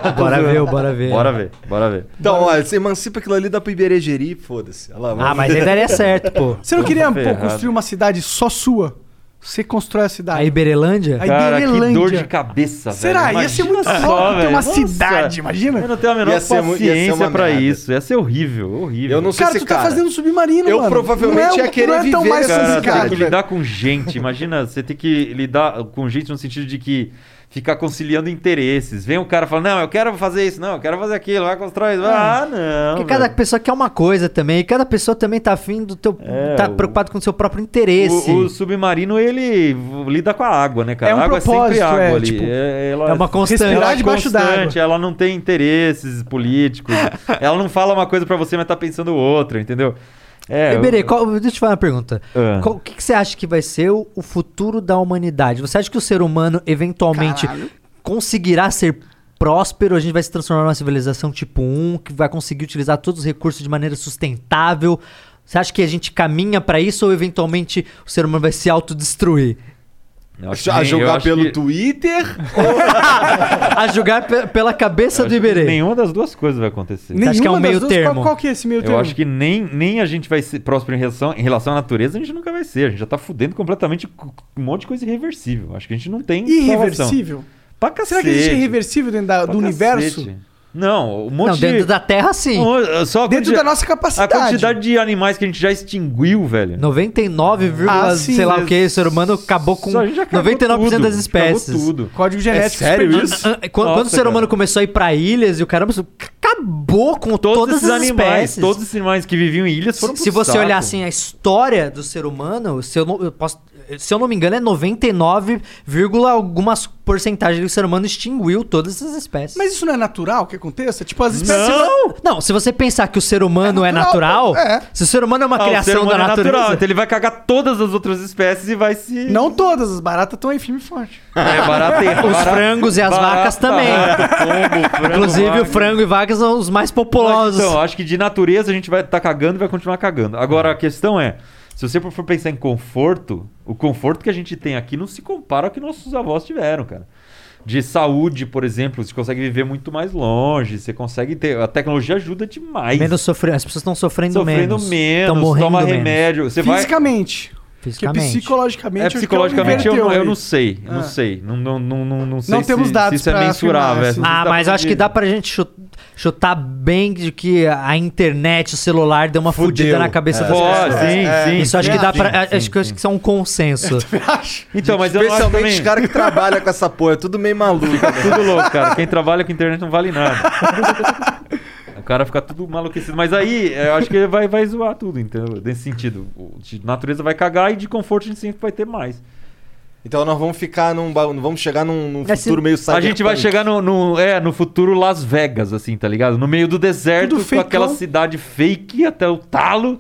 é?
Bora ver,
né?
bora ver.
Bora ver, bora ver.
Então, ó, você emancipa aquilo ali da Piberegeria e foda-se. Olha lá,
Ah,
vamos-
mas aí daria certo, pô.
Você não queria pô,
ferrado.
construir uma cidade só sua? Você constrói a cidade.
A Iberelândia?
Tá, Aí-
Cara, que
Iberlândia.
dor de cabeça,
É Será?
velho.
Ia ser
Imagina
muito
só,
louco ter
velho.
uma
Nossa.
cidade, imagina.
Eu não tenho a menor
Ia ser mu- ia ser
paciência
uma
pra
merda.
isso. Ia ser horrível, horrível.
Eu não sei
Cara,
se
tu tá
cara-
fazendo um submarino,
Eu
mano.
provavelmente
Não é-
ia querer
Não é tão
viver
mais
essa
Cara,
complicado,
tem que
complicado.
velho.
lidar com gente. Imagina, você tem que lidar com gente no sentido de que ficar conciliando interesses. Vem o cara e fala, não, eu quero fazer isso, não, eu quero fazer aquilo, vai constrói isso. Ah, não.
Porque cada
velho.
pessoa quer uma coisa também, e cada pessoa também tá afim do teu.
É,
tá
o-
preocupado com o seu próprio interesse.
O, o submarino, ele v- lida com a água, né, cara?
É um
a água é sempre
propósito,
água
é,
ali.
tipo,
é, ela-
é uma constante.
ela
Respirar
é
debaixo
constante,
d'água.
Ela não tem interesses
(laughs)
políticos. ela não fala uma coisa pra você, mas tá pensando outra, entendeu? É,
Ei, Berê,
eu-
qual- deixa eu te falar uma pergunta.
Ah.
Qual- O que, que você acha que vai ser o, o futuro da humanidade? Você acha que o ser humano eventualmente conseguirá ser próspero? A gente vai se transformar numa civilização tipo 1, que vai conseguir utilizar todos os recursos de maneira sustentável? Você acha que a gente caminha pra isso ou eventualmente o ser humano vai se autodestruir?
eu acho
A
que- eu
jogar
acho
pelo
que-
Twitter?
a julgar pe- pela cabeça
eu
do
acho que
Iberê.
Nenhuma das duas coisas vai acontecer.
Acho que é um
Nenhuma das
meio
duas-
termo.
Qual, qual que é esse meio termo?
Eu acho que nem, nem a gente vai ser próspero em relação, em relação à natureza, a gente nunca vai ser. A gente já tá fudendo completamente com um monte de coisa irreversível. Acho que a gente não tem. salvação.
Irreversível?
Pra cacete.
Será que existe irreversível dentro da-
Pra
do
cacete.
universo?
Não, um monte
Não,
de.
dentro da Terra sim.
Um- Só a
Dentro
quanti-
da nossa
A
capacidade.
quantidade de animais que a gente já extinguiu, velho.
99,
Ah, sim,
sei lá o
mas-
que, o ser humano acabou com
Só a gente já cagou
99%
tudo,
das
cagou
espécies.
Tudo.
Código
É
genético.
sério
expandido.
isso?
Ah, ah, Quando,
Nossa,
quando o ser
cara.
humano começou a ir pra ilhas e o caramba, isso c- acabou com
Todos
todas
esses
as
animais,
espécies.
todos esses animais que viviam em ilhas foram pro
se se você
saco.
olhar assim a história do ser humano, se eu, não, eu posso- se eu não me engano, é 99, vírgula algumas porcentagens do ser humano extinguiu todas essas espécies.
Mas isso não é natural que aconteça? Tipo, as espécies...
Não!
não, se você pensar que o ser humano é
É
natural,
natural, é.
se o ser humano é uma
Ah, o ser
criação da
humano é
natureza,
Natural, então ele vai cagar todas as outras espécies e vai se.
Não todas, as baratas estão aí firme e forte.
É, barata,
Os frangos e as vacas também.
é,
inclusive o frango e vacas são os mais populosos.
Então, acho que de natureza a gente vai estar cagando e vai continuar cagando. Agora, a questão é, se você for pensar em conforto, o conforto que a gente tem aqui não se compara ao que nossos avós tiveram, cara. De saúde, por exemplo, você consegue viver muito mais longe, você consegue ter... A tecnologia ajuda demais.
Menos sofre... As pessoas estão sofrendo,
Sofrendo
menos.
menos,
Tão morrendo
toma
menos.
remédio. Você vai...
Fisicamente. Porque
Fisicamente.
psicologicamente...
É,
acho que
psicologicamente eu,
inverteu
não- eu
aí.
não sei. eu
Ah.
Não sei. Não, não, não, não, não sei
Não
se,
temos dados
se isso
pra
é mensurável.
afirmar assim.
é,
se-
se
Ah,
dá
mas
pra
eu acho que
medir.
dá pra gente chu- chutar bem de que a internet, o celular deu uma fudida na
É.
cabeça das
Pô,
pessoas.
sim, sim.
Isso acho que
é. sim,
dá
sim,
pra.
sim,
acho que acho
sim.
que isso é um
(laughs)
consenso.
Então, mas eu não acho
Especialmente
também...
os
(laughs)
caras que trabalham com essa porra, é tudo meio maluco.
Fica Tá tudo louco, cara. Quem trabalha com internet não vale nada. O cara fica tudo maluquecido. Mas aí, é, eu acho que ele vai, vai zoar tudo, entendeu? Nesse sentido. O- De natureza vai cagar e de conforto a gente sempre vai ter mais.
Então nós vamos ficar num bagulho, vamos chegar num, num
Mas se-
futuro meio
a gente vai
cyberpunk.
chegar no, no- é, no futuro Las Vegas, assim, tá ligado? No meio do deserto,
Tudo
com
feicão.
aquela cidade fake até o talo.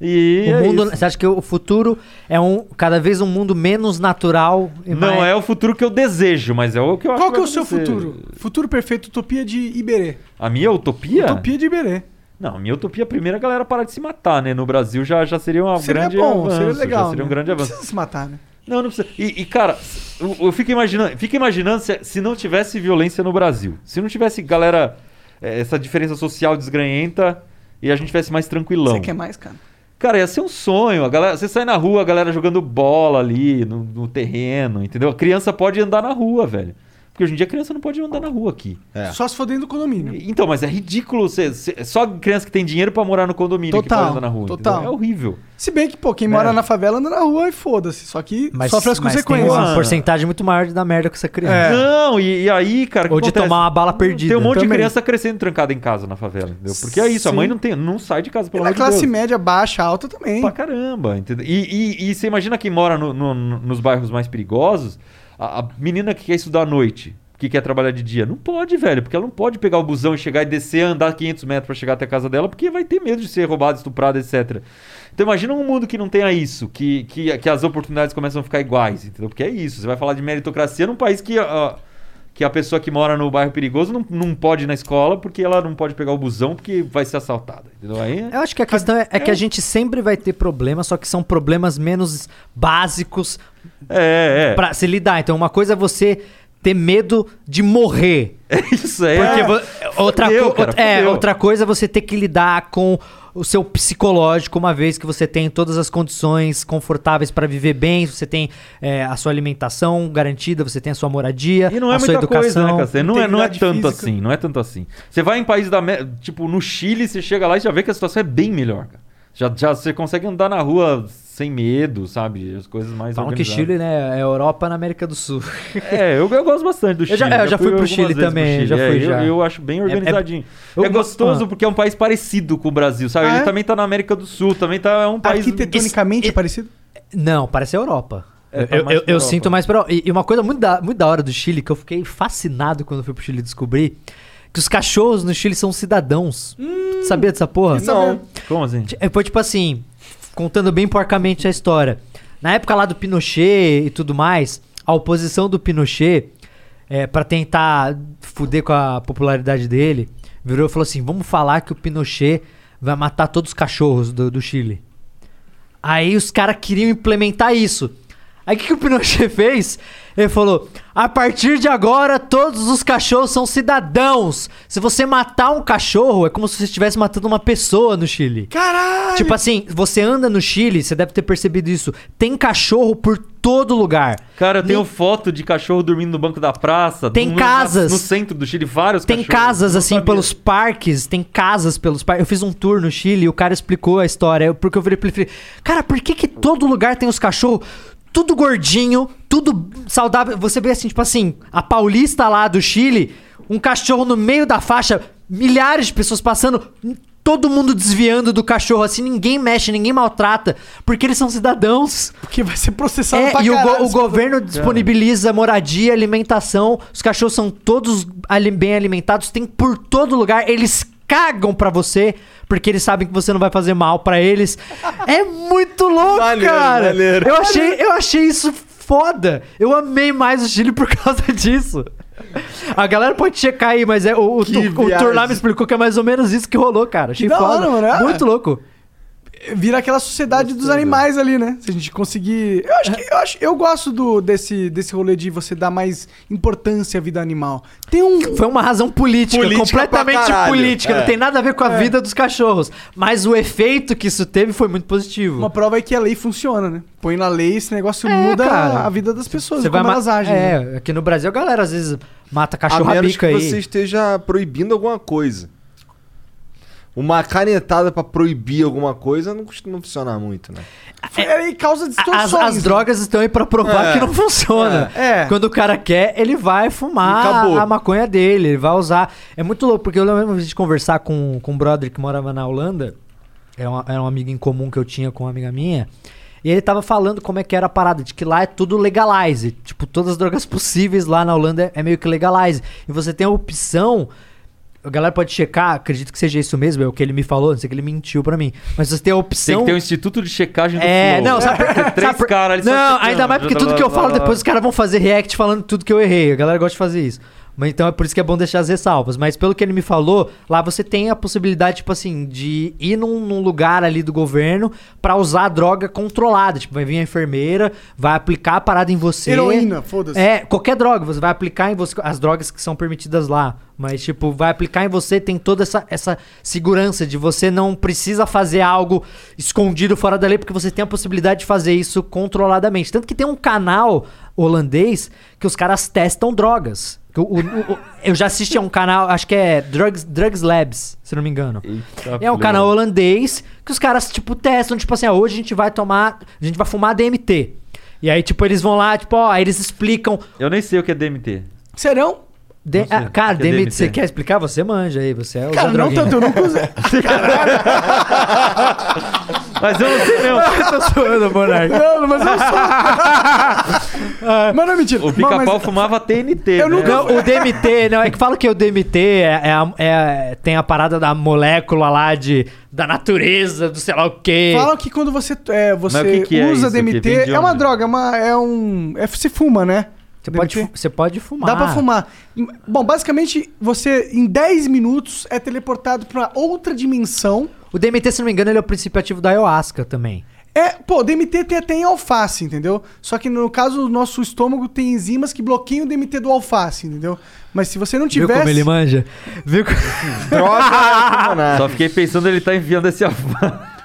E
o
é
mundo,
isso.
você acha que o futuro é um cada vez um mundo menos natural? e
Não
mais-
é o futuro que eu desejo, mas é o que eu acho
Qual que é o
vai
seu
acontecer.
futuro? Futuro perfeito, utopia de Iberê.
A minha utopia?
Utopia de Iberê.
Não, minha utopia, primeiro, a galera parar de se matar, né? No Brasil já, já seria uma
Seria
um grande
bom,
avanço.
seria legal.
já seria um
né?
grande
Não
avanço.
precisa se matar, né?
Não, não precisa. E, e, cara, eu, eu fico imaginando, fico imaginando se, se não tivesse violência no Brasil. Se não tivesse, galera, eh, essa diferença social desgranhenta e a gente tivesse mais tranquilão.
Você quer mais, cara?
Cara, ia ser um sonho. A galera, você sai na rua, a galera jogando bola ali no, no terreno, entendeu? A criança pode andar na rua, velho. Porque hoje em dia a criança não pode andar na rua aqui.
É.
Só se for dentro do condomínio.
Então, mas é ridículo. Você, você- é só criança que tem dinheiro pra morar no condomínio que
Total,
pode andar na rua.
total.
entendeu? É horrível.
Se bem que, pô, quem
É.
mora na favela anda na rua e foda-se. Só que
Mas,
sofre as
mas
consequências.
Tem um uma
Mano.
porcentagem muito maior de dar merda com essa criança.
Não, e, e aí, cara. o que
É. Ou de
acontece?
tomar uma bala perdida.
Tem um monte de
também.
criança crescendo trancada em casa na favela, entendeu? Porque é isso, a
Sim.
mãe não, tem, não sai de casa,
E
É
pelo
na
amor de
classe
Deus.
média, baixa, alta também.
Pra caramba, entendeu? E, e, e você imagina quem mora no- no- nos bairros mais perigosos, a, a menina que quer estudar à noite. que quer trabalhar de dia. Não pode, velho, porque ela não pode pegar o busão e chegar e descer, andar 500 metros pra chegar até a casa dela, porque vai ter medo de ser roubada, estuprada, etc. Então imagina um mundo que não tenha isso, que, que, que as oportunidades começam a ficar iguais, entendeu? Porque é isso, você vai falar de meritocracia num país que... ah, que a pessoa que mora no bairro perigoso não, não pode ir na escola porque ela não pode pegar o busão porque vai ser assaltada, entendeu? Aí
Eu acho que a questão é, é que a gente sempre vai ter problemas, só que são problemas menos básicos
É, é.
pra se lidar. Então, uma coisa é você ter medo de morrer.
Isso (laughs) é.
Porque vo- outra,
Fudeu,
co-
cara,
é,
fudeu.
outra coisa é você ter que lidar com o seu psicológico, uma vez que você tem todas as condições confortáveis para viver bem, você tem é, a sua alimentação garantida, você tem a sua moradia,
E não é
a sua
muita coisa,
educação.
né, Cassiano? Não é, não é
Integridade
tanto
física.
assim, não é tanto assim. Você vai em país da Amé- Tipo, no Chile, você chega lá e já vê que a situação é bem melhor, cara. Já, já você consegue andar na rua sem medo, sabe? As coisas mais
Falam que
organizadas.
Chile, né, é Europa na América do Sul. (laughs)
É, eu, eu gosto bastante do
Eu
Chile.
já- é, eu já fui pro
algumas
Chile
vezes pro
também, já
É,
fui,
eu,
já.
eu acho bem
é-
organizadinho. É,
eu go-
gostoso
ah.
porque é um país parecido com o Brasil, sabe?
Ah,
Ele
é?
também tá na América do Sul, também tá é um país...
Arquitetonicamente é parecido?
Não, parece a Europa.
É,
Eu-
tá
eu
mais
eu-
pra
eu
Europa.
sinto mais pra. E e uma coisa muito da, muito da hora do Chile, que eu fiquei fascinado quando eu fui pro Chile descobrir, que os cachorros no Chile são cidadãos.
Hum,
Tu Sabia dessa porra?
Não.
Como assim?
Ti- é, Foi tipo assim, contando bem porcamente a história. Na época lá do Pinochet e tudo mais, a oposição do Pinochet, é, para tentar fuder com a popularidade dele, virou e falou assim: vamos falar que o Pinochet vai matar todos os cachorros do, do Chile. Aí os caras queriam implementar isso. Aí o que, que o Pinochet (laughs) fez? Ele falou: a partir de agora, todos os cachorros são cidadãos. Se você matar um cachorro, é como se você estivesse matando uma pessoa no Chile. Caralho! Tipo assim, você anda no Chile, você deve ter percebido isso. Tem cachorro por todo lugar.
Cara, eu tenho
Ni-
foto de cachorro dormindo no banco da praça.
Tem
no-
casas.
No centro do Chile, vários
Tem
cachorros.
casas,
Não
assim,
sabia.
pelos parques, tem casas pelos parques. Eu fiz um tour no Chile e o cara explicou a história. eu- Porque eu virei pra ele e falei, cara, por que, que todo lugar tem os cachorros? Tudo gordinho, tudo saudável. Você vê assim, tipo assim, a paulista lá do Chile, um cachorro no meio da faixa, milhares de pessoas passando, todo mundo desviando do cachorro, assim, ninguém mexe, ninguém maltrata, porque eles são cidadãos.
Porque vai ser processado
É,
pra
e o, go-
caralho.
o governo disponibiliza moradia, alimentação, os cachorros são todos ali- bem alimentados, tem por todo lugar, eles cagam pra você, porque eles sabem que você não vai fazer mal pra eles. É muito louco,
Maneiro,
cara.
maneiro.
Eu achei, eu achei isso foda. Eu amei mais o Chile por (laughs) causa disso. A galera pode checar aí, mas é o, o, tu- o
viagem.
tour lá me explicou que é mais ou menos isso que rolou, cara. Achei
Que da
foda.
hora, mano. Ah.
Muito louco.
Vira aquela sociedade dos animais ali, né? Se a gente conseguir. Eu acho que eu, acho, eu gosto do, desse, desse rolê de você dar mais importância à vida animal. Tem um.
Foi uma razão política,
Política pra
completamente
caralho. É.
política. Não tem nada a ver
É.
com a vida dos cachorros. Mas o efeito que isso teve foi muito positivo.
Uma prova é que a lei funciona, né? Põe na lei, esse negócio
É,
muda
cara.
a vida das pessoas,
Você vai
como
ma-
elas agem. né?
É, aqui no Brasil a galera às vezes mata
A
cachorro à
menos
bica
que
aí.
você esteja proibindo alguma coisa. Uma canetada pra proibir alguma coisa não costuma funcionar muito, né?
Foi- aí causa
É, A- As,
distorções.
as
né?
drogas estão aí pra provar
É.
que não funciona.
É. É.
Quando o cara quer, ele vai fumar
E acabou.
a maconha dele, ele vai usar. É muito louco, porque eu lembro de conversar com, com um brother que morava na Holanda. Era, uma- era um amigo em comum que eu tinha com uma amiga minha. E ele tava falando como é que era a parada, de que lá é tudo legalize. Tipo, todas as drogas possíveis lá na Holanda é meio que legalize. E você tem a opção a galera pode checar, acredito que seja isso mesmo, é o que ele me falou, não sei que ele mentiu pra mim. Mas você tem a
Tem
opção.
que ter um instituto de checagem do
É,
Flow.
não, sabe
Tem
por
(laughs) três
sabe por-
caras ali só
Não,
checando.
ainda mais porque tudo que eu falo, depois os caras vão fazer react falando tudo que eu errei. A galera gosta de fazer isso. Mas então é por isso que é bom deixar as ressalvas. Mas pelo que ele me falou, lá você tem a possibilidade, tipo assim, de ir num, num lugar ali do governo pra usar a droga controlada. Tipo, vai vir a enfermeira, vai aplicar a parada em você.
Heroína, foda-se.
É, qualquer droga, você vai aplicar em você. As drogas que são permitidas lá. Mas, tipo, vai aplicar em você, tem toda essa, essa segurança de você não precisa fazer algo escondido fora da lei, porque você tem a possibilidade de fazer isso controladamente. Tanto que tem um canal holandês que os caras testam drogas. Que o- o- o- eu já assisti a um canal, acho que é Drugs, Drugs Labs, se não me engano. É um canal holandês que os caras, tipo, testam, tipo assim, ah, hoje a gente vai tomar, a gente vai fumar DMT. E aí, tipo, eles vão lá, tipo, ó, aí eles explicam.
Eu nem sei o que é DMT.
Serão?
de-
Não sei,
ah, cara,
que é
DMT,
DMT?
você quer explicar? Você manja aí, você é o
Cara, não tanto, eu nunca
(laughs)
usei.
É.
Mas eu não sei mesmo.
(laughs) tô zoando, Monark.
Não, mas eu sou. Mas não é mentira.
O
Mas-
pica-pau
mas-
fumava TNT.
Eu
né?
nunca-
Não, o DMT, não, é que falo que o DMT é, é a- é- tem a parada da molécula lá de, da natureza, do sei lá o quê.
Falam que quando você, é, você
o que que é
usa
isso? Que vem
DMT,
de
é uma
onde?
droga, é, uma, é um. É, se fuma, né?
Você pode,
DMT?
fu- você pode fumar.
Dá pra fumar. Bom, basicamente, você em 10 minutos é teleportado pra outra dimensão.
O DMT, se não me engano, ele é o princípio ativo da ayahuasca também.
É, pô, DMT tem até em alface, entendeu? Só que no caso, o nosso estômago tem enzimas que bloqueiam o DMT do alface, entendeu? Mas se você não tivesse.
Viu como ele manja? Viu co- (laughs)
Só fiquei pensando ele tá enviando esse avô.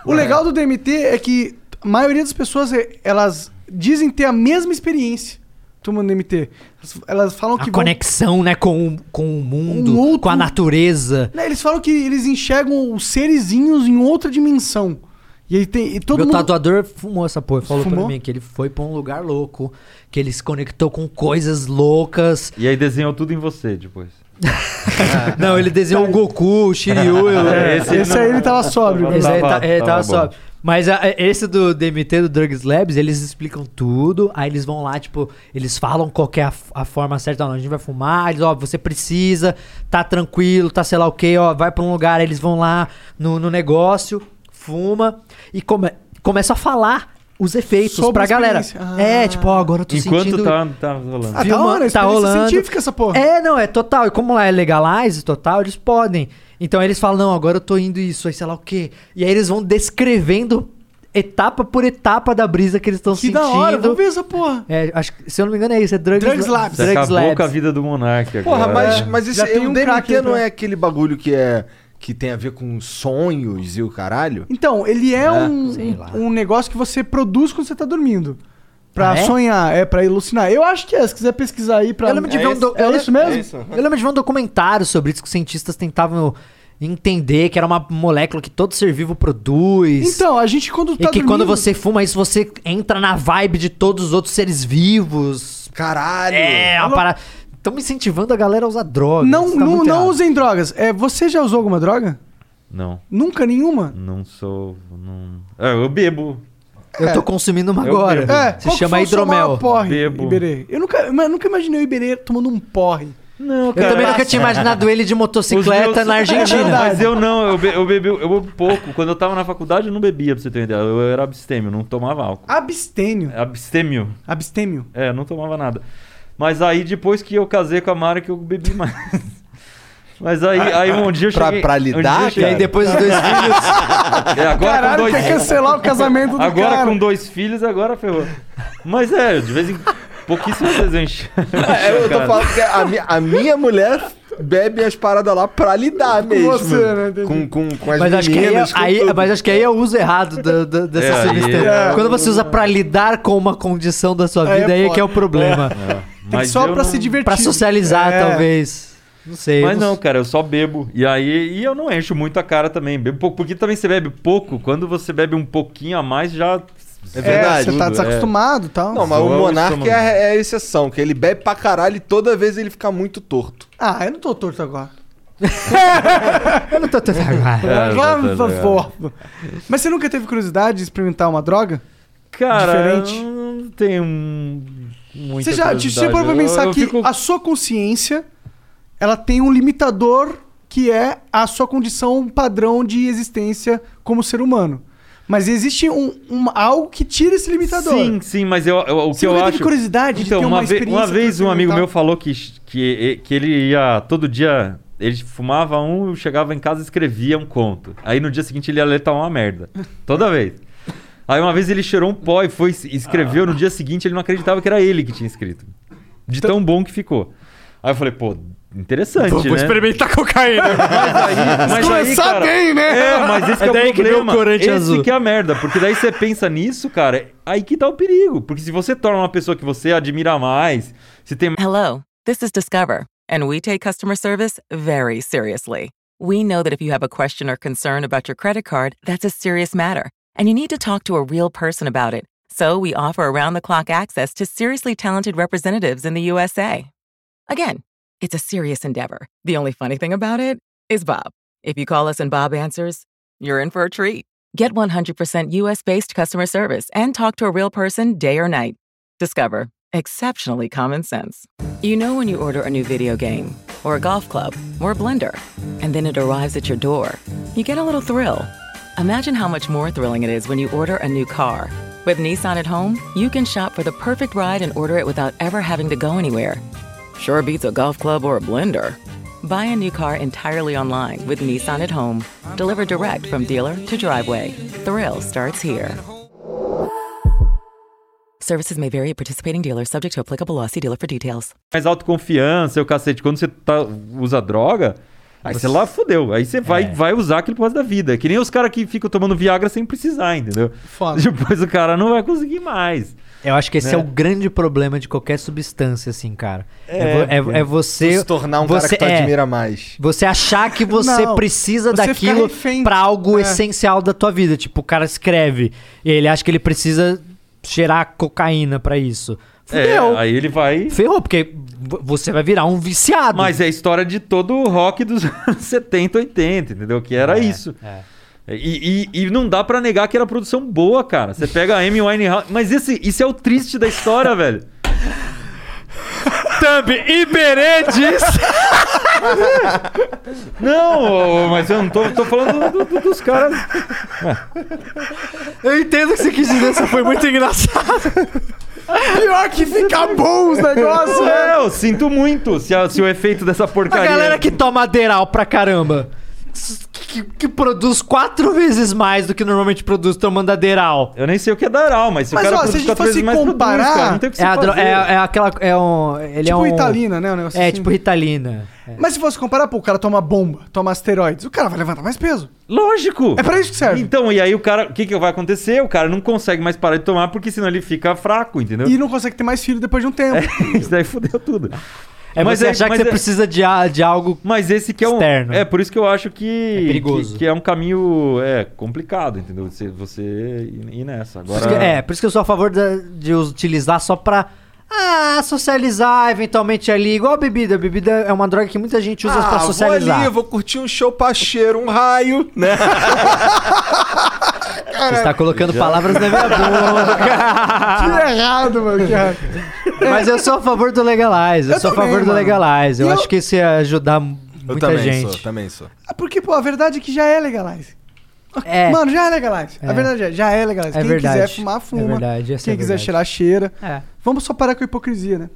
O legal do DMT é que a maioria das pessoas, eh, elas dizem ter a mesma experiência tomando DMT. Elas- Elas falam
A
que vão-
conexão, né, com, o- com o mundo,
Um outro-
com a natureza.
Né, eles falam que eles enxergam os serizinhos em outra dimensão. E aí tem. E todo
Meu tá
mundo...
tatuador fumou essa porra, falou
Fumou?
pra mim que ele foi pra um lugar louco, que ele se conectou com coisas loucas.
E aí desenhou tudo em você depois.
Não, ele
Tá
desenhou o Goku, o
(laughs)
Shiryu.
É,
eu-
esse
Esse aí ele tá tava
(laughs)
sóbrio.
Esse aí tá- é,
tava
tava
bom.
só. Mas a- é, esse do DMT, do Drugs Labs, eles explicam tudo. Aí eles vão lá, tipo, eles falam qual que é a, f- a forma certa. Não, a gente vai fumar. aí Eles, ó, você precisa, tá tranquilo, tá sei lá o que, ó, vai pra um lugar. Aí eles vão lá no, no negócio, fuma e come, começa a falar os efeitos
Sobre
pra
a
galera.
experiência.
É,
Ah.
tipo, ó, agora eu tô
Enquanto
sentindo...
tá, tá rolando.
Ah, tá
Filma-
rolando, é
tá
experiência
rolando.
científica essa porra.
É, não, é total. E como lá é legalize total, eles podem. Então eles falam, não, agora eu tô indo isso, aí sei lá o quê. E aí eles vão descrevendo etapa por etapa da brisa que eles estão
que
sentindo.
da hora, vamos ver essa porra.
É, acho que- se eu não me engano é isso, é Drugs,
Drugs
La-
Labs.
Você
Drugs
acabou
Labs.
com a vida do Monark agora.
Porra, mas, mas esse,
Já tem
o
um craque
DMT
aí
não
pra-
é aquele bagulho que é que tem a ver com sonhos e o caralho?
Então, ele é, um,
sei lá.
um negócio que você produz quando você tá dormindo. Pra
Ah, é?
sonhar, é pra ilucinar. Eu acho que é, se quiser pesquisar aí pra.
Eu lembro de
é
ver um
isso,
do- eu
é
le-
isso mesmo?
É isso.
Eu lembro de ver um documentário sobre isso que os cientistas tentavam entender que era uma molécula que todo ser vivo produz.
Então, a gente
e
quando tá
que
dormindo.
quando você fuma isso, você entra na vibe de todos os outros seres vivos.
Caralho!
É, uma parada. Estão incentivando a galera a usar drogas.
Não,
Isso tá
não,
muito
não
errado.
usem drogas. É, você já usou alguma droga?
Não,
Nunca nenhuma?
não sou. Não... É, eu bebo.
Eu tô consumindo uma
Eu
agora.
bebo.
É,
Hum. Se chama hidromel.
Porre,
Bebo.
Iberê. Eu nunca, mas nunca imaginei o Iberê tomando um porre.
Não,
Eu também nunca tinha imaginado ele de motocicleta
É, Os meus- É
na
É
Argentina.
(laughs) Mas eu não, eu, be, eu bebi eu bebo pouco. Quando eu tava na faculdade, eu não bebia, pra você ter uma ideia. Eu era abstêmio, não tomava álcool.
Abstênio.
Abstêmio.
Abstêmio.
É, não tomava nada. Mas aí, depois que eu casei com a Mara, que eu bebi (laughs) mais. Mas aí,
Ah,
aí um dia eu
Pra-
cheguei...
pra
um dia eu
lidar,
E
cheguei-
aí depois dos dois filhos.
É, agora
Caralho,
com (laughs)
quer
dois...
cancelar o casamento do
Agora
cara.
com dois filhos, agora ferrou. Mas é, de vez em... Pouquíssimas vezes eu enche.
É, eu tô falando que a, mi- a minha mulher bebe as paradas lá pra lidar mesmo.
você, né? Entendi.
Com, com, com as
Mas acho, que aí, é-
meninas, com
aí-
tudo.
mas acho que aí é o uso errado da- da- dessa
É, aí
substância.
é-
Quando você usa pra lidar com uma condição da sua
Aí é
vida, aí é que é o
foda.
problema.
Tem que
Mas
só
eu
pra se
não-
divertir.
Pra socializar,
É.
talvez. Não sei.
Mas não, cara, eu só bebo. E aí e eu não encho muito a cara também. Bebo pouco, porque também você bebe pouco. Quando você bebe um pouquinho a mais, já.
É
É,
verdade.
né?
você tá desacostumado e tal.
Não, mas o
Zoa o
Monark
estômago.
é, a- é a exceção, que ele bebe pra caralho e toda vez ele fica muito torto.
Ah, eu não tô torto agora.
Eu não tô tentando agora.
É, eu
Vá-
tô-
vá-
é.
vó. Mas você nunca teve curiosidade de experimentar uma droga?
Cara,
Diferente.
eu não tem um. Muita
Você já te
curiosidade.
você parou pra
Eu-
pensar
eu
que
fico-
a sua consciência ela tem um limitador que é a sua condição padrão de existência como ser humano. Mas existe um, um- algo que tira esse limitador.
Sim, sim, mas eu, eu- o que
Você
eu
nunca teve
acho.
curiosidade de
então,
ter uma
uma, ve- uma
experiência
vez um amigo
transcendental?
meu falou que, que, que ele ia todo dia. Ele fumava um, chegava em casa e escrevia um conto. Aí no dia seguinte ele ia letar uma merda. Toda vez. Aí uma vez ele cheirou um pó e foi e escreveu. No dia seguinte ele não acreditava que era ele que tinha escrito. De
Então
tão bom que ficou. Aí eu falei, pô, interessante,
Então, Vou, vou
né?
experimentar (laughs) cocaína.
Mas aí, mas aí,
começar
cara,
bem, né?
É, mas esse
É
que é
daí
o
que veio o
problema.
corante
esse
azul.
que é a merda, porque daí você pensa nisso, cara, aí que tá o perigo, porque se você torna uma pessoa que você admira mais, se tem
Hello, this is Discover, and we take customer service very seriously. We know that if you have a question or concern about your credit card, that's a serious matter, and you need to talk to a real person about it. So we offer around the clock access to seriously talented representatives in the USA. Again, it's a serious endeavor. The only funny thing about it is Bob. If you call us and Bob answers, you're in for a treat. Get 100% US based customer service and talk to a real person day or night. Discover exceptionally common sense. You know when you order a new video game, or a golf club, or a blender, and then it arrives at your door, you get a little thrill. Imagine how much more thrilling it is when you order a new car. With Nissan at home, you can shop for the perfect ride and order it without ever having to go anywhere. Sure beats a golf club or a blender. Buy a new car entirely online with Nissan at home. Delivered direct from dealer to driveway. Thrill starts here. Services may vary at participating dealers, subject to applicable law. See dealer for details.
Mas autoconfiança, o cacete, quando você tá- usa droga, aí você lá fodeu. Aí você
É.
vai, vai usar aquilo pro resto da vida. É Que nem os caras que ficam tomando Viagra sem precisar, entendeu?
Foda.
Depois o cara não vai conseguir mais.
Eu acho que esse
Né?
é. o grande problema de qualquer substância, assim, cara.
É,
É, vo- é-
porque
é você.
se tornar um cara
você-
tá
que tu
é,
admira mais.
Você achar que você
Não,
precisa
você
daquilo
fica refém.
pra algo
É.
essencial da tua vida. Tipo, o cara escreve e ele acha que ele precisa cheirar cocaína pra isso. Fudeu.
É, aí ele vai.
Ferrou, porque v- você vai virar um viciado.
Mas é a história de todo o rock dos (laughs) anos 70, 80, entendeu? Que era isso.
é.
E, e- e não dá pra negar que era produção boa, cara. Você pega a Amy Winehouse. Mas esse, isso é o triste da história, velho. Thumb, Iberê diz. não, ô, mas eu não tô, tô falando do- do- dos caras.
(laughs) Eu entendo o que você quis dizer, isso foi muito engraçado.
Pior que fica bom os negócios, né?
É, eu sinto muito se, a- se o efeito dessa
A
porcaria.
galera que toma Aderal pra caramba. Que, que produz quatro vezes mais do que normalmente produz tomando Aderal.
Eu nem sei o que é daral, mas se
Mas,
o cara
ó, se a
produz
gente
quatro
fosse
vezes mais, produz,
comparar,
cara, não tem o que
É,
se
a dro-
fazer.
é, é aquela. É um, ele é
Tipo
um.
Ritalina, né? O negócio
É,
assim.
tipo Ritalina. É.
Mas se fosse comparar, pô, o cara toma bomba, toma asteroides, o cara vai levantar mais peso.
Lógico!
É pra isso que serve.
Então, e aí o cara, o que que vai acontecer? O cara não consegue mais parar de tomar porque senão ele fica fraco, entendeu?
E não consegue ter mais filho depois de
(laughs)
um tempo.
Isso daí fudeu tudo.
É
Mas
você
é-
achar que
mas
você
é-
precisa de, a- de algo.
Mas esse que é um
Externo.
é por isso que eu acho que
É perigoso.
que, que é um caminho é complicado, entendeu? Você, você ir ir nessa.
Por isso
Agora
que- é, por isso que eu sou a favor da- de utilizar só pra. Ah, socializar, eventualmente ali, igual a bebida. A bebida é uma droga que muita gente
Ah,
usa pra
Ah,
Vou ali,
socializar.
vou curtir um show pacheiro, um raio, né?
Você está colocando palavras na minha
(laughs)
boca.
Que errado, mano. Que errado.
Mas eu sou a favor do legalize. Eu,
Eu
sou a
também,
favor do
mano.
legalize. Eu,
E eu-
acho que isso ia ajudar m-
Eu
muita
também
gente.
sou, também sou.
Ah, Porque, pô, a verdade é que já é legalize.
É.
Mano, já é legalize.
É.
A verdade é, já é legalize.
É
Quem
verdade.
quiser fumar, fuma.
É verdade, essa
Quem
é a
quiser
verdade.
cheirar, cheira.
É.
Vamos só parar com a hipocrisia, né?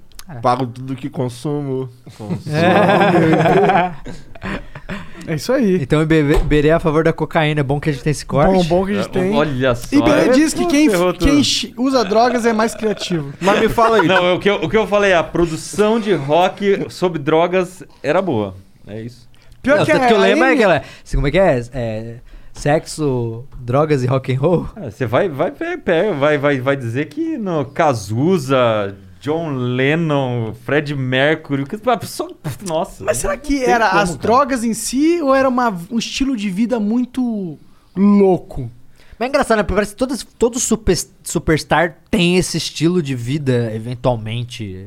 Pago tudo que consumo. Consumo.
(laughs) É isso aí.
É. Então eu be- berei a favor da cocaína. É bom que a gente tem esse corte.
Bom, bom que a gente tem.
É, olha só.
E
é-
Belém diz que quem,
ferrou tudo.
quem chi- usa drogas é mais criativo.
Mas me fala aí.
Não, é o que eu, o que eu falei, a produção de rock sobre drogas era boa. É isso.
Pior
Não,
que,
tanto
a-
que eu
a
lembro é
Amy-
que ela é- assim, Como é que é? É, Sexo, drogas e rock and roll?
Ah, Você vai vai pe- pe- vai vai vai dizer que no Cazuza, John Lennon, Fred Mercury, que- ah, só, nossa.
Mas será que
tem
era
como,
as
cara.
drogas em si ou era uma- um estilo de vida muito louco?
Mas é engraçado, né? Porque Parece que todas- todo super, superstar tem esse estilo de vida, eventualmente.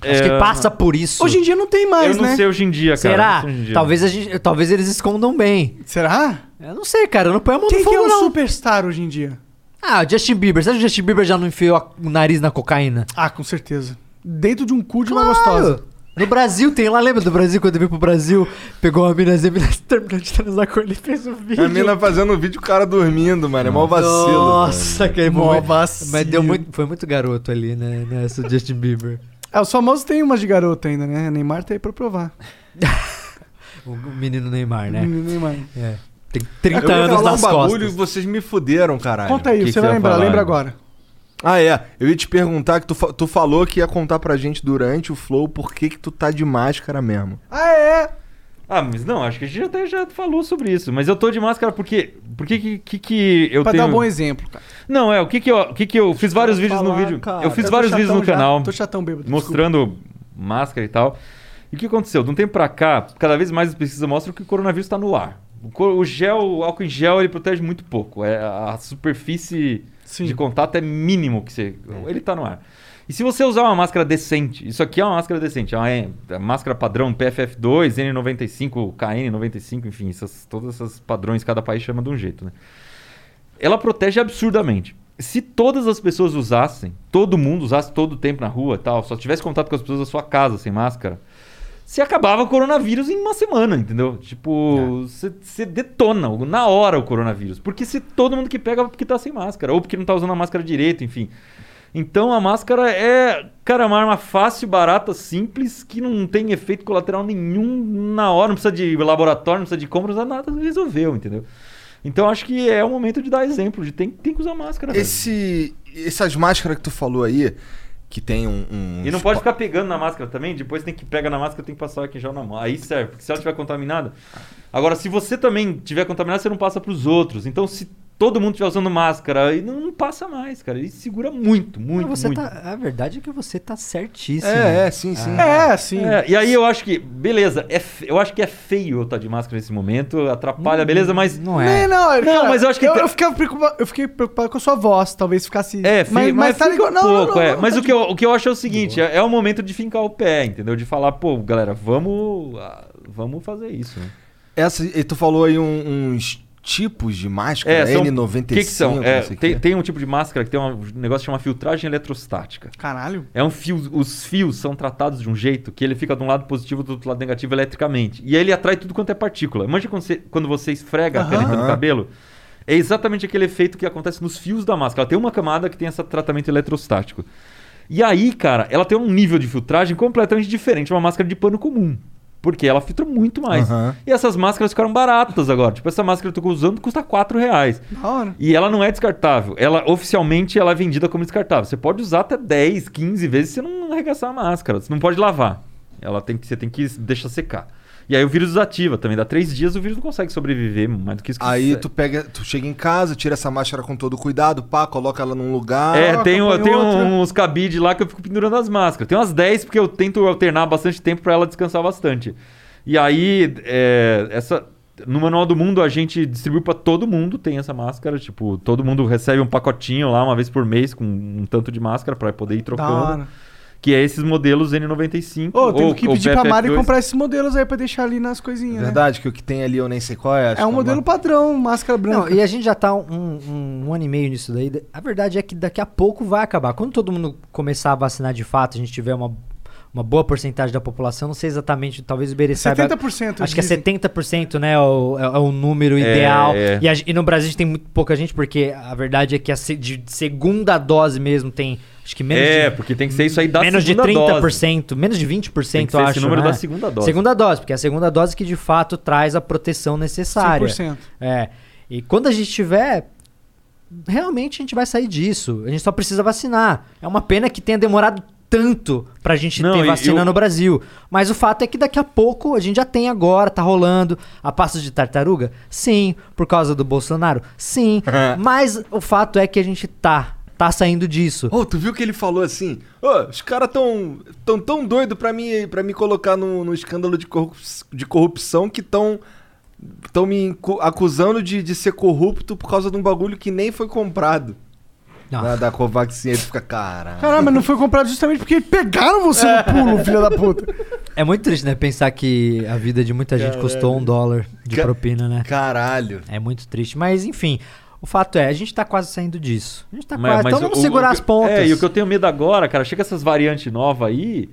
Acho
É,
que passa por isso.
Hoje em dia não tem
eu
mais,
não
né?
sei hoje em dia, cara.
Será?
não sei hoje em dia.
Talvez, a gente, talvez eles escondam bem.
Será?
Eu não sei, cara. Eu não ponho a mão
Quem
no
que é
fogo,
um
não.
superstar hoje em dia?
Ah, o Justin Bieber. Será que o Justin Bieber já não enfiou a- o nariz na cocaína?
Ah, com certeza. Dentro de um cu de uma gostosa.
Claro. No Brasil tem lá, lembra do Brasil quando eu vim pro Brasil? Pegou uma minazinha, a mina (laughs) terminou de transar com ele e fez um vídeo.
A mina fazendo um vídeo, o cara dormindo, mano. É mó vacilo.
Nossa, que
Mó
muito-
vacilo.
Mas deu muito, foi muito garoto ali, né? Nessa do Justin Bieber.
É, os famosos têm umas de garota ainda, né? Neymar tá aí pra provar.
O o menino Neymar, né?
Neymar.
É. Tem
Eu
30
ia
anos
falar um
nas
bagulho e
costas.
vocês me fuderam, caralho.
Conta aí,
que que você
você vai
ia
lembrar,
falar,
lembra
né?
agora.
Ah, é. Eu ia te perguntar que tu, fa- tu falou que ia contar pra gente durante o flow por que que tu tá de máscara mesmo.
Ah, é?
Ah, mas não, acho que a gente até já falou sobre isso. Mas eu tô de máscara porque. Por que que- que que eu
pra
tenho.
dar um bom exemplo, cara.
Não, é, o que que eu. O que que eu fiz vários vídeos no
falar,
vídeo.
cara.
Eu fiz
Eu tô
vários vídeos
chatão
no
já,
canal
Tô chatão bêbado.
mostrando máscara e tal. E o que aconteceu? De um tempo pra cá, cada vez mais as pesquisas mostram que o coronavírus tá no ar. O co- O gel, o álcool em gel, ele protege muito pouco. É, a superfície
Sim.
de contato é mínimo que você. Ele tá no ar. E se você usar uma máscara decente, isso aqui é uma máscara decente, é uma é, a máscara padrão PFF2, N95, KN95, enfim, essas, todas essas padrões, cada país chama de um jeito, né? Ela protege absurdamente. se todas as pessoas usassem, todo mundo usasse todo o tempo na rua e tal, só tivesse contato com as pessoas da sua casa sem máscara, se acabava o coronavírus em uma semana, entendeu? Tipo, você você detona o- na hora o coronavírus. Porque se todo mundo que pega é porque tá sem máscara, ou porque não tá usando a máscara direito, enfim. Então a máscara é, cara, uma arma fácil, barata, simples, que não tem efeito colateral nenhum na hora, não precisa de laboratório, não precisa de compras, nada, resolveu, entendeu? Então acho que é o momento de dar exemplo, de tem, tem que usar máscara. velho.
Esse, essas máscaras que tu falou aí, que tem um. um-
E não pode ficar pegando na máscara também, depois tem que pegar na máscara, tem que passar o álcool em gel na mão. Aí serve, porque se ela estiver contaminada. Agora, se você também tiver contaminado, você não passa pros outros. Então, se todo mundo estiver usando máscara, aí não, não passa mais, cara. E segura muito, muito,
Você
muito.
tá- a verdade é que você tá certíssimo.
É, é, sim, sim.
É, sim.
É, e aí eu acho que, beleza, é fe- eu acho que é feio eu estar de máscara nesse momento, atrapalha, beleza, mas.
Hum, Não é.
Não, não,
Não, mas eu acho que
Eu,
tem-
eu ficava preocupa- eu fiquei preocupado com a sua voz, talvez ficasse.
É, fi- mas, fica um
tá Não, não,
pouco,
não,
é.
não,
mas
tá
o, que eu, o que eu acho é o seguinte, é, é o momento de fincar o pé, entendeu? De falar, pô, galera, vamos, ah, vamos fazer isso, né?
Essa, e tu falou aí um- uns tipos de máscara,
É, são-
N95.
que que são? É,
não sei o
tem,
quê.
tem um tipo de máscara que tem uma- um negócio que chama filtragem eletrostática.
Caralho.
É um fio, os fios são tratados de um jeito que ele fica de um lado positivo do outro lado negativo eletricamente. E aí ele atrai tudo quanto é partícula. Imagina quando você, quando você esfrega a caneta no cabelo. É exatamente aquele efeito que acontece nos fios da máscara. Ela tem uma camada que tem esse tratamento eletrostático. E aí, cara, ela tem um nível de filtragem completamente diferente de uma máscara de pano comum. Porque ela filtra muito mais.
Aham.
E essas máscaras ficaram baratas agora. Tipo, essa máscara que eu tô usando custa 4 reais.
Da hora.
E ela não é descartável. Ela oficialmente ela é vendida como descartável. Você pode usar até 10, 15 vezes se não arregaçar a máscara. Você não pode lavar. Ela tem que, você tem que deixar secar. E aí o vírus desativa também. Dá três dias o vírus não consegue sobreviver mais do que isso. que
Aí
você-
tu pega, tu chega em casa, tira essa máscara com todo cuidado, pá, coloca ela num lugar.
É, tem, um-
põe
tem
Ah, outra.
uns cabide lá que eu fico pendurando as máscaras. Tem umas 10 porque eu tento alternar bastante tempo pra ela descansar bastante. E aí, é, essa. No Manual do Mundo a gente distribui pra todo mundo, tem essa máscara, tipo, todo mundo recebe um pacotinho lá uma vez por mês com um tanto de máscara pra poder ir
Da
trocando,
hora.
que é esses modelos N95
Ô, um eu tenho que
ou
pedir pra Mari
PFF2.
comprar esses modelos aí pra deixar ali nas coisinhas. né?
Verdade, tá, que o que tem ali eu nem sei qual é. acho
É um
que
modelo padrão, máscara
Não,
branca.
e a gente já tá um, um- um ano e meio nisso daí. A verdade é que daqui a pouco vai acabar. Quando todo mundo começar a vacinar de fato, a gente tiver uma, uma boa porcentagem da população, não sei exatamente, talvez o Iberê saiba.
70%.
Acho que é
dizem.
70%, né? É o, é- é o número ideal.
é.
E, a- e no Brasil a gente tem muito pouca gente, porque a verdade é que a se- de segunda dose mesmo tem. Acho que menos
É,
de.
porque tem que ser isso aí da
menos de
segunda dose.
30%, menos de 20%,
Tem que ser
eu
esse
acho.
número
né?
da segunda dose.
Segunda dose, porque é a segunda dose que de fato traz a proteção necessária.
100%.
É. E quando a gente tiver. Realmente a gente vai sair disso. A gente só precisa vacinar. É uma pena que tenha demorado tanto pra gente
Não,
ter
e
vacina
eu-
no Brasil. Mas o fato é que daqui a pouco a gente já tem agora, tá rolando. A passo de tartaruga? Sim. Por causa do Bolsonaro?
(laughs)
Sim. Mas o fato é que a gente tá. Tá saindo disso.
É.
Ô, tu viu que ele falou assim? Ô, os caras tão, tão tão doido pra me, pra me colocar no, no escândalo de, corrup- de corrupção que tão, tão me incu- acusando de, de ser corrupto por causa de um bagulho que nem foi comprado.
Ah.
Da, da Covaxin. Aí tu fica, caralho.
Caralho, mas não foi comprado justamente porque pegaram você no pulo, filha da puta.
É muito triste, né? Pensar que a vida de muita gente custou um dólar de
Ca-
propina, né?
Caralho.
É muito triste. Mas, enfim, o fato é, a gente tá quase saindo disso. A gente tá
Mas-
quase.
mas
então vamos
o- o
segurar
que-
as pontas.
É, e o que eu tenho medo agora, cara, chega essas variantes novas aí,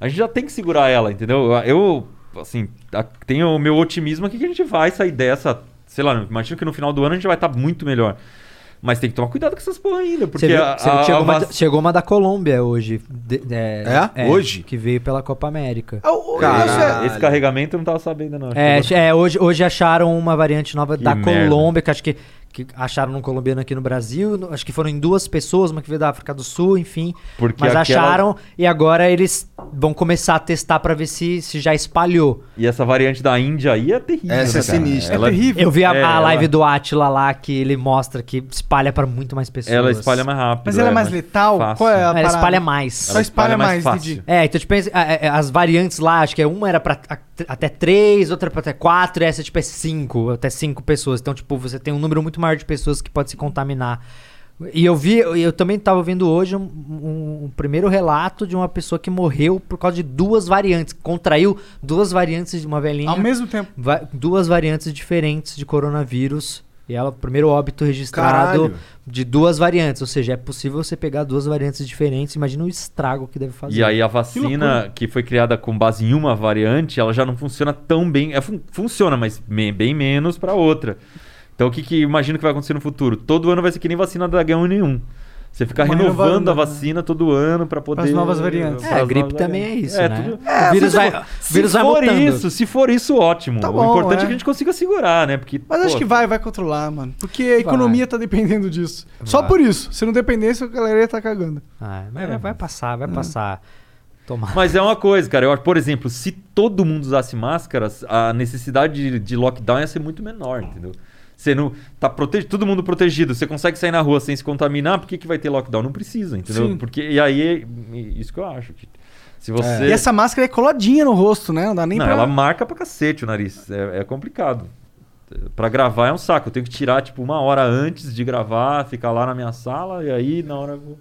a gente já tem que segurar ela, entendeu? Eu, assim, a- tenho o meu otimismo aqui que a gente vai sair dessa. Sei lá, imagino que no final do ano a gente vai estar muito melhor. Mas tem que tomar cuidado com essas porra ainda, porque
Você viu-
a-
você
a-
chegou,
a
uma,
vac-
chegou uma da Colômbia hoje. de- é,
É? Hoje?
Que veio pela Copa América.
Ah, o-
Caralho.
isso é-
esse carregamento eu não tava sabendo, não.
É,
Chegou-
é, hoje, hoje acharam uma variante nova
Que
da
merda.
Colômbia, que acho que, que acharam num colombiano aqui no Brasil. no- Acho que foram em duas pessoas, uma que veio da África do Sul, enfim.
Porque
mas
aquela-
acharam e agora eles vão começar a testar pra ver se, se já espalhou.
E essa variante da Índia aí é terrível.
Essa é
né, cara?
sinistra.
Ela-
é terrível.
Eu vi a,
É,
a
ela-
live do Atila lá, que ele mostra que espalha pra muito mais pessoas.
Ela espalha mais rápido.
Mas ela é mais letal?
fácil.
Qual é a
Ela
parada?
espalha mais.
Só espalha
espalha mais
mais,
fácil.
Didi.
É, então tipo, as- a- a- as variantes lá, acho que é uma era pra a- até três, outra pra até quatro, e essa tipo é cinco, até cinco pessoas. Então, tipo, você tem um número muito maior de pessoas que pode se contaminar. E eu vi, eu eu também tava vendo hoje um, um- um primeiro relato de uma pessoa que morreu por causa de duas variantes, contraiu duas variantes de uma velhinha.
Ao mesmo tempo.
Va- duas variantes diferentes de coronavírus E ela, o primeiro óbito registrado
Caralho.
de duas variantes. Ou seja, é possível você pegar duas variantes diferentes. Imagina o estrago que deve fazer.
E aí a
Que
vacina
loucura.
que, foi criada com base em uma variante, ela já não funciona tão bem. é, fun- funciona, mas me- bem menos para outra. Então o que, que imagino que vai acontecer no futuro? Todo ano vai ser que nem vacina da H1N1. Você ficar
Uma
renovando
renovada,
a vacina todo ano para poder.
Pras novas variantes.
pras
É, a gripe
novas
também
variantes.
é isso, né?
É,
O vírus
se
vai-
for-
o vírus
se
vai
for
mutando.
isso, se for isso, ótimo.
Tá
o
bom,
importante é. que
é.
a gente consiga segurar, né? Porque,
Mas acho
pô,
que vai, vai controlar, mano. Porque a economia tá dependendo disso. Só por isso. Se não dependesse, a galera ia estar cagando.
Ah, mas
É.
vai- vai passar, vai passar. Tomara.
Mas é uma coisa, cara. Eu acho, por exemplo, se todo mundo usasse máscaras, a necessidade de, de lockdown ia ser muito menor, entendeu? Você não. Tá prote... todo mundo protegido, você consegue sair na rua sem se contaminar, por que, que vai ter lockdown? Não precisa, entendeu?
Sim.
Porque. E aí, é isso que eu acho. que se você.
E essa máscara é coladinha no rosto, né? Não dá nem
Não,
pra...
ela marca pra cacete o nariz. É, é complicado. Pra gravar é um saco. Eu tenho que tirar, tipo, uma hora antes de gravar, ficar lá na minha sala, e aí na hora eu vou.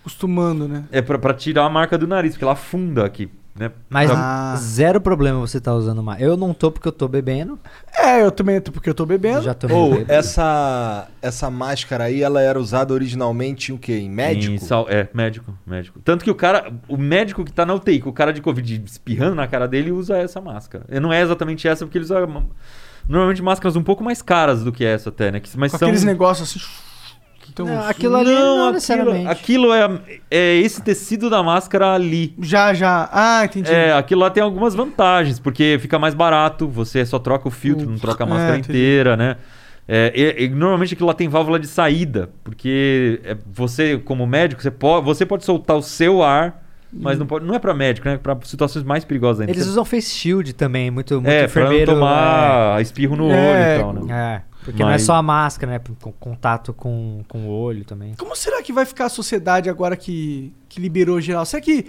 Acostumando, né?
É pra, pra tirar a marca do nariz, porque ela afunda aqui, né?
Mas
Então-
zero problema você tá usando mais. Eu não tô porque eu tô bebendo.
É, eu também, porque eu tô bebendo.
Já tô
Oh,
Ou
bebendo.
essa, essa máscara aí, ela era usada originalmente em o quê? Em médico?
Em sal- É, médico, médico. Tanto que o cara, o médico que tá na UTI, com o cara de Covid espirrando na cara dele, usa essa máscara. E Não é exatamente essa, porque ele usa ma- normalmente máscaras um pouco mais caras do que essa até, né? Que- Mas
Com
são...
aqueles negócios assim... então, que tão-
Não, aquilo ali não,
aquilo-
necessariamente.
Aquilo, é, é esse tecido da máscara ali.
Já, já. Ah, entendi.
É, aquilo lá tem algumas vantagens, porque fica mais barato, você só troca o filtro, não troca a
Hum.
máscara
É, entendi.
inteira, né? É, e- e normalmente aquilo lá tem válvula de saída, porque é, você, como médico, você pode, você pode soltar o seu ar, mas não, pode, não é pra médico, né? É pra situações mais perigosas ainda.
Hum. Eles
Você-
usam face shield também, muito, muito
é, pra não
enfermeiro. né?
tomar espirro no olho
É,
e tal,
É,
né?
é, porque não é
Mas-
só a máscara, né? Com contato com, com o olho também.
Como será que vai ficar a sociedade agora que, que liberou geral? Será que.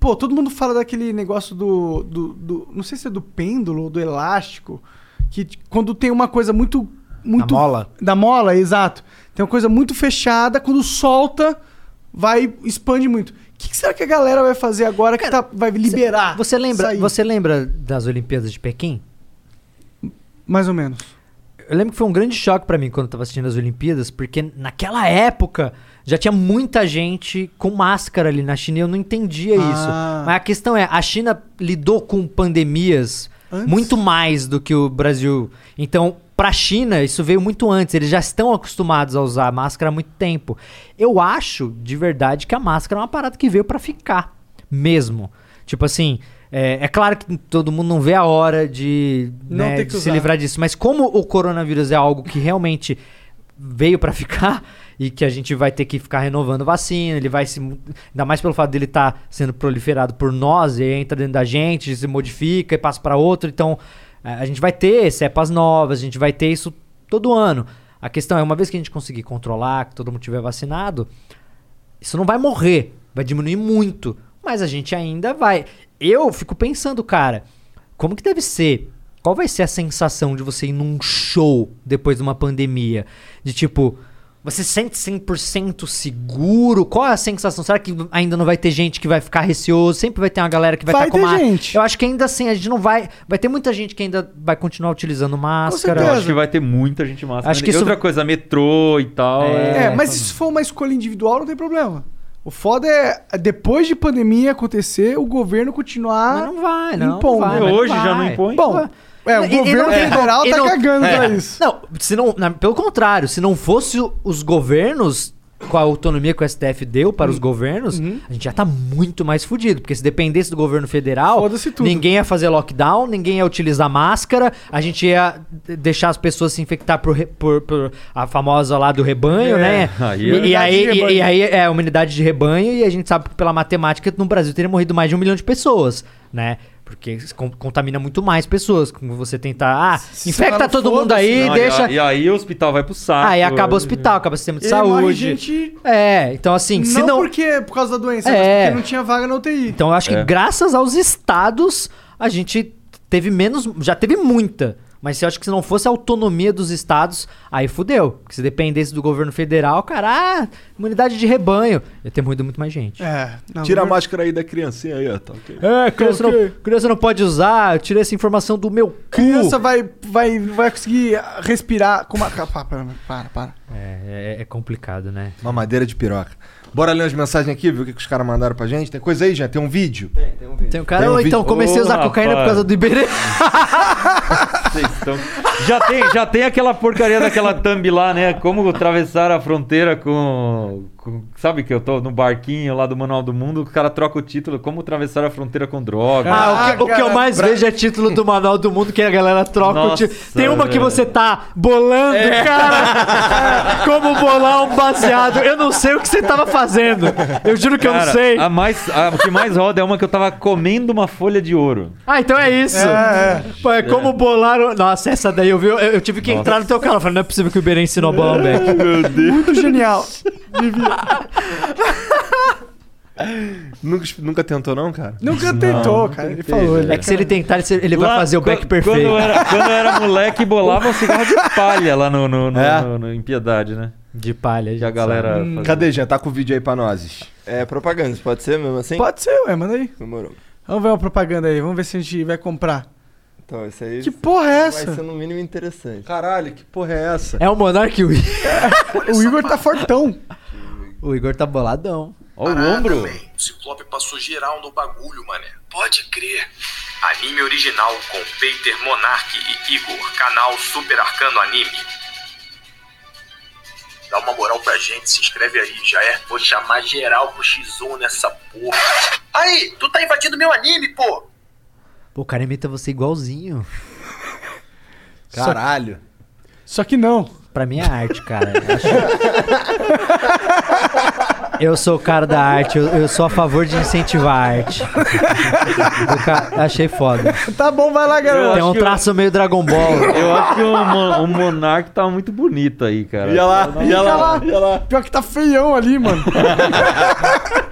Pô, todo mundo fala daquele negócio do, do, do- Não sei se é do pêndulo ou do elástico. Que t- quando tem uma coisa muito. muito
mola?
Da mola, exato. Tem uma coisa muito fechada, quando solta, vai. expande muito. O que, que será que a galera vai fazer agora que tá, vai
Ah,
liberar?
Você lembra,
sair?
você lembra das Olimpíadas de Pequim?
Mais ou menos.
Eu lembro que foi um grande choque pra mim quando eu tava assistindo as Olimpíadas, porque naquela época já tinha muita gente com máscara ali na China e eu não entendia
Ah.
isso. Mas a questão é, a China lidou com pandemias
Antes?
muito mais do que o Brasil. Então, pra China, isso veio muito antes. Eles já estão acostumados a usar máscara há muito tempo. Eu acho, de verdade, que a máscara é uma parada que veio pra ficar mesmo. Tipo assim, é, é claro que todo mundo não vê a hora de,
Não
né,
ter que
de se
usar.
livrar disso, mas como o coronavírus é algo que realmente veio pra (laughs) ficar e que a gente vai ter que ficar renovando vacina, ele vai se mu- ainda mais pelo fato dele estar sendo proliferado por nós e aí entra dentro da gente, se modifica e passa pra outro, então a a gente vai ter cepas novas, a gente vai ter isso todo ano. A questão é uma vez que a gente conseguir controlar, que todo mundo tiver vacinado, isso não vai morrer, vai diminuir muito, mas a gente ainda vai. Eu fico pensando, cara, como que deve ser? Qual vai ser a sensação de você ir num show depois de uma pandemia? De tipo, você sente 100% seguro? Qual é a sensação? Será que ainda não vai ter gente que vai ficar receoso? Sempre vai ter uma galera que vai
Vai
estar com
ter
máscara.
gente.
Eu acho que ainda assim a gente não vai, vai ter muita gente que ainda vai continuar utilizando máscara.
Cara, eu acho
certeza.
que vai ter muita gente máscara.
Acho
E
que isso-
outra coisa, metrô e tal.
É,
É, mas
tá
se for uma escolha individual, não tem problema. O foda é, depois de pandemia acontecer, o governo continuar.
Mas não vai, não.
impõe.
vai,
Meu,
mas
hoje já não
vai.
impõe?
Bom, é, o
E- e
governo
não tem-
federal
e
tá
não- É.
cagando pra isso.
Não, se não, na- pelo contrário, se não fosse o- os governos com a autonomia que o STF deu para os
Uhum.
governos, a gente já tá muito mais fudido, porque se dependesse do governo federal,
Foda-se tudo.
ninguém ia fazer lockdown, ninguém ia utilizar máscara, a gente ia d- deixar as pessoas se infectar por, re- por- por a famosa lá do rebanho, né?
Aí
e,
é-
e aí,
Unidade de
e- e aí é uma unidade de rebanho e a gente sabe que pela matemática no Brasil teria morrido mais de um milhão de pessoas, né? Porque con- contamina muito mais pessoas. Como você tentar. Ah, infecta
fala,
todo mundo
foda-se.
É, aí,
Não,
deixa.
E, aí o hospital vai pro saco. é.
Aí acaba o hospital, acaba o sistema de
E aí morre
saúde.
gente-
É, então assim, se
não,
não.
porque é por causa da doença,
É.
mas porque não tinha vaga na UTI.
Então eu acho que graças aos estados a gente teve menos. Já teve muita. Mas se eu acho que se não fosse a autonomia dos estados, aí fudeu. Porque se dependesse do governo federal, cara, ah, imunidade de rebanho. Ia ter morrido muito mais gente.
É, não,
Tira a
não-
máscara aí da criancinha aí, ó. Tá, ok.
É, criança, não, criança não pode usar, eu tirei essa informação do meu cu.
Criança vai, vai, vai conseguir respirar com uma. Ah, Para, para, para.
É, é, é complicado, né?
Mamadeira de piroca. Bora ler as mensagens aqui, ver o que, que os caras mandaram pra gente. Tem coisa aí, já? Tem um vídeo? Tem.
Tem um cara,
Tem um
"Ô, então,
vídeo-
comecei a
Ô,
usar cocaína por
rapaz."
causa do Iberê.
Vocês estão- Já tem, já tem aquela porcaria daquela thumb lá, né? Como atravessar a fronteira com, com- Sabe que eu tô no barquinho lá do Manual do Mundo, o cara troca o título, como atravessar a fronteira com droga.
Ah, o que, o que eu
cara,
mais vejo é título do Manual do Mundo que a galera troca o
Nossa, É.
título. Tem uma que
velho.
você tá bolando, cara. É, Como bolar um baseado. Eu não sei o que você tava fazendo. Eu juro que eu não
Cara,
sei.
A mais, a que mais roda é uma que eu tava comendo uma folha de ouro.
Ah, então é isso.
É,
Pô, é como bolar. o- Nossa, essa daí eu vi. Eu, eu tive que entrar no teu canal. Eu Falei, não é possível que o Iberê ensinou a bolar um beck.
(laughs)
Muito genial.
Nunca, nunca tentou, não, cara?
Nunca tentou, cara. Ele falou. né? Ele...
É que se ele tentar, ele, se- ele vai
Lá,
fazer o
quan-
back perfeito.
Quando é- eu era, quando eu era moleque, bolava um cigarro de palha lá no, no, no-
É.
no- no- em Piedade, né?
De palha,
Que a
gente
galera.
sabe.
fazia.
Cadê, Jean? Tá com o vídeo aí pra nós.
É propaganda, isso pode ser mesmo assim?
Pode ser, ué, manda aí.
Demorou.
Vamos ver uma propaganda aí, vamos ver se a gente vai comprar.
Então, isso aí
Que porra é
vai ser
essa?
no mínimo interessante.
Caralho, que porra é essa?
É o Monark e o I-
O Igor tá fortão.
O Igor tá boladão.
Ó, o ombro.
O Ciclope passou geral no bagulho, mané. Pode crer. Anime original com Peter, Monark e Igor. Canal Super Arcano Anime. Dá uma moral pra gente, se inscreve aí, já é? Vou chamar geral pro X1 nessa porra. Aí, tu tá invadindo meu anime, pô!
Pô, o cara imita você igualzinho.
Caralho.
Só que não.
Pra mim é arte, cara. Eu acho- Eu sou o cara da arte, eu, eu sou a favor de incentivar a arte. Eu ca- Achei foda.
Tá bom, vai lá, garoto.
Tem um traço meio Dragon Ball.
Eu acho que o, mon, o Monark tá muito bonito aí, cara.
Ia lá, ia lá, ia lá.
Pior que tá feião ali, mano.
(laughs)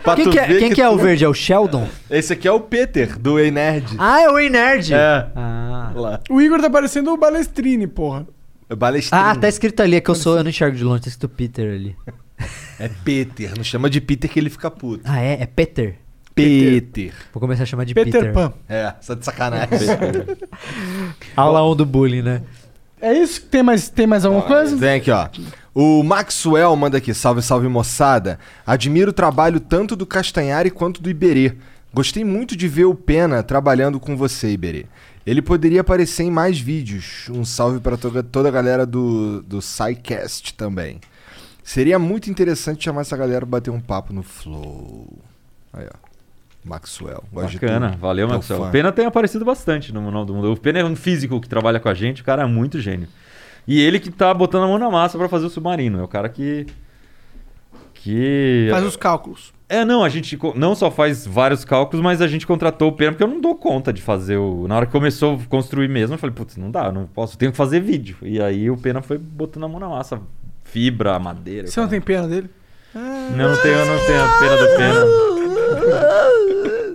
Pra
Quem,
tu
que é,
ver
quem
que
que é
tu-
o verde? É o Sheldon?
Esse aqui é o Peter, do Ei Nerd.
Ah, é o Ei Nerd.
É.
Ah.
Lá.
O Igor tá parecendo o Balestrini, porra.
É Balestrinho.
Ah, tá escrito ali, é que eu sou, eu não enxergo de longe, tá escrito Peter ali.
É Peter. Não chama de Peter que ele fica puto.
Ah, é? É Peter?
Peter.
Vou começar a chamar de Peter.
Peter, Pan.
É, só de
(laughs)
sacanagem.
Aula 1 do bullying, né?
É isso? Tem mais, tem mais alguma coisa?
Tem aqui, ó. O Maxwell manda aqui, salve, salve moçada. Admiro o trabalho tanto do Castanhari quanto do Iberê. Gostei muito de ver o Pena trabalhando com você, Iberê. Ele poderia aparecer em mais vídeos. Um salve para toda, toda a galera do, do SciCast também. Seria muito interessante chamar essa galera pra bater um papo no Flow. Aí, ó. Maxwell. Gosto de
Bacana,
tu.
valeu,
Teu
Marcelo.
fã.
O Pena tem aparecido bastante no Manual do Mundo. O Pena é um físico que trabalha com a gente, o cara é muito gênio. E ele que tá botando a mão na massa pra fazer o submarino. É o cara que. Que.
Faz os cálculos.
É, não, a gente co- não só faz vários cálculos, mas a gente contratou o Pena, porque eu não dou conta de fazer o. Na hora que começou a construir mesmo, eu falei, putz, não dá, não posso, tenho que fazer vídeo. E aí o Pena foi botando a mão na massa. Fibra, madeira.
Você não tem pena dele?
cara. Não, não tenho, eu não tenho a pena do Pena.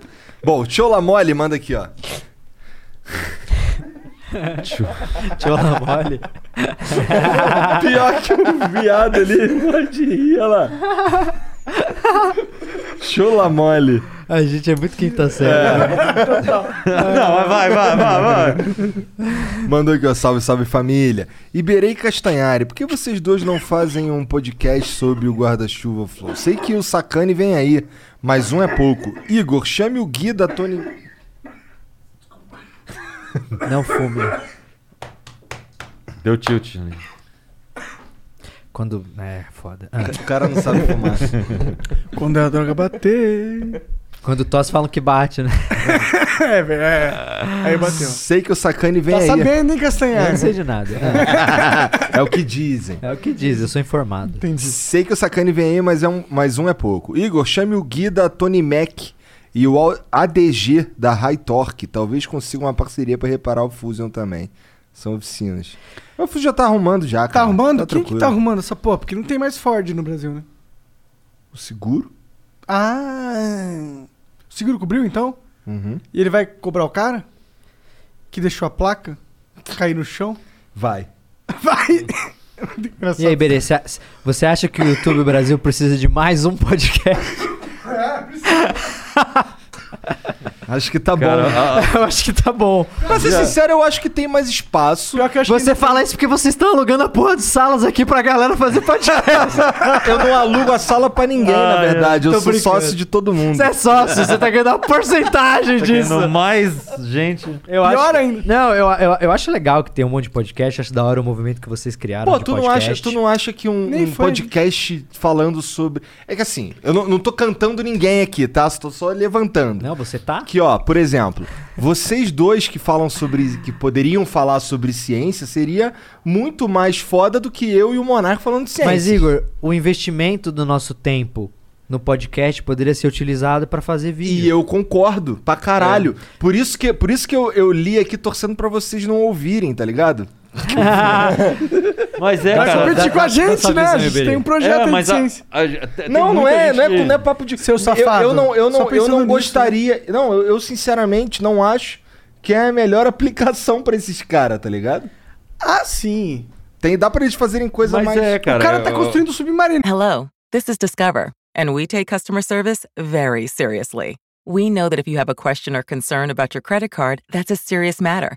(laughs)
Bom, o Chola Mole manda aqui, ó.
Tiola mole.
Pior que um viado ali, pode rir, olha lá. Chola mole.
A gente é muito quinta série. né?
Não, mas vai, vai, vai, vai.
Mandou aqui, ó, salve, salve família. Iberê e Castanhari, por que vocês dois não fazem um podcast sobre o guarda-chuva, Flow? Sei que o Sacane vem aí, mas um é pouco. Igor, chame o Gui da Tony...
Não fume.
Deu tilt. Né?
Quando. É, foda. Ah.
O cara não sabe
(laughs)
fumar.
Quando a droga bater.
Quando tosse falam que bate, né?
(laughs) É, velho. É. Aí bateu.
Sei que o Sacane vem
Tá
aí.
sabendo, hein,
Eu
Castanhar?
não sei de nada. Né? É,
É o que dizem.
é o que diz, eu sou informado.
Sei que o Sacane vem aí, mas, é um, mas um é pouco. Igor, chame o Gui da Tony Mac e o Al- ADG da High Torque. Talvez consiga uma parceria pra reparar o Fusion também. São oficinas. O Fusion já tá arrumando já, cara.
Tá arrumando? Quem que
tranquilo.
tá arrumando essa porra? Porque não tem mais Ford no Brasil, né?
O seguro?
Ah. O seguro cobriu, então?
Uhum.
E ele vai cobrar o cara? Que deixou a placa? Cair no chão? (laughs)
Vai.
Vai!
E aí, Berê, você você acha que o YouTube Brasil precisa de mais um podcast?
Acho que tá
Cara,
bom.
a- a-
(laughs) eu acho que tá bom.
Pra ser sincero, eu acho que tem mais espaço.
Pior que eu acho
Você fala isso porque vocês estão alugando a porra de salas aqui pra galera fazer podcast.
(laughs) Eu não alugo a sala pra ninguém, na
Ah, é.
verdade. Eu
Tô
sou
brincando.
sócio de todo mundo.
Você é sócio, você tá ganhando uma porcentagem
tá
disso.
querendo mais gente.
Eu
Pior
acho...
ainda.
um Não, eu, eu, eu acho legal que tem um monte de podcast, acho da hora o movimento que vocês criaram.
Pô,
de
tu não,
podcast.
acha, tu não acha que um,
Nem
um
foi.
podcast falando sobre. É que assim, eu não, não tô cantando ninguém aqui, tá? Só Tô só levantando.
Não, você tá?
Que, ó, por exemplo, vocês dois que falam sobre. que poderiam falar sobre ciência seria muito mais foda do que eu e o Monark falando de ciência.
Mas, Igor, o investimento do nosso tempo no podcast poderia ser utilizado pra fazer vídeo.
E eu concordo, pra caralho.
É.
Por isso que, por isso que eu, eu li aqui torcendo pra vocês não ouvirem, tá ligado?
Mas é,
Vai
cara.
competir
dá-
com a
dá-
gente,
dá essa
né?
visão,
A gente
Iberê.
tem um projeto aí de
É, mas a-
ciência.
a- a- tem
Não, não
muita
é, não é,
gente-
não é papo de.
Seu
Eu-
safado.
Eu, não, eu
Só
não, eu
pensando
não
nisso.
gostaria. Não, eu, eu sinceramente não acho que é a melhor (laughs) aplicação pra esses caras, tá ligado?
Ah, sim.
Tem, dá pra eles fazerem coisa
Mas
mais.
é, cara.
o cara tá
eu-
construindo um submarino.
Hello, this is Discover, and we take customer service very seriously. We know that if you have a question or concern about your credit card, that's a serious matter,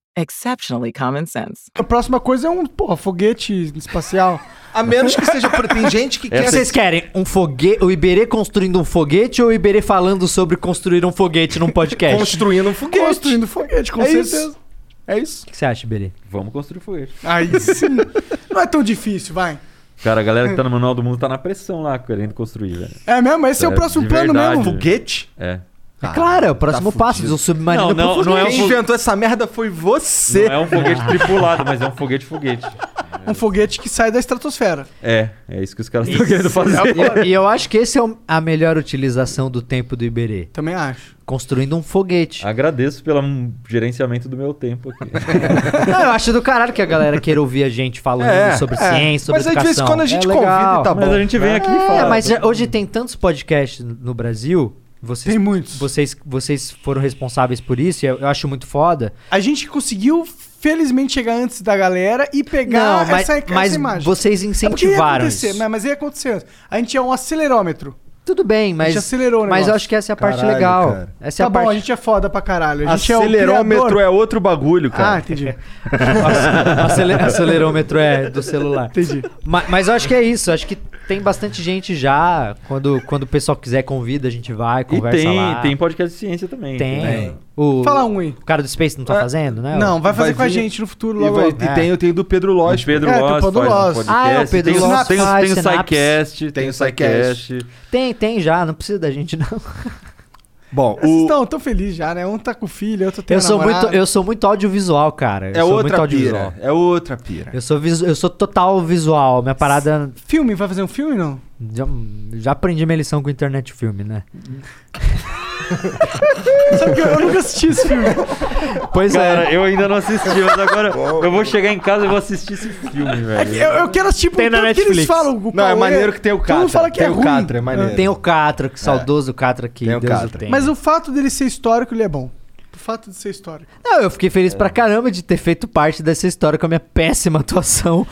exceptionally common sense.
A próxima coisa é um, porra, foguete espacial.
A menos que seja. pra- Tem gente que
O que
quer.
vocês querem? Um foguete, o Iberê construindo um foguete ou o Iberê falando sobre construir um foguete num podcast?
Construindo um foguete.
Construindo foguete, com
É isso.
certeza. É isso.
O que você acha, Iberê?
Vamos construir foguete.
Aí sim. não é tão difícil, vai.
Cara, a galera que tá no Manual do Mundo tá na pressão lá, querendo construir, velho.
É mesmo? Esse é, o
É,
próximo
de
plano
verdade.
mesmo.
Foguete?
É.
É claro, é o próximo
tá
passo
fudido.
do submarino
Não, não,
pro
não é
foguete.
um
Quem
foguete.
inventou essa merda foi você.
Não é um foguete tripulado, mas é um foguete foguete.
Um foguete que sai da estratosfera.
É, é isso que os caras estão querendo fazer.
(laughs) E, e eu acho que esse é o- a melhor utilização do tempo do Iberê.
Também acho.
Construindo um foguete.
(laughs) Agradeço pelo hum, gerenciamento do meu tempo aqui.
(laughs) Não, eu acho do caralho que a galera queira ouvir a gente falando
Ah. É,
sobre
é.
ciência, sobre
Mas aí, de
educação.
vez em quando, a gente
é
convida
legal.
e tá
Mas
bom. né?
a gente vem aqui e fala.
É, mas já- hoje tem tantos podcasts no- no Brasil. Vocês,
Tem muitos.
Vocês, vocês foram responsáveis por isso, e eu, eu acho muito foda.
A gente conseguiu, felizmente, chegar antes da galera e pegar
Não, mas,
essa, essa
mas
imagem.
vocês
É porque ia
incentivaram.
acontecer,
isso.
mas, mas ia acontecer antes. A gente é um acelerômetro.
Tudo bem, mas.
acelerou o
mas
negócio.
eu acho que essa é a parte
Caralho,
legal.
cara.
Essa é
tá
a
bom, a
parte.
gente é foda pra caralho. A gente é o
Acelerômetro
criador.
é outro bagulho,
Ah,
cara.
entendi.
(laughs) Acele- Acelerômetro é do celular.
Entendi.
Ma- Mas, eu acho que é isso. eu Acho que tem bastante gente já. Quando, quando o pessoal quiser, convida, a gente vai,
E
conversa
tem,
lá.
tem podcast de ciência também.
Tem.
entendeu?
O,
Fala um aí.
o cara do Space não tá fazendo, né?
Não, vai fazer
vai
com a
vir-
gente no futuro
E,
logo. É.
vai-
logo.
e tem, tem o do Pedro
Lost,
Loz.
Pedro
É, tem o
Lost
Pedro
faz um
Lost.
podcast.
Ah, é, o Pedro
tem, o-
Lost
tem, o-
faz
tem o
Synapse.
SciCast.
um
Tem o SciCast.
Tem, tem já, não precisa da gente, não.
Bom,
Vocês
o,
estão tão felizes já, né? Um tá com filho, outro tem
Eu sou,
namorada.
muito, eu sou muito audiovisual, cara. Eu
é
sou muito
outra
audiovisual.
pira. É outra pira.
Eu sou, visu, eu sou total visual. Minha parada.
Filme? Vai fazer um filme, não?
Já, já aprendi minha lição com internet filme, né?
Sabe que eu, eu nunca assisti esse filme.
Pois é.
Cara, eu ainda não assisti, mas agora
(laughs)
eu vou chegar em casa e vou assistir esse filme, velho.
É Eu, eu quero assistir por
Tem na
tanto que eles
Netflix.
falam. o
Não, é
Cauê-
maneiro que tem o
todo
Catra.
mundo fala que
tem
é
o
ruim.
Catra, é maneiro. É.
Tem o Catra, que saudoso Catra que
Tem o
Deus
Catra.
o tem.
Mas o fato dele ser histórico, ele é bom. O fato de ser histórico.
Não, eu fiquei
É.
feliz pra caramba de ter feito parte dessa história com a minha péssima (laughs) atuação.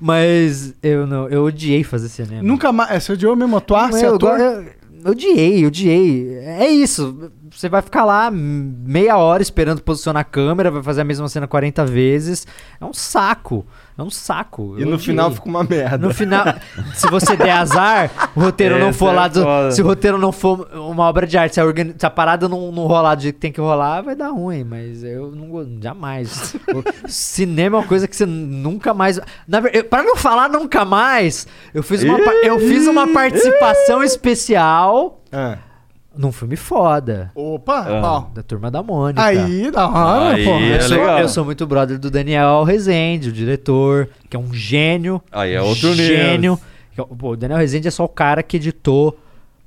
Mas eu não, eu odiei fazer cinema.
Nunca mais. É, você odiou mesmo atuar,
Não,
ser
eu,
ator?
eu- eu odiei, odiei. É isso. Você vai ficar lá meia hora esperando posicionar a câmera, vai fazer a mesma cena 40 vezes. É um saco. É um saco.
E
Eu
no
odiei.
final fica uma merda.
No final, se você der azar, o roteiro não
Essa
for
é
lá do-
foda.
Se o roteiro não for uma obra de arte, se a, organi- se a parada não, não rolar do jeito que tem que rolar, vai dar ruim. Mas eu não go- jamais. O cinema é uma coisa que você nunca mais. Na ver- eu- pra não falar nunca mais, eu fiz uma, pa- eu fiz uma participação especial
Ah.
num filme foda.
Opa, pau.
Da turma da Mônica.
Aí, da hora,
Aí,
porra.
é
Eu sou,
legal.
eu sou muito brother do Daniel Rezende, o diretor, que é um gênio.
Aí é outro nível.
gênio. Que é- Pô, o Daniel Rezende é só o cara que editou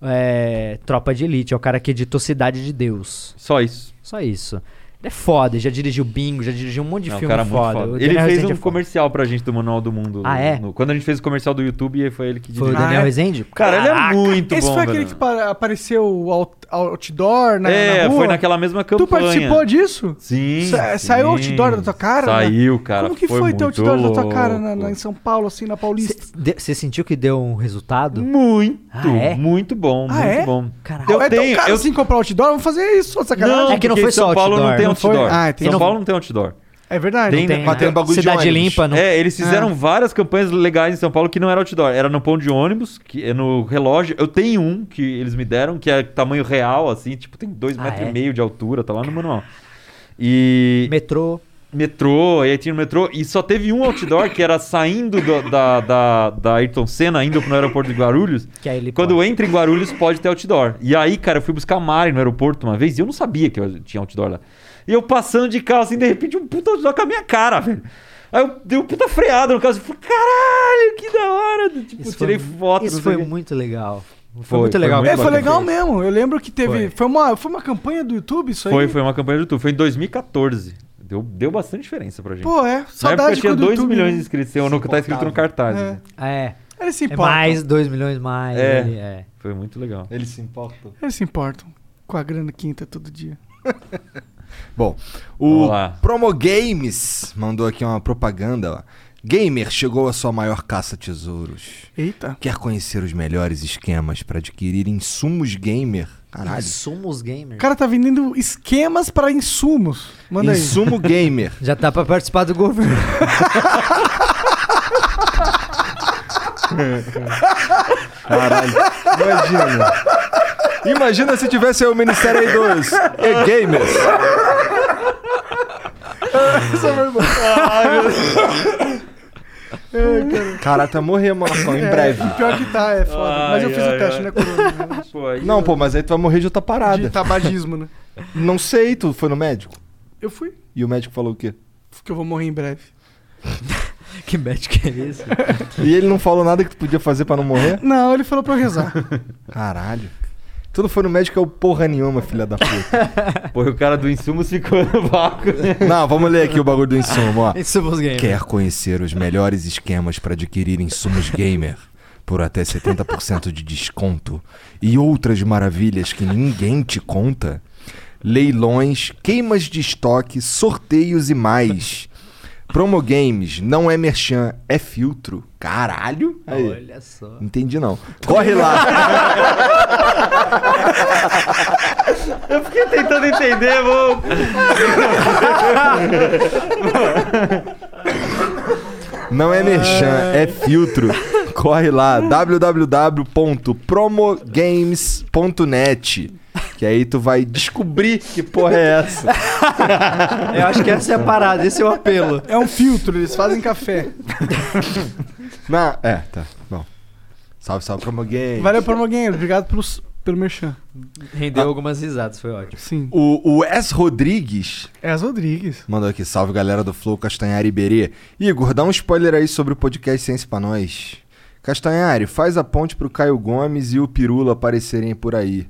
é, Tropa de Elite, é o cara que editou Cidade de Deus.
Só isso.
Só isso. Ele é foda, ele já dirigiu Bingo, já dirigiu um monte de
Não, o
filme
cara é muito
foda. O
Ele
Daniel
fez
Rezende
um
é foda.
comercial pra gente do Manual do Mundo.
Ah, é?
No- quando a gente fez o comercial do YouTube, foi ele que
Foi o
dirigiu.
Daniel
é?
Rezende?
Cara, ele é
Caraca.
muito
Esse
bom.
foi aquele
velho.
que para- apareceu out, outdoor na,
É,
na rua?
foi naquela mesma campanha.
Tu participou disso?
Sim.
Sa-
sim.
saiu outdoor da tua cara? né?
Saiu, cara.
Como que foi, teu
muito
outdoor da tua cara na-
louco.
na- em São Paulo, assim, na Paulista?
Você sentiu que deu um resultado?
Muito,
Ah, é?
muito bom,
Ah,
muito
é?
bom.
Caralho.
Eu
é tão
tenho-
caro
eu-
assim comprar outdoor? Vamos fazer isso, só de sacanagem.
É que não
porque
foi
São
só
Paulo não
outdoor,
tem
não
foi?
outdoor.
Ah, entendi.
São
Não-
Paulo não tem outdoor.
É verdade.
Tem,
Tem,
mas
né?
tem um
bagulho de
Cidade
ônibus.
limpa, não. Ah.
É, eles fizeram várias campanhas legais em São Paulo que não era outdoor. Era no pão de ônibus, que é no relógio. Eu tenho um que eles me deram, que é tamanho real, assim, tipo, tem dois
Ah,
metros
é?
e meio de altura, tá lá no manual. E
Metrô.
metrô, e aí tinha no metrô, e só teve um outdoor que era saindo do- da, da, da Ayrton Senna, indo pro aeroporto de Guarulhos.
Que aí ele
Quando
pode.
eu entro em Guarulhos, pode ter outdoor. E aí, cara, eu fui buscar a Mari no aeroporto uma vez e eu não sabia que eu tinha outdoor lá. E eu passando de carro assim, de repente, um puta outdoor com a minha cara, velho. Aí eu dei um puta freada no carro e falei, caralho, que da hora. Tipo,
Isso
tirei
foi,
foto.
Isso
não sei
foi
o quê.
muito legal. Foi,
Foi,
muito
foi
legal.
muito
É, foi
bacana.
legal mesmo. Eu lembro que teve.
Foi.
Foi, uma, foi uma campanha do YouTube isso aí?
Foi, foi uma campanha do YouTube. Foi em 2014. Deu, deu bastante diferença pra gente.
Pô, é.
Na época eu
Saudade
tinha
quando o
2
YouTube-
milhões de inscritos. Tem o no- tá escrito no cartaz.
É.
assim.
É,
Eles se
é
importam.
mais 2 milhões mais.
É.
ele é.
Foi muito legal.
Ele se importa.
Eles se importam. Com a grana quinta todo dia.
Bom,
Vamos
o
lá.
Promogames mandou aqui uma propaganda. Ó. Gamer chegou à sua maior caça a tesouros.
Eita.
Quer conhecer os melhores esquemas para adquirir insumos gamer? Caralho.
Somos gamers.
O cara tá vendendo esquemas pra insumos. Manda aí.
Insumo gamer.
Já tá pra participar do governo. (laughs)
Caralho. (laughs) Imagina. Imagina se tivesse aí o Ministério aí dos e gamers. Cara, tá morrendo, mano, em breve.
É, pior que tá, é foda.
Ai,
Mas eu fiz
ai,
o teste,
ai. (laughs)
né, Corona? né?
Pô, aí-
Não, pô, mas aí tu vai morrer de outra
De
parada.
tabagismo, né?
Não sei, tu foi no médico.
Eu fui.
E o médico falou o quê?
Que eu vou morrer em breve.
que médico é esse?
E ele não falou nada que tu podia fazer pra não morrer?
Não, ele falou pra eu rezar.
Caralho. Tu não foi no médico é o porra nenhuma, filha da puta.
Pô, o cara do insumos ficou no vácuo. né?
Não, vamos ler aqui o bagulho do insumo, ó.
Somos gamers.
Quer conhecer os melhores esquemas para adquirir insumos gamer por até 70% de desconto e outras maravilhas que ninguém te conta? Leilões, queimas de estoque, sorteios e mais. Promogames não é merchan, é filtro. Caralho! Aí.
Olha só.
Entendi não. Corre lá.
Eu fiquei tentando entender, vou.
Não é merchan, é filtro. Corre lá, www.promogames.net. Que aí tu vai descobrir que porra é essa.
Eu acho que essa é a parada, esse é o apelo.
É um filtro, eles fazem café.
Na... É, tá. Bom. Salve, salve, Promogame.
Valeu, Promogamer. Obrigado pelos, pelo merchan.
Rendeu algumas risadas, foi ótimo.
Sim.
O, o S. Rodrigues
É as Rodrigues.
mandou aqui. Salve, galera do Flow Castanhari Iberê. Igor, dá um spoiler aí sobre o podcast Ciência pra nós. Castanhari, faz a ponte pro Caio Gomes e o Pirula aparecerem por aí.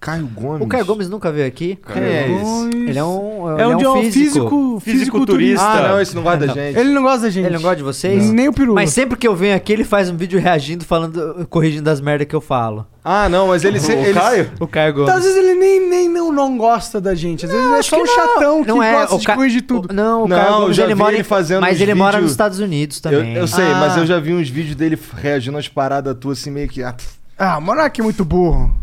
Caio Gomes?
O Caio Gomes nunca veio aqui.
Quem é esse?
Ele é um,
É um,
ele
de-
é um físico.
físico.
Fisiculturista.
Ah, não, esse não guarda da gente.
Ele não gosta da gente.
Ele não gosta de vocês?
Nem o peru.
Mas sempre que eu venho aqui, ele faz um vídeo reagindo, falando, corrigindo as merdas que eu falo.
Ah, não, mas ele... se- ele... Caio?
O Caio Gomes.
Tá
Então, às vezes ele nem, nem não, não gosta da gente. Às vezes ele é só um chatão que gosta de
Ca-
corrigir tudo.
é, o- Não, o
Não,
Caio Gomes,
eu já
ele
vi
mora
ele
em-
fazendo
Mas
uns
ele mora
vídeos-
nos Estados Unidos
Eu,
também.
eu sei,
Ah,
mas eu já vi uns vídeos dele reagindo às paradas tuas, assim, meio que... Ah, pff.
Ah, o Monark é muito burro.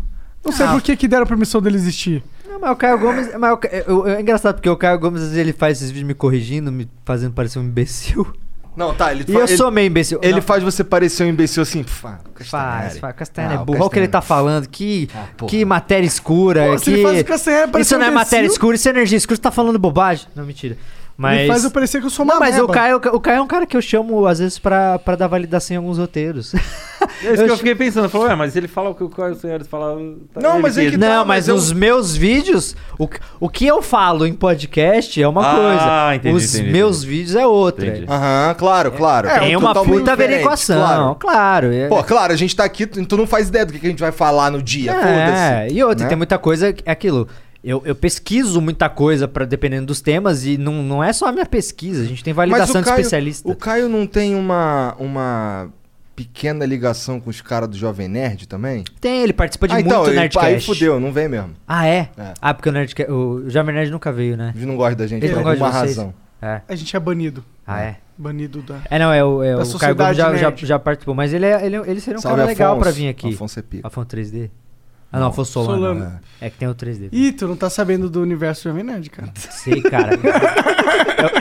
Não sei
Ah.
por que, que deram permissão dele existir.
Não, mas o Caio Gomes. Mas o Ca- eu- eu- é engraçado porque o Caio Gomes às vezes ele faz esses vídeos me corrigindo, me fazendo parecer um imbecil.
(laughs) Não, tá, ele...
E
fa-
eu
ele-
sou meio imbecil.
Ele
Não,
faz você parecer um imbecil assim, pff, ah,
faz,
Castanhari.
faz. Castanha é
Ah, o
burro. Olha o que ele tá
Castanhari. Ah,
falando. Que,
porra.
que matéria escura.
Pô, se
que-
ele faz o Castanheira parecer
Isso não é
um
matéria
imbecil.
escura, isso é energia escura. Você tá falando bobagem. Não, mentira. Mas...
Me faz Ah, eu parecer que eu sou uma
Não, mas o
ameba.
Caio, o Caio é um cara que eu chamo, às vezes, pra, pra dar validação em alguns roteiros.
É isso que eu fiquei pensando. Eu Falei, ué, mas ele fala o que o Caio Senhores fala. tá,
Não,
ele
mas é
(laughs) quis.
que-
Não,
Não,
mas
mas eu-
os meus vídeos, o, que- o que eu falo em podcast é uma
Ah,
coisa.
entendi,
os
entendi,
meus
entendi.
vídeos é outra.
Entendi.
Aham, claro, claro.
É, Tem uma
É, totalmente
puta
diferente,
averiguação,
claro.
claro. é-
Pô, claro, a gente tá aqui, tu tu não faz ideia do que que a gente vai falar no dia,
É,
foda-se.
e outra,
né?
tem muita coisa, é aquilo. Eu, eu pesquiso muita coisa para dependendo dos temas e não, não é só a minha pesquisa, a gente tem validação
o Caio-
de especialista.
O Caio não tem uma, uma pequena ligação com os caras do Jovem Nerd também?
Tem, ele participa de
ah,
muito
então, ele-
Nerdcast.
aí fudeu, não vem mesmo.
Ah, é?
É.
Ah, porque o Nerdcast, o Jovem Nerd nunca veio, né?
Eles não gostam da gente
Eles
por
não gostam
alguma
de vocês.
razão.
É.
A gente é banido.
Ah, é.
Banido da.
É, não, é o, é,
Da
o Caio Gomes já,
sociedade
já,
nerd.
já participou, mas ele, é, ele, é- ele seria um
Salve,
cara legal
Afonso.
pra vir aqui. Afonso,
Afonso é pica.
3D. um Ah, não, Afonso Solano.
Solano.
É que tem o 3D.
Ih, tu não tá sabendo do universo Jovem Nerd, cara.
Sei, cara.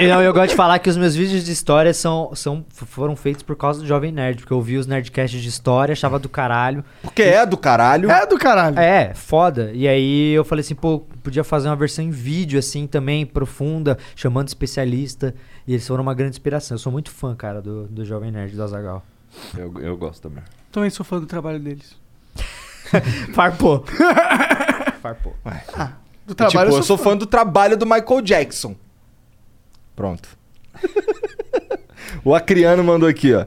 eu, eu, eu gosto de falar que os meus vídeos de história são, são, foram feitos por causa do Jovem Nerd, porque eu vi os Nerdcasts de história, achava do caralho.
Porque é do caralho.
É do caralho.
É, foda. E aí eu falei assim, pô, podia fazer uma versão em vídeo, assim, também, profunda, chamando especialista. E eles foram uma grande inspiração. Eu sou muito fã, cara, do, do Jovem Nerd do Azagal.
tá-
Eu, eu gosto também.
Também sou fã do trabalho deles.
Farpou. Farpou.
Do
É tipo,
trabalho
eu sou fã do trabalho do Michael Jackson. Pronto. (laughs) o Acriano mandou aqui, ó.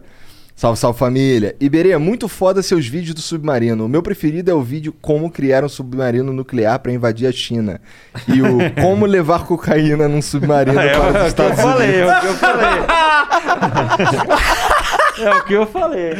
Salve, salve família. Iberê, é muito foda seus vídeos do submarino. O meu preferido é o vídeo Como Criar um Submarino Nuclear pra Invadir a China. E o (laughs) Como Levar Cocaína num
(laughs)
Submarino
É,
para os
o que eu
Estados
falei,
Unidos.
é o que eu falei. (laughs) É o que eu falei.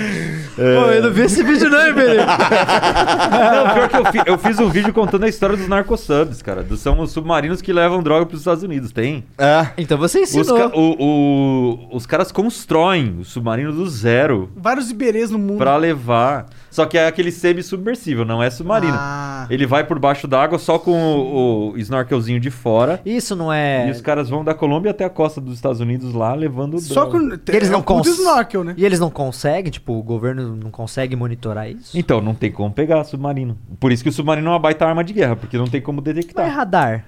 Pô, eu não vi esse vídeo não, hein, Pedro?
Não, pior que eu, fi- eu fiz um vídeo contando a história dos narcosubs, cara. Do- São os submarinos que levam droga pros Estados Unidos, tem?
É.
Então você ensinou.
Os, ca- o- o- os caras constroem o submarino do zero
Vários iberês no mundo.
pra levar. Só que é aquele semi-submersível, não é submarino.
Ah.
Ele vai por baixo d'água só com o, o snorkelzinho de fora.
Isso não
E
é...
os caras vão da Colômbia até a costa dos Estados Unidos lá, levando
Só
droga.
com.
E eles não
é o cu do
cons-
snorkel, né?
E eles não conseguem, tipo, o governo não consegue monitorar isso?
Então, não tem como pegar submarino. Por isso que o submarino é uma baita arma de guerra, porque não tem como
Não é
detectar.
radar.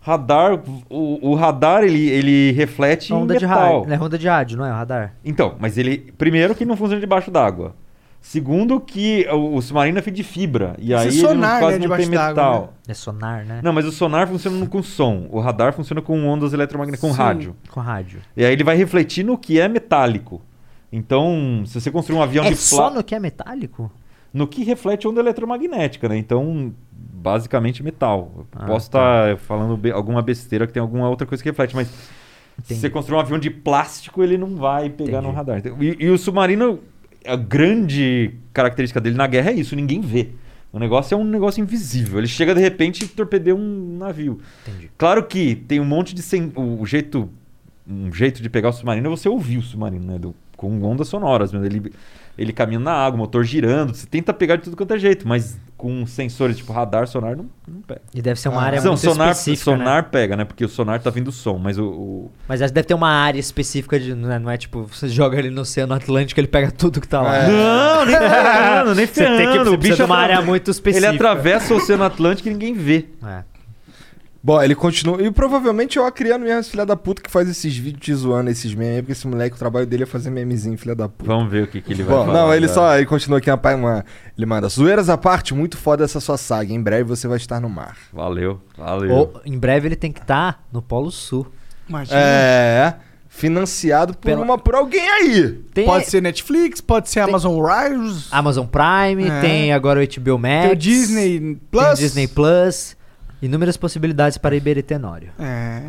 Radar, o, o radar, ele, ele reflete
É
em
onda de
metal.
né?
rádio. É onda de rádio, não é radar?
Então, mas ele. Primeiro que não funciona debaixo d'água. Segundo que o, o submarino é feito de fibra. E aí ele
sonar,
não, quase
né,
não tem
debaixo d'água,
metal.
É sonar, né?
Não, mas o sonar funciona com som. O radar funciona com ondas eletromagnéticas, com
Sim.
rádio.
Com rádio.
E aí ele vai refletir no que é metálico. Então, se você construir um avião
É
de
só
plástico.
no que é metálico?
No que reflete onda eletromagnética, né? Então, basicamente metal. Eu
Ah,
Posso estar
tá.
falando be- alguma besteira que tem alguma outra coisa que reflete, mas
Entendi.
se você construir um avião de plástico, ele não vai pegar
Entendi.
no radar. Então, E, e o submarino, a grande característica dele na guerra é isso, ninguém vê. O negócio é um negócio invisível. Ele chega de repente e torpedeia um navio.
Entendi.
Claro que tem um monte de. Sen... O o jeito. Um jeito de pegar o submarino é você ouvir o submarino, né? Do- Com ondas sonoras, mesmo. Ele, ele caminha na água, o motor girando. Você tenta pegar de tudo quanto é jeito, mas com sensores tipo radar, sonar, não, não pega.
E deve ser uma área
Não,
é muito
Ah. sonar,
específica,
sonar
né?
pega, né? Porque o sonar tá vindo som, mas o. o-
Mas essa deve ter uma área específica, de, não, é, não é tipo, você joga ele no Oceano Atlântico, ele pega tudo que tá lá.
Não, (laughs) nem ferrando, nem
Você tem que
ferrando.
você
O
precisa
bicho é
de uma
atra-
área muito
Ele
específica.
atravessa o Oceano Atlântico e ninguém vê.
É.
Bom, ele continua. E provavelmente é o Acriano mesmo, esse filha da puta, que faz esses vídeos te zoando esses memes aí, porque esse moleque, o trabalho dele é fazer memezinho, filha da puta.
Vamos ver o que, que ele vai
Bom,
falar.
não, ele
né?
agora.
só ele continua aqui uma, uma, ele manda zoeiras à parte, muito foda essa sua saga. Em breve você vai estar no mar.
Valeu, valeu.
Ou, em breve ele tem que estar no Polo Sul.
Imagina.
É, financiado por
Pela-
uma por alguém aí.
Tem
Pode ser Netflix, pode ser Amazon Rise,
Amazon Prime,
É.
tem agora o HBO Max.
tem o Disney Plus.
Tem Disney Plus. Inúmeras possibilidades para Iberê Tenório.
É.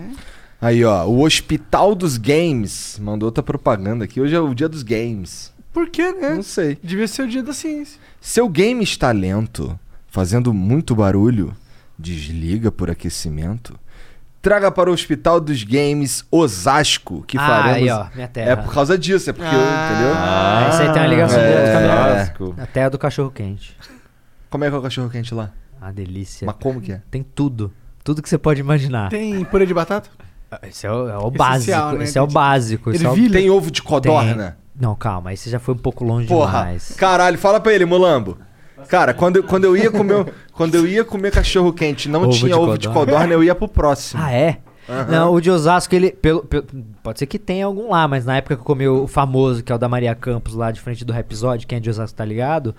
Aí, ó, o Hospital dos Games mandou outra propaganda aqui. Hoje é o dia dos games.
Por quê, né?
Não sei.
Devia ser o dia da ciência.
Seu game está lento, fazendo muito barulho, desliga por aquecimento. Traga para o Hospital dos Games Osasco, que
Ah,
faremos.
aí, ó, minha terra.
É por causa disso, é porque, eu- entendeu?
Ah, isso aí tem uma ligação
é.
boa com a minha.
Osasco.
A terra do cachorro quente.
Como é que é o cachorro quente lá?
Ah, delícia.
Mas como que é?
Tem tudo. Tudo que você pode imaginar.
Tem purê de batata?
Esse é o, é o
Essencial,
básico.
né?
Esse é o
Entendi.
básico. Esse é o...
Ervilha.
Tem ovo de codorna?
Não, calma. Aí você já foi um pouco longe
Porra,
demais.
caralho, fala pra ele, Mulambo. Cara, quando eu, quando eu ia comer, quando eu ia comer cachorro quente, não
Ovo
tinha
de
ovo de
codorna.
codorna, eu ia pro próximo.
Ah, é? Não, o de Osasco, ele. Pelo, pelo- pode ser que tenha algum lá, mas na época que eu comi o famoso, que é o da Maria Campos, lá de frente do Rhapsody, quem é de Osasco tá ligado?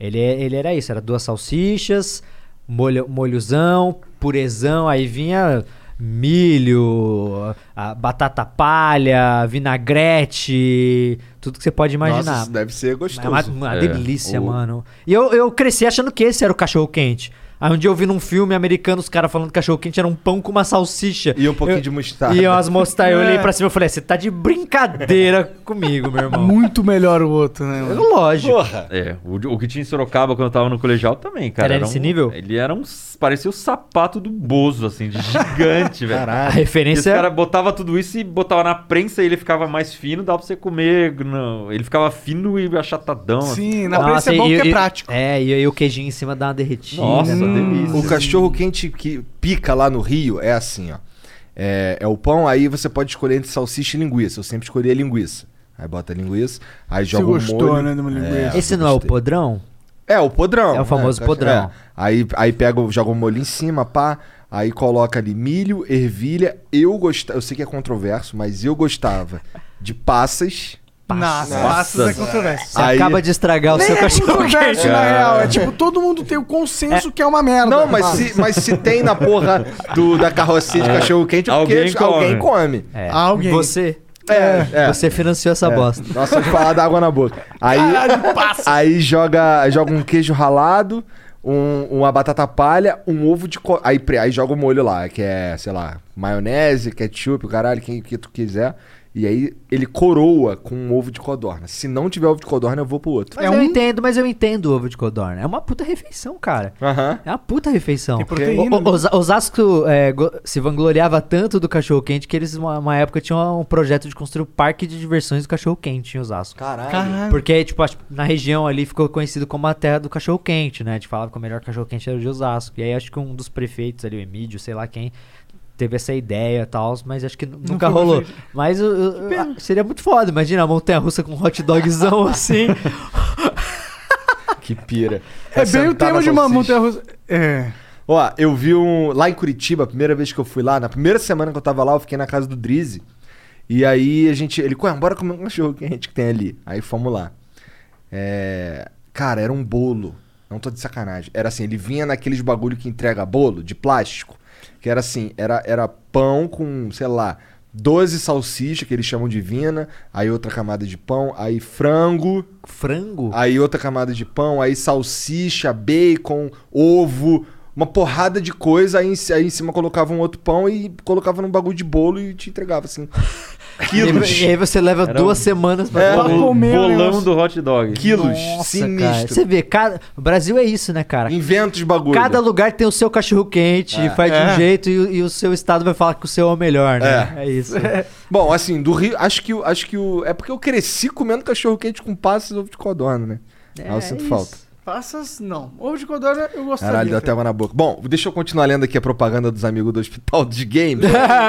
Ele, é- ele era isso, era duas salsichas, molho, molhozão, purezão, aí vinha milho, a batata palha, vinagrete, tudo que você pode imaginar.
Nossa, isso deve ser
É
gostoso.
uma, uma
É.
delícia,
O-
mano. E eu, eu cresci achando que esse era o cachorro quente. Aí um dia eu vi num filme americano os caras falando que cachorro quente era um pão com uma salsicha.
E um pouquinho
Eu-
de mostarda.
E umas mostardas.
(laughs)
Eu olhei
É.
pra cima e falei: você tá de brincadeira comigo, meu irmão.
Muito melhor o outro, né? mano?
Lógico.
Porra!
É, o, de- o que tinha em Sorocaba quando eu tava no colegial também, cara.
Era nesse
um-
nível?
Ele era um. Parecia o sapato do Bozo, assim, de gigante, (laughs) velho.
A
E os
referência
cara botava tudo isso e botava na prensa e ele ficava mais fino, dava pra você comer. Não, ele ficava fino e achatadão. assim.
Sim, na prensa é bom
e,
que é
e-
prático.
É, e aí o queijinho em cima dá uma derretida.
Nossa,
né?
delícia.
O cachorro quente que pica lá no Rio é assim, ó. É, é o pão, aí você pode escolher entre salsicha e linguiça. Eu sempre escolhi a linguiça. Aí bota a linguiça, aí
Se
joga o
gostou,
molho.
né? De uma linguiça.
Esse não é o podrão?
É, o podrão.
É o famoso
né? Cachorro-
podrão.
é. Aí, aí pega, o- joga o molho em cima, pá. Aí coloca ali milho, ervilha. Eu gostava, eu sei que é controverso, mas eu gostava de passas.
Nossa,
Nossa.
passas é controverso.
Você
Aí-
acaba de estragar o
Nem
seu
é
cachorro quente.
controverso, na real. É tipo, todo mundo tem o consenso que é uma merda.
Não, mas se, mas se tem na porra do, da carrocinha de cachorro quente, é porque
Alguém come.
alguém come.
É.
Alguém.
Você,
É, é.
você financiou essa bosta.
Nossa, de falar da água na boca. Aí, aí joga, joga um queijo ralado, um- uma batata palha, um ovo de. Co... Aí, pre- aí joga o molho lá, que é, sei lá, maionese, ketchup, o caralho, quem que tu quiser. E aí ele coroa com um ovo de codorna. Se não tiver ovo de codorna, eu vou pro outro.
Mas
É
eu
um-
entendo, mas eu entendo o ovo de codorna. É uma puta refeição, cara.
Aham.
É uma puta refeição.
Tem proteína, né?
O- o- Osa- Osasco é, go- se vangloriava tanto do cachorro-quente que eles, uma, uma época, tinham um projeto de construir o parque de diversões do cachorro-quente em Osasco.
Caralho.
Porque, tipo, acho que na região ali ficou conhecido como a terra do cachorro-quente, né? A gente falava que o melhor cachorro-quente era o de Osasco. E aí acho que um dos prefeitos ali, o Emílio, sei lá quem, teve essa ideia e tal, mas acho que nu- nunca rolou. Mas eu- eu- ah, seria muito foda, imagina a montanha-russa com um hot
(laughs)
dogzão assim.
Que pira.
É
Vai
bem o
sentar na
tema de uma
salsicha.
montanha russa. É.
Ó, eu vi um. Lá em Curitiba, a primeira vez que eu fui lá, na primeira semana que eu tava lá, eu fiquei na casa do Drizzy. E aí a gente. Ele, ué, bora comer um cachorro quente que tem ali. Aí fomos lá. É. Cara, era um bolo. Não tô de sacanagem. Era assim, ele vinha naqueles bagulho que entrega bolo, de plástico. Que era assim, era, era pão com, sei lá, 12 salsicha, que eles chamam de vina. Aí outra camada de pão. Aí frango.
Frango?
Aí outra camada de pão, aí salsicha, bacon, ovo, uma porrada de coisa. Aí em, ci- aí em cima colocava um outro pão e colocava num bagulho de bolo e te entregava assim. Quilos.
E aí você leva
Era
duas
um-
semanas pra
É.
Era
comer.
o
comer o
bolão
negócio.
do hot dog.
quilos.
Nossa, cara.
sinistro.
Você vê, cada... o Brasil é isso, né, cara?
Inventa os bagulhos.
Cada lugar tem o seu cachorro quente,
É.
faz de um jeito e, e o seu estado vai falar que o seu é o melhor, né? É,
(laughs)
isso.
Bom, assim, do Rio, acho que, o- acho que o. É porque eu cresci comendo cachorro quente com passas e ovo de codorna, né?
É,
Aí eu
É
sinto falta.
Passas, não. Ovo de codorna eu gostaria.
Caralho, deu até
cara.
água na boca. Bom, deixa eu continuar lendo aqui a propaganda dos amigos do Hospital dos
(laughs)
Games,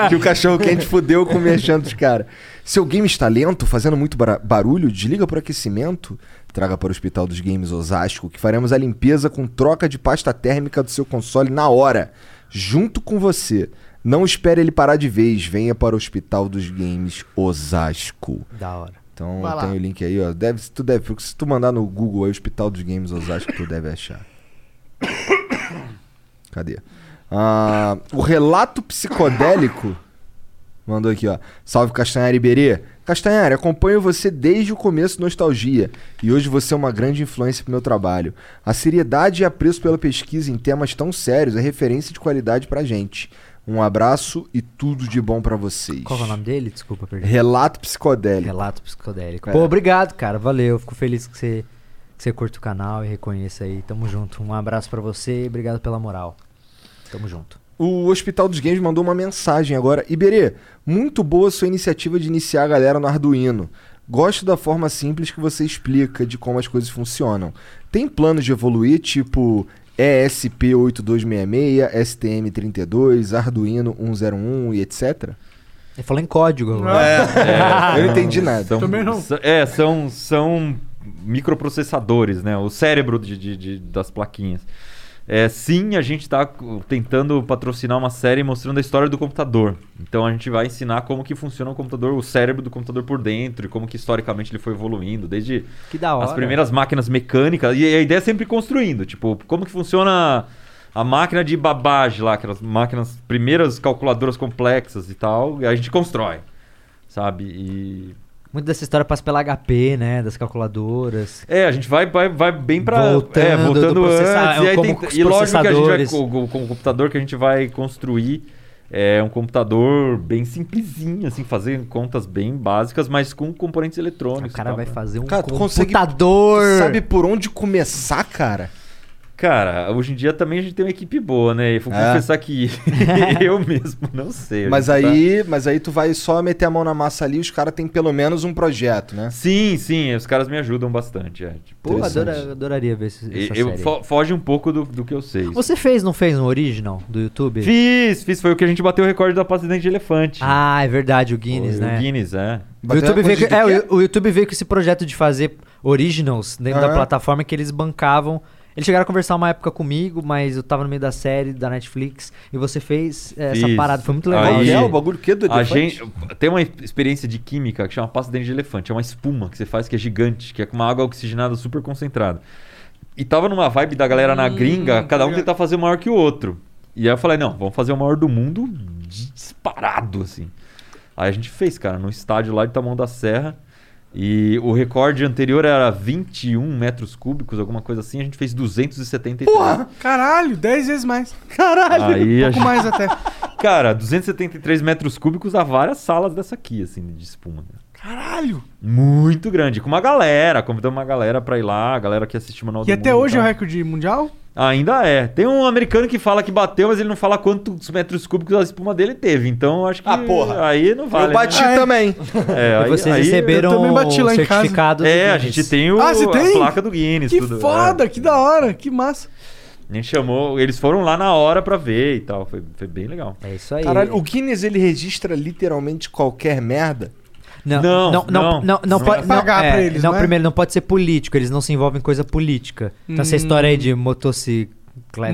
que o cachorro quente fudeu com o merchan dos caras. Seu game está lento, fazendo muito bara- barulho, desliga por aquecimento, traga para o Hospital dos Games Osasco, que faremos a limpeza com troca de pasta térmica do seu console na hora, junto com você. Não espere ele parar de vez, venha para o Hospital dos Games Osasco.
Da hora.
Então
Vai lá.
tem o link aí, ó. Deve, se tu deve, porque se tu mandar no Google aí, Hospital dos Games Osasco, tu deve achar. (coughs) Cadê? Ah, o relato psicodélico mandou aqui, ó. Salve Castanhari Iberê. Castanhari, acompanho você desde o começo do Nostalgia e hoje você é uma grande influência pro meu trabalho. A seriedade e apreço pela pesquisa em temas tão sérios é referência de qualidade pra gente. Um abraço e tudo de bom pra vocês.
Qual que é o nome dele? Desculpa, perdi.
Relato psicodélico.
Relato psicodélico.
É.
Pô, obrigado, cara. Valeu. Fico feliz que você, que você curta o canal e reconheça aí. Tamo junto. Um abraço pra você e obrigado pela moral. Tamo junto.
O Hospital dos Games mandou uma mensagem agora. Iberê, muito boa sua iniciativa de iniciar a galera no Arduino. Gosto da forma simples que você explica de como as coisas funcionam. Tem planos de evoluir, tipo ESP8266, STM32, Arduino 101 e etc?
Ele falou em código agora.
É. (laughs) Eu não entendi nada.
É, São,
Também não.
s- É, são, são microprocessadores, né? O cérebro de, de- de- das plaquinhas. É, sim, a gente está tentando patrocinar uma série mostrando a história do computador. Então a gente vai ensinar como que funciona o computador, o cérebro do computador por dentro, e como que historicamente ele foi evoluindo, desde
Que da hora.
as primeiras máquinas mecânicas. E a ideia é sempre construindo, tipo, como que funciona a máquina de babage lá, aquelas máquinas, primeiras calculadoras complexas e tal, e a gente constrói, sabe? E
Muito dessa história passa pela HP, né? Das calculadoras.
é, a gente vai, vai, vai bem pra.
Voltando
é, voltando
do processa- é,
antes. E, aí
como
tem-
os
e lógico que a gente vai.
processadores.
Com, com- com o computador que a gente vai construir é um computador bem simplesinho, assim, fazer contas bem básicas, mas com componentes eletrônicos.
O
e
cara
tal,
vai
né?
fazer um
tá, Cara, tu consegue-
computador.
Sabe por onde começar, cara?
Cara, hoje em dia também a gente tem uma equipe boa, né? Eu vou
É.
confessar que (laughs) eu mesmo não sei.
Mas
a gente tá-
aí, mas aí tu vai só meter a mão na massa ali, os caras têm pelo menos um projeto, né?
Sim, sim, os caras me ajudam bastante. É. Tipo,
Pô,
Interessante.
adora- adoraria ver esse-
e-
essa
eu
série.
fo- foge um pouco do, do que eu sei.
Você fez, não fez um original do YouTube?
Fiz, fiz. Foi o que a gente bateu o recorde da pasta de dente de elefante.
Ah, é verdade, o Guinness,
O
né?
Guinness, é.
O YouTube,
Bateu a
veio,
recorde
com- é,
do
o, o YouTube veio com esse projeto de fazer originals dentro da
Aham.
plataforma que eles bancavam. Eles chegaram a conversar uma época comigo, mas eu tava no meio da série da Netflix e você fez é, essa
Fiz.
parada. Foi muito
Qual
legal. né?
Aí-
que é o bagulho que é do
A
elefante?
gente, tem uma experiência de química que chama pasta de dente de elefante. É uma espuma que você faz que é gigante, que é com uma água oxigenada super concentrada. E tava numa vibe da galera
Hum,
na gringa, cada um tentar fazer maior que o outro. E aí eu falei, não, vamos fazer o maior do mundo disparado, assim. Aí a gente fez, cara, no estádio lá de Tamoão da Serra. E o recorde anterior era 21 metros cúbicos, alguma coisa assim. A gente fez 273. Porra!
um-
Caralho, 10
(laughs)
vezes mais. Caralho,
Aí
um
a
pouco
gente-
mais até.
Cara, 273 metros cúbicos há várias salas dessa aqui, assim, de espuma.
Caralho.
Muito grande, com uma galera, convidamos uma galera pra ir lá, a galera que assiste o Manual
E
do
até
Mundo
hoje é o
tal.
recorde mundial?
Ainda é. Tem um americano que fala que bateu, mas ele não fala quantos metros cúbicos a espuma dele teve. Então eu acho que
Ah, porra.
aí não vale.
eu bati um.
né?
também.
É,
e
aí,
vocês
aí-
receberam
eu também bati lá
o
em casa.
certificado do
É, a
Guinness.
gente tem, o,
Ah, você
a
tem?
placa do Guinness.
Que
tudo, é.
foda, que da hora, que massa.
A gente chamou, eles foram lá na hora pra ver e tal. Foi, foi bem legal.
É isso aí.
Caralho, o Guinness ele registra literalmente qualquer merda.
Não,
Não,
não, não,
não.
não, não,
Não
pode
vai pagar
não, é,
pra eles,
não,
né?
primeiro, não pode ser político, eles não se envolvem em coisa política. Então essa história aí de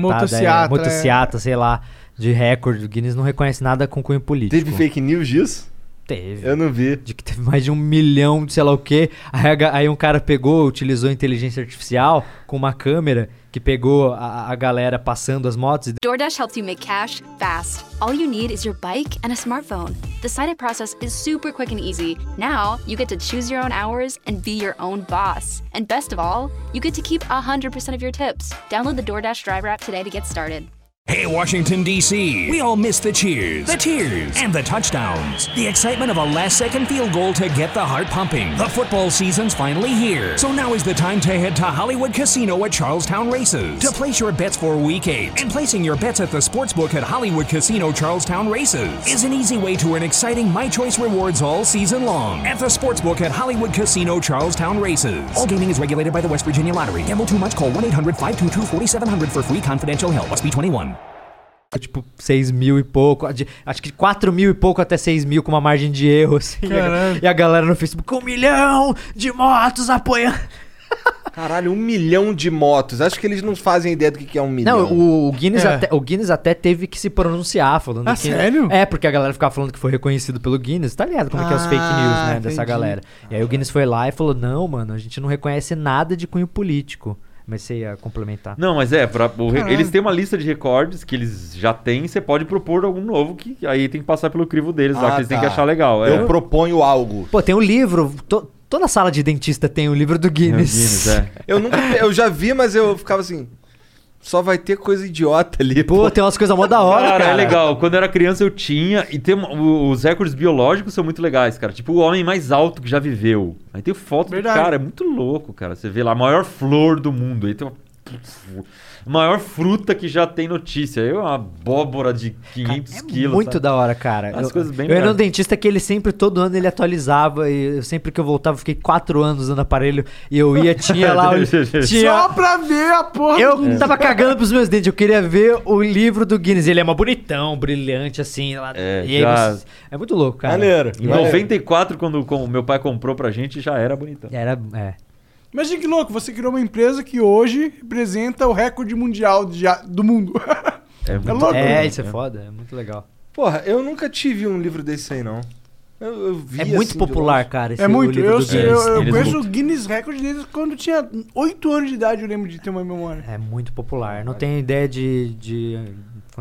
motocicletada,
Motociata,
é, motociata, sei lá, de recorde, o Guinness não reconhece nada com cunho político.
Teve fake news disso?
Teve.
Eu não vi.
De que teve mais de um milhão de sei lá o quê. Aí, a ga- aí um cara pegou, utilizou inteligência artificial com uma câmera que pegou a, a galera passando as motos e
DoorDash helps you make cash fast. All you need is your bike and a smartphone. The sign up process is super quick and easy. Now, you get to choose your own hours and be your own boss. And best of all, you get to keep 100% of your tips. Download the DoorDash driver app today to get started.
Hey, Washington, D.C. We all miss the cheers, the tears, and the touchdowns. The excitement of a last second field goal to get the heart pumping. The football season's finally here. So now is the time to head to Hollywood Casino at Charlestown Races to place your bets for week eight. And placing your bets at the sportsbook at Hollywood Casino Charlestown Races is an easy way to earn exciting My Choice rewards all season long at the sportsbook at Hollywood Casino Charlestown Races. All gaming is regulated by the West Virginia Lottery. Gamble too much, call 1 800 522 4700 for free confidential help. Must be 21.
tipo 6 mil e pouco, de- acho que 4 mil e pouco até 6 mil com uma margem de erro, assim. E a,
Caralho.
e a galera no Facebook, um milhão de motos apoiando.
Caralho, um milhão de motos. Acho que eles não fazem ideia do que que é um milhão.
Não, o, o Guinness
É.
até, o Guinness até teve que se pronunciar falando
Ah,
que...
sério?
É, porque a galera ficava falando que foi reconhecido pelo Guinness, tá ligado? Como é que é os fake news,
Ah,
né, dessa
entendi.
galera. E aí o Guinness foi lá e falou, não, mano, a gente não reconhece nada de cunho político. Mas você ia complementar.
Não, mas é, pra, o re-
Caralho.
eles têm uma lista de recordes que eles já têm, você pode propor algum novo que aí tem que passar pelo crivo deles lá,
Ah,
que eles têm que
tá.
achar legal. é.
Eu proponho algo.
Pô, tem um livro, to- toda sala de dentista tem um livro do
É o
Guinness.
Guinness,
(laughs)
é.
Eu nunca. Eu já vi, mas eu ficava assim. Só vai ter coisa idiota ali.
Pô, tem umas coisas mó da hora,
Cara,
cara.
é legal. Quando eu era criança eu tinha. E tem uma- o- os recordes biológicos são muito legais, cara. Tipo, o homem mais alto que já viveu. Aí tem foto
Verdade.
do cara, é muito louco, cara. Você vê lá, a maior flor do mundo. Aí tem uma. Maior fruta que já tem notícia. Eu, uma abóbora de 500
É
quilos.
muito
sabe?
da hora, cara.
As
eu,
coisas bem
eu era um
legais.
dentista que ele sempre, todo ano, ele atualizava. E eu, sempre que eu voltava, eu fiquei quatro anos usando aparelho. E eu ia, tinha
(laughs)
lá. o-
Só
tinha,
pra ver a porra.
eu tava cagando pros meus dentes. Eu queria ver o livro do Guinness. Ele é mó bonitão, brilhante, assim. Lá,
É,
e aí
já-
você- é muito louco, cara.
Maneiro.
Em 94, quando com- meu pai comprou pra gente, já era bonitão.
Era. É.
Imagina que louco, você criou uma empresa que hoje representa o recorde mundial de a- do mundo. (laughs)
É,
louco,
É,
né?
isso é foda, é muito legal.
Porra, eu nunca tive um livro desse aí, não. Eu, eu vi
É muito
assim, de
popular,
longe.
cara, esse
É muito.
livro
Eu,
do
sei,
Guinness.
eu- eu
eles
conheço
lutam.
o Guinness Record desde quando eu tinha 8 anos de idade, eu lembro de ter uma memória.
É muito popular. Não tenho ideia de, de,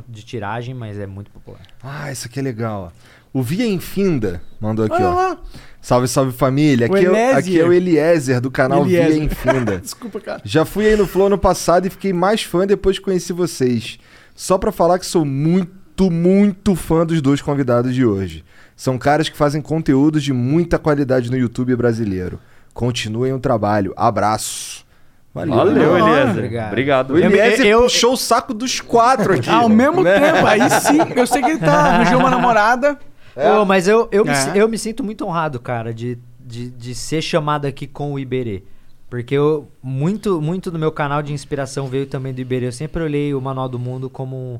de tiragem, mas é muito popular.
Ah, isso aqui é legal, ó. O Via Infinda mandou aqui,
Olha
ó.
lá.
Salve, salve família.
O
Aqui, é, o-
Eliezer.
aqui é o Eliezer do canal
Eliezer.
(laughs)
Via Infinda.
Desculpa, cara.
Já fui aí no Flow ano passado e fiquei mais fã depois que conheci vocês. Só pra falar que sou muito, muito fã dos dois convidados de hoje. São caras que fazem conteúdos de muita qualidade no YouTube brasileiro. Continuem o trabalho. Abraço.
Valeu,
Da hora.
Eliezer.
Obrigado.
Obrigado.
O Eliezer
eu-
puxou o saco dos quatro aqui.
(laughs) Ao mesmo
Né?
tempo, aí sim, eu sei que ele tá arranjou uma namorada.
Ô, mas eu, eu, me,
É.
si- eu me sinto muito honrado, cara, de, de, de ser chamado aqui com o Iberê. Porque eu, muito, muito do meu canal de inspiração veio também do Iberê. Eu sempre olhei o Manual do Mundo como um-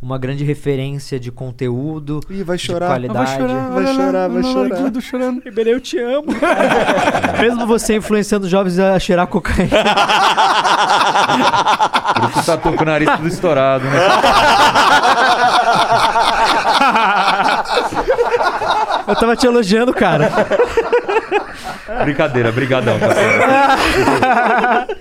uma grande referência de conteúdo,
Ih, vai chorar.
de
Ah, Vai
qualidade.
chorar,
Vai
olha lá,
chorar, vai
olha lá, o
chorar.
Guido chorando.
Iberê, eu te amo. (laughs) Mesmo você influenciando jovens a cheirar cocaína.
Por isso que tá com o nariz tudo estourado, né?
Eu tava te elogiando, cara.
Brincadeira, brigadão, Cassiano.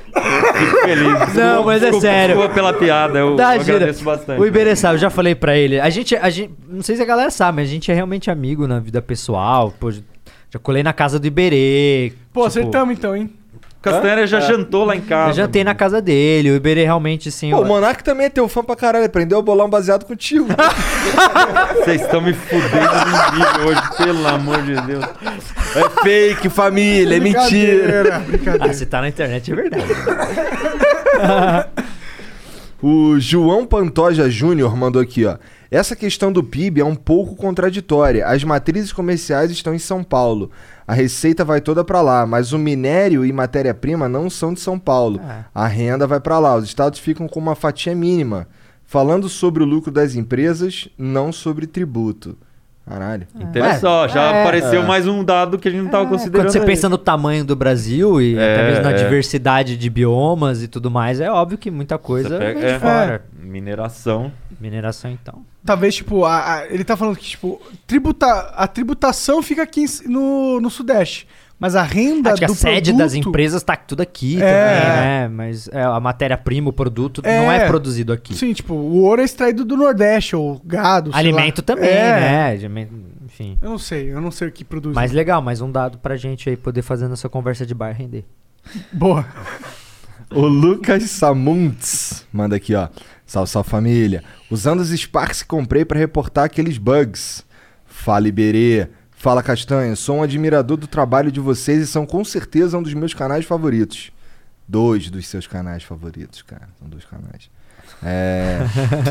Fico feliz.
Não, mas é
Desculpa-
sério.
Desculpa pela piada, eu,
Dá,
eu
gira.
agradeço bastante. né?
O Iberê sabe, eu já falei pra ele. A gente, a gente, não sei se a galera sabe, mas a gente é realmente amigo na vida pessoal. Pô, já colei na casa do Iberê.
Pô,
tipo,
acertamos então, hein?
Castanheira já jantou lá em casa.
Eu jantei na casa dele. O Iberê realmente, assim.
Pô,
ó,
o Monark também é teu fã pra caralho. Aprendeu a bolar um baseado contigo.
Vocês estão me fudendo de nível hoje, pelo amor de Deus.
é fake, família. É mentira.
Brincadeira,
ah,
brincadeira.
se tá na internet, é verdade.
O João Pantoja Júnior mandou aqui, ó. Essa questão do PIB é um pouco contraditória. As matrizes comerciais estão em São Paulo. A receita vai toda pra lá, mas o minério e matéria-prima não são de São Paulo. A renda vai pra lá. Os estados ficam com uma fatia mínima. Falando sobre o lucro das empresas, não sobre tributo. Caralho.
Interessante, Então já
é.
apareceu mais um dado que a gente não tava considerando.
Quando você
aí.
pensa no tamanho do Brasil e
É,
até mesmo na
é.
diversidade de biomas e tudo mais, é óbvio que muita coisa
Você pega-
vem de
é.
fora.
Mineração.
Mineração, então.
Talvez, tipo, a- a- ele tá falando que, tipo, tributa, a tributação fica aqui em s- no, no Sudeste. Mas a renda
Acho que a
do
sede
produto-
das empresas tá tudo aqui
É.
também, né? Mas é, a matéria-prima, o produto,
É.
não é produzido aqui.
Sim, tipo, o ouro é extraído do Nordeste, ou gado, sei
Alimento
lá.
também,
É.
né? Alimento- Enfim.
Eu não sei, eu não sei o que produz.
Mas legal, mais um dado pra gente aí poder fazer nossa conversa de bar render.
Boa.
O Lucas Samuntz manda aqui, ó. Salve, salve família. Usando os Sparks que comprei pra reportar aqueles bugs. Fala Iberê. Fala Castanho. Sou um admirador do trabalho de vocês e são com certeza um dos meus canais favoritos. Dois dos seus canais favoritos, cara. São dois canais. É...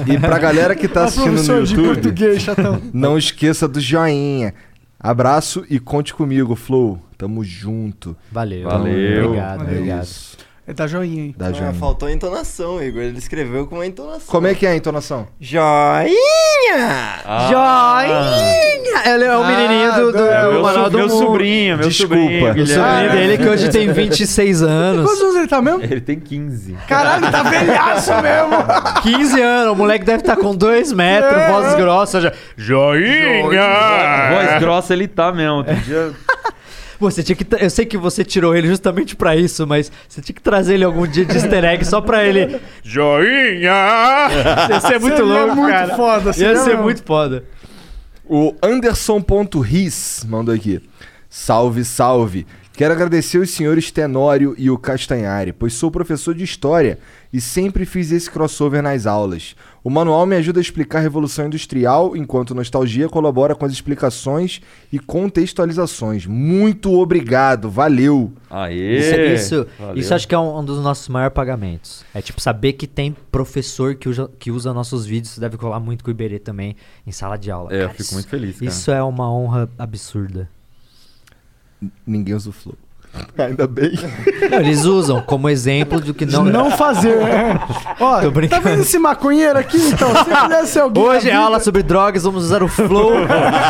e pra galera que tá
Uma
assistindo no
professora de
YouTube,
português, chatão.
não esqueça do joinha. Abraço e conte comigo, Flow. Tamo junto. Então,
Valeu.
Valeu.
Obrigado,
Valeu.
obrigado.
Isso.
É da joinha, hein?
Dá joinha.
Ah, faltou a entonação, Igor. Ele escreveu com uma entonação.
Como é que é a entonação?
Joinha!
Ah,
Joinha! Ela é o menininho do, do,
É meu, é
Manual
so,
do
meu
Mundo.
sobrinho, meu
Desculpa.
sobrinho.
O
Guilherme.
sobrinho dele que hoje tem 26 anos.
Quantos anos ele
(laughs)
tá
(laughs)
mesmo?
Ele tem 15.
Caralho, tá velhaço mesmo.
15 anos, o moleque deve estar com 2 metros, voz grossa. Já... Joinha!
Voz grossa ele tá mesmo. Outro dia
Você tinha que. tra- Eu sei que você tirou ele justamente pra isso, mas você tinha que trazer ele algum dia de easter egg só pra ele. Joinha! Ia ser muito
Seria
louco,
muito
cara.
foda,
Ia
seria
ser
mesmo.
muito foda.
O Anderson.ris mandou aqui. Salve, salve. Quero agradecer os senhores Tenório e o Castanhari, pois sou professor de História e sempre fiz esse crossover nas aulas. O manual me ajuda a explicar a Revolução Industrial, enquanto Nostalgia colabora com as explicações e contextualizações. Muito obrigado, valeu.
Aê!
Isso, isso,
Valeu.
isso acho que é um, um dos nossos maiores pagamentos. É tipo saber que tem professor que usa, que usa nossos vídeos, deve colar muito com o Iberê também em sala de aula.
É, eu
Cara,
fico
isso-
muito feliz, cara.
Isso é uma honra absurda.
Ninguém usa o flow. Ainda bem.
Não, eles usam como exemplo do que não.
Não fazer.
(laughs)
é. Ó,
Tô brincando.
tá vendo esse maconheiro aqui, então? Se pudesse ser alguém...
Hoje é
na vida-
aula sobre drogas, vamos usar
(laughs)
o flow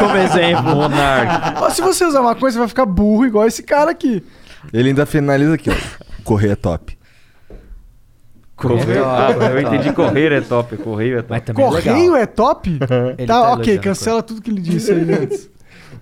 como exemplo.
Monark.
Ó, se você usar maconha, você vai ficar burro igual esse cara aqui.
Ele ainda finaliza aqui, ó. correr é top.
Correr, ah, eu entendi correr é top, correio é top.
Correio é top? tá, ok, cancela tudo que ele disse aí antes.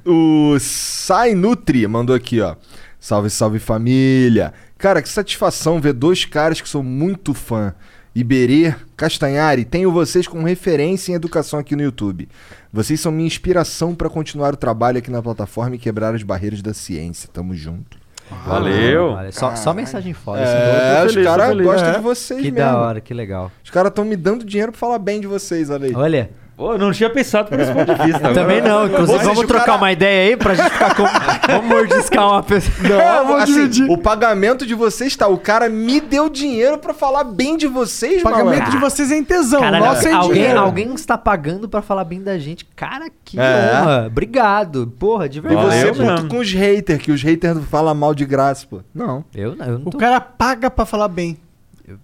O Sai Nutri mandou aqui, ó. Salve, salve família. Cara, que satisfação ver dois caras que sou muito fã. Iberê, Castanhari, tenho vocês como referência em educação aqui no YouTube. Vocês são minha inspiração para continuar o trabalho aqui na plataforma e quebrar as barreiras da ciência. Tamo junto.
Valeu. Valeu.
Só, só mensagem foda.
É,
tô
os
feliz, tô
caras
feliz.
gostam
É.
de vocês
Que
mesmo.
da hora, que legal.
Os caras estão me dando dinheiro pra falar bem de vocês, olha aí.
Olha.
Pô, não tinha pensado por esse ponto de vista.
Eu também não. Inclusive,
Ou seja,
vamos
o
trocar
cara-
uma ideia aí pra gente ficar com. vamos mordiscar uma pessoa.
(laughs) Não, assim, o pagamento de vocês tá. O cara me deu dinheiro pra falar bem de vocês,
O pagamento
malandro.
de vocês é em tesão,
Caralho,
nosso é em
alguém,
dinheiro.
alguém está pagando pra falar bem da gente. Cara, que
É.
honra. Obrigado. Porra, de
E
verdade.
você
Ah, Valeu
junto
mesmo.
com os haters, que os haters falam mal de graça, pô. Não.
Eu, não- eu não
O
tô.
cara paga pra falar bem.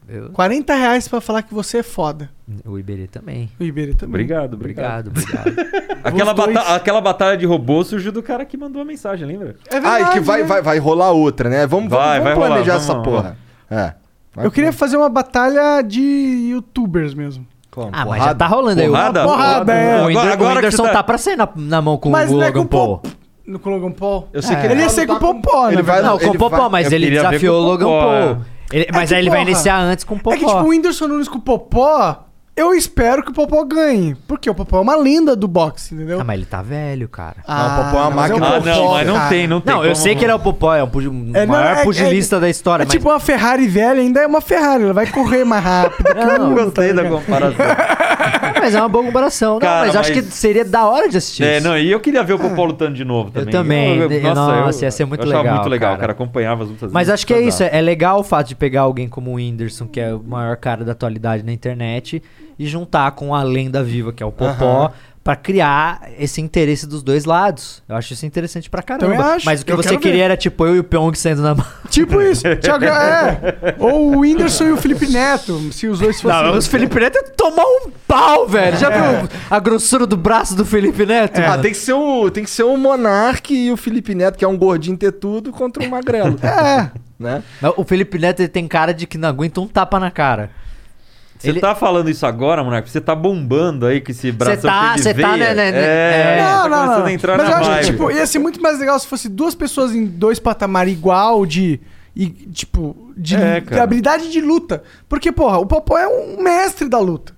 eu-
40 reais pra falar que você é foda.
o Iberê também.
O Iberê também.
Obrigado, obrigado.
Obrigado, obrigado.
Aquela,
Os dois.
bata- aquela batalha de robô surgiu do cara que mandou a mensagem, lembra?
É
ah,
verdade,
e que vai,
né?
vai, vai rolar outra, né? Vamos,
Vai,
vamos,
vai
vamos
rolar,
planejar
vamos,
essa
vamos.
porra. É. Vai
Eu queria fazer uma batalha de youtubers mesmo.
com-
Ah, mas já
porrada.
tá rolando aí. O,
Porrada?
porrada, é.
o,
Agora-
Whindersson-
agora
o
que
Whindersson
tá-
tá pra sair na, na mão com
Mas
o
não é
Logan
com o
Paul.
Paul. No com o Logan Paul? É.
Eu sei que
Ele
ele
ia ser com o Popó, né?
tá Ele vai-
Não, com o
ele
Popó,
vai-
mas
eu
ele
queria ver
desafiou o
com o
Logan
Popó,
Paul. Ele-
É
mas
que,
aí ele vai
porra,
iniciar antes com o Popó.
É que, tipo, o Whindersson Nunes com o Popó, eu espero que o Popó ganhe. Porque o Popó é uma lenda do boxe, entendeu?
Ah, mas ele tá velho, cara.
Não, o Popó é uma
mas
máquina.
Ah,
Popó,
não, mas não
cara.
tem, não tem.
Não, eu sei que ele é o Popó, é o pugil- o
É, não,
maior
é- é-
pugilista da história,
É
mas
tipo uma Ferrari velha, ainda é uma Ferrari, ela vai correr mais rápido.
Não, gostei da comparação.
(laughs) Ah, mas é uma boa comparação. Não,
Cara,
mas, acho que
mas-
seria da hora de assistir.
É,
isso.
não, e eu queria ver o Popó lutando de novo também.
também. Nossa, ia ser muito
eu achava
legal,
muito legal,
cara.
cara. Acompanhava as lutas.
Mas
dele,
acho que é
tá
isso. É legal o fato de pegar alguém como o Whindersson, que é o maior cara da atualidade na internet, e juntar com a lenda viva, que é o Popó, pra criar esse interesse dos dois lados. Eu acho isso interessante pra caramba.
Também acho.
Mas o que
Eu
você
quero
queria
ver.
era tipo eu e o Pyong
(laughs)
saindo na mão.
tipo isso. Thiago, é. Ou o Whindersson e o Felipe Neto, se os dois fossem...
Não, os Felipe Neto ia tomar um pau, velho. Já
É.
viu a grossura do braço do Felipe Neto?
Ah,
mano?
tem que ser o, tem que ser o Monark e o Felipe Neto, que é um gordinho ter tudo, contra o Magrelo. é. Né?
Mas O Felipe Neto ele tem cara de que não aguenta um tapa na cara.
Você
Ele-
tá falando isso agora, Monarca? Você tá bombando aí com esse braço
tá-
cheio
cê
de
tá, né,
veia.
né, né,
É,
é.
tá
Não, não,
começando
não.
a entrar
Mas
na
eu acho que,
vibe. (laughs)
tipo, ia ser muito mais legal se fosse duas pessoas em dois patamar igual de. E, tipo, de,
É,
de
cara.
habilidade de luta. Porque, porra, o Popó é um mestre da luta.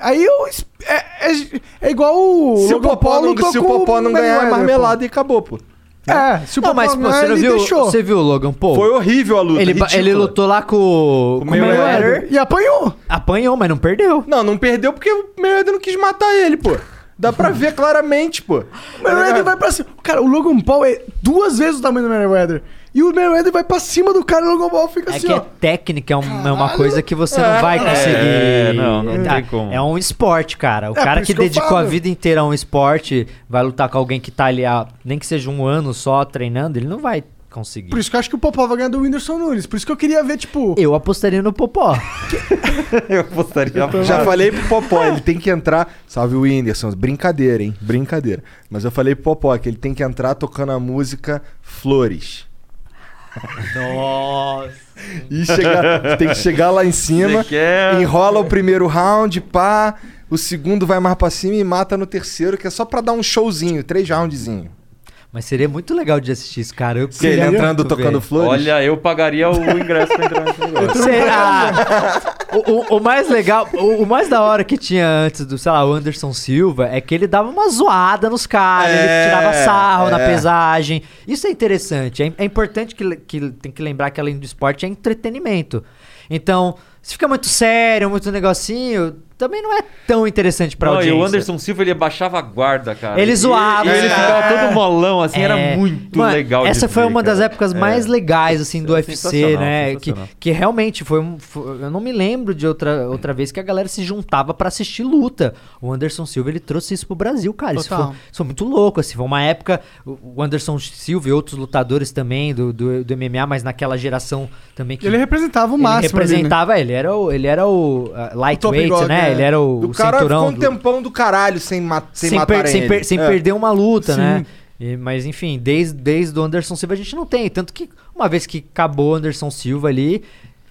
Aí eu. es- É, é, é igual o.
(laughs) Se o
Logan
Popó
Paul
não,
lutou
se o
com
Popó não ganhar, é
Mayweather, pô.
marmelada e acabou, pô.
É, se o
Né? Não, Tipo,
Popó
mas pô,
ganhar,
você não
ele
viu,
deixou.
você viu o Logan Paul?
Foi horrível a luta.
Ele, ba-
ridícula.
ele lutou lá com, com o
Mayweather. É. E apanhou.
Apanhou, mas não perdeu.
Não, não perdeu porque o Mayweather não quis matar ele, pô. Dá pra ver claramente, pô. Tá
O Mayweather vai pra cima. Cara, o Logan Paul é duas vezes o tamanho do Mayweather. E o Mayweather vai pra cima do cara e o Logan Paul fica
É
assim,
que é
ó.
técnica, é, um- é uma coisa que você não vai conseguir.
É, não, não
tá?
tem como.
É um esporte, cara. O
É, por
cara
isso
que
que eu
dedicou a
falo.
vida inteira a um esporte vai lutar com alguém que tá ali, há, nem que seja um ano só treinando, ele não vai conseguir.
Por isso que eu acho que o Popó vai ganhar do Whindersson Nunes. Por isso que eu queria ver, tipo.
Eu apostaria no Popó. (laughs)
Eu apostaria.
Já falei pro Popó, ele tem que entrar. Salve o Whindersson. Brincadeira, hein? Brincadeira. Mas eu falei pro Popó que ele tem que entrar tocando a música Flores.
Nossa.
E chegar- tem que chegar lá em cima,
Você quer-
enrola o primeiro round, pá. O segundo vai mais pra cima e mata no terceiro, que é só pra dar um showzinho, três roundzinho.
Mas seria muito legal de assistir isso, cara. Eu
Que ele
queria
entrando
muito
tocando
ver.
flores.
Olha, eu pagaria
(laughs)
o ingresso pra entrar nesse negócio.
Será? o, o- o mais legal, o, o mais da hora que tinha antes do, sei lá, o Anderson Silva é que ele dava uma zoada nos caras,
É,
ele tirava sarro na
é.
pesagem. Isso é interessante. É, é importante que, le- que tem que lembrar que além do esporte é entretenimento. Então, se fica muito sério, muito negocinho, também não é tão interessante pra
Não, e
audiência.
o Anderson Silva, ele baixava a guarda, cara.
Ele
E-
zoava,
e Ele
né?
ficava todo molão, assim,
É.
era muito
Mano,
legal. de
Essa foi
ver,
uma das
cara.
épocas
É.
mais legais, assim, do
É
UFC,
sensacional,
né? Que,
sensacional.
que realmente foi um. foi- eu não me lembro de outra, outra vez que a galera se juntava pra assistir luta. O Anderson Silva, ele trouxe isso pro Brasil, cara. Isso foi,
Total.
isso foi muito louco, assim. Foi uma época. O o Anderson Silva e outros lutadores também do, do, do MMA, mas naquela geração também que.
Ele representava o
ele
máximo. ali, né?
representava, ele era o, ele era o ah, lightweight,
top
né?
guy, é.
Ele era o,
O
o
cara ficou
cinturão.
um
do-
tempão do caralho sem, ma sem,
sem,
matar
per- sem
ele.
per- sem
É.
perder uma luta, né? E- mas enfim, desde, desde o Anderson Silva a gente não tem. Tanto que uma vez que acabou o Anderson Silva ali,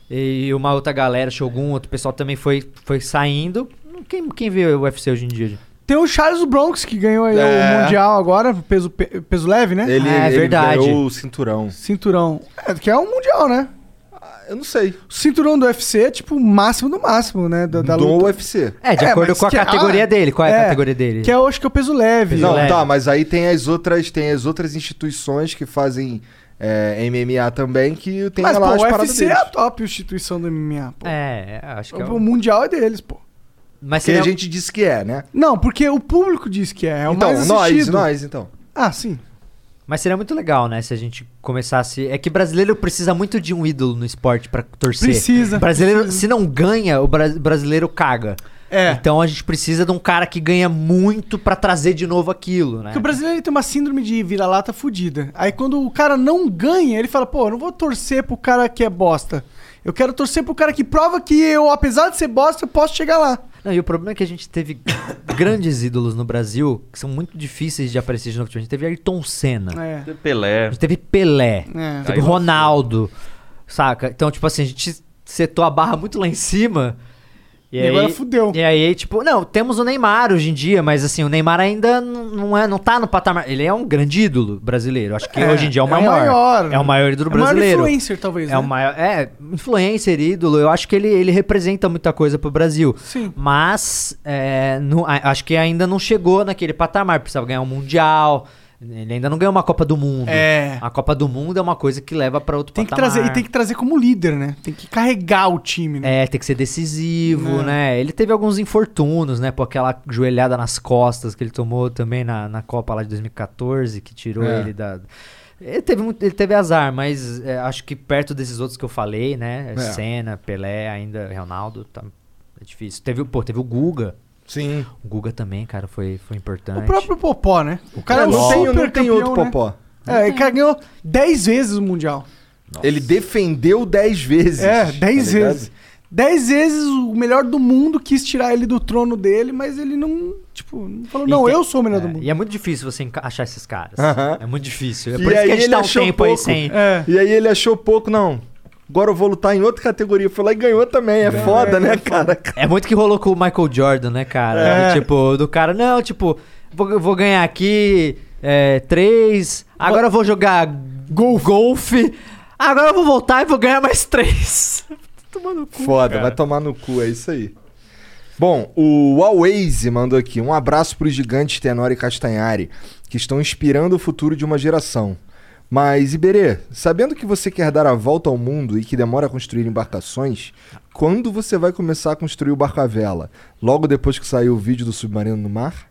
e uma outra galera, Shogun, outro pessoal também foi, foi saindo. Quem, quem vê o UFC hoje em dia?
Tem o Charles Bronx, que ganhou aí
É.
o Mundial agora, peso, pe- peso leve, né?
Ele,
É
ele
verdade.
ganhou o cinturão.
Cinturão. É, que é o Mundial, né?
Eu não sei.
O cinturão do UFC é tipo o máximo do máximo, né? Da, da
Do
luta.
UFC.
É, de acordo
mas
com a
que é-
categoria
ah,
dele. Qual é, a categoria dele?
Que eu acho que é o peso leve.
Não, tá, mas aí tem as outras, tem as outras instituições que fazem é, MMA também que tem
Mas,
lá
pô,
as
o
paradas
UFC é
deles.
a top instituição do MMA, pô.
É, acho que é
o,
o-
Mundial é deles, pô.
Mas
Que a gente disse que é, né?
Não, porque o público diz que é. é o
Então,
mais
nós,
assistido.
nós, então.
Ah, sim.
Mas seria muito legal, né, se a gente começasse. É que brasileiro precisa muito de um ídolo no esporte pra torcer.
Precisa,
Brasileiro, se não ganha, o bra- brasileiro caga.
É.
Então a gente precisa de um cara que ganha muito pra trazer de novo aquilo, né?
Porque o brasileiro ele tem uma síndrome de vira-lata fudida. Aí quando o cara não ganha, ele fala, pô, eu não vou torcer pro cara que é bosta. Eu quero torcer pro cara que prova que eu, apesar de ser bosta, eu posso chegar lá.
Não, e o problema é que a gente teve (coughs) grandes ídolos no Brasil que são muito difíceis de aparecer de novo. Tipo, A gente teve Ayrton Senna.
É.
A
Pelé.
gente teve Pelé.
É.
Teve
Aí,
Ronaldo. Saca? Então, tipo assim, a gente setou a barra muito lá em cima. E,
E
aí,
agora fudeu.
E aí, tipo, não, temos o Neymar hoje em dia, mas assim, o Neymar ainda n- não, é, não tá no patamar. Ele é um grande ídolo brasileiro. Acho que
É,
hoje em dia é o
é o
maior.
maior.
É o maior ídolo
É o maior
brasileiro.
influencer, talvez,
É
né?
o maior. É, influencer, ídolo. Eu acho que ele, ele representa muita coisa pro Brasil.
Sim.
Mas é, não- a- acho que ainda não chegou naquele patamar. Precisava ganhar um Mundial. Ele ainda não ganhou uma Copa do Mundo.
É.
A Copa do Mundo é uma coisa que leva pra outro
Tem que
patamar.
trazer, e tem que trazer como líder, né? Tem que carregar o time, né?
É, tem que ser decisivo,
É.
né? Ele teve alguns infortúnios, né? Pô, aquela joelhada nas costas que ele tomou também na, na Copa lá de 2014, que tirou
É.
ele da. Ele teve, muito, ele teve azar, mas é, acho que perto desses outros que eu falei, né?
É.
Senna, Pelé, ainda Ronaldo, tá, é difícil. Teve, o- pô, teve o Guga.
Sim.
O Guga também, cara, foi, foi importante.
O próprio Popó, né? O
Não,
cara é um
não tem-
super
não tem
campeão,
outro
né?
Popó.
É, o cara ganhou 10 vezes o Mundial.
Ele defendeu 10 vezes.
É, 10
tá ligado?
vezes. 10 vezes o melhor do mundo quis tirar ele do trono dele, mas ele não, tipo, não falou, não,
Então,
tem-
eu sou o melhor
é,
do mundo.
E é muito difícil você enca- achar esses caras.
Aham.
É muito difícil. É
E
por isso
aí
que a gente
ele
dá um
achou
tempo aí
pouco. É.
sem.
É.
E aí ele achou pouco, não. Agora eu vou lutar em outra categoria. Foi lá e ganhou também. É, foda, né, cara?
É muito que rolou com o Michael Jordan, né, cara?
É.
Tipo, do cara, não, tipo, vou, vou ganhar aqui é, três, agora eu vou jogar golfe. agora eu vou voltar e vou ganhar mais três.
Foda, vai tomar no cu, é isso aí. Bom, o Always mandou aqui. Um abraço para os gigantes Tenor e Castanhari, que estão inspirando o futuro de uma geração. Mas, Iberê, sabendo que você quer dar a volta ao mundo e que demora a construir embarcações, quando você vai começar a construir o barco à vela? Logo depois que saiu o vídeo do submarino no mar?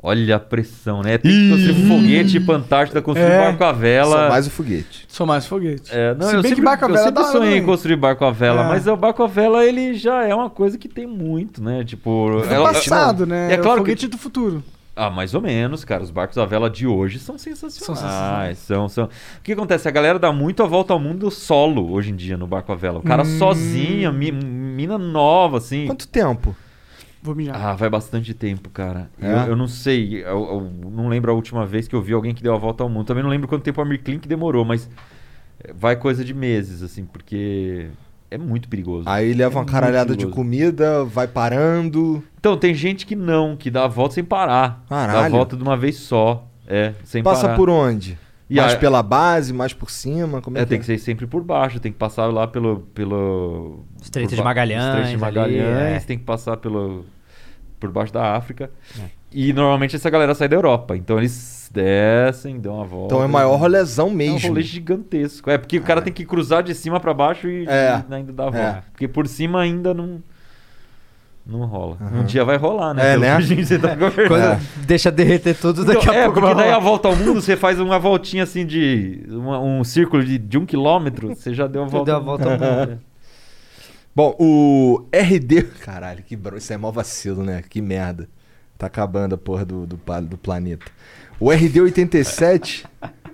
Olha a pressão, né? Tem que construir foguete pra Antártida, construir
É.
barco a vela.
Só mais o foguete.
Sou mais foguete.
É, não,
Se
eu
bem
sempre,
que tá barco a
eu
vela
sempre
dá
sonhei em
também.
construir barco a vela,
É.
mas o barco a vela ele já é uma coisa que tem muito, né? Tipo,
Do passado, né?
É
o
claro que
foguete do futuro.
ah, mais ou menos, cara. Os barcos à vela de hoje são sensacionais.
São sensacionais.
São, são. O que acontece? A galera dá muito a volta ao mundo solo hoje em dia no barco à vela. O cara
Hum.
sozinho, mi- mina nova, assim.
Quanto tempo?
Vou mijar.
Ah, vai bastante tempo, cara.
É?
Eu, eu não sei, eu, eu não lembro a última vez que eu vi alguém que deu a volta ao mundo. Também não lembro quanto tempo a Mirklin que demorou, mas eh, vai coisa de meses, assim, porque é muito perigoso.
Aí leva
É
uma
muito
caralhada de
perigoso.
comida, vai parando.
Então, tem gente que não, que dá a volta sem parar. Dá a
Caralho.
volta de uma vez só. É, sem
Passa
parar.
por onde?
E
mais
a-
pela base, mais por cima? Como é,
É,
que
tem
é?
que ser sempre por baixo, tem que passar lá pelo. pelo
Estreito
por
de
ba-
Magalhães
Estreito de
ali,
Magalhães,
é.
tem que passar pelo, por baixo da África. E normalmente essa galera sai da Europa, então eles descem, dão uma volta.
Então é maior né? rolezão mesmo.
É um rolê gigantesco. É,
Ah,
porque o cara tem que cruzar de cima pra baixo e,
É.
e ainda dá a volta.
É.
Porque por cima ainda não. Não rola. Um
Aham.
dia vai rolar, né?
É,
Pelo
né?
que a gente
(laughs)
tá conversando.
Quando deixa derreter tudo,
Então,
daqui a
é,
pouco
porque
vai
daí a
rolar.
volta ao mundo você faz uma voltinha assim de. uma- um círculo de, de um quilômetro, você já deu a volta.
deu a volta
(laughs)
ao mundo,
É.
Bom, o RD. (laughs) Caralho, que bro... isso é mó vacilo, né? Que merda. Tá acabando a porra do, do, pa- do planeta. O RD87.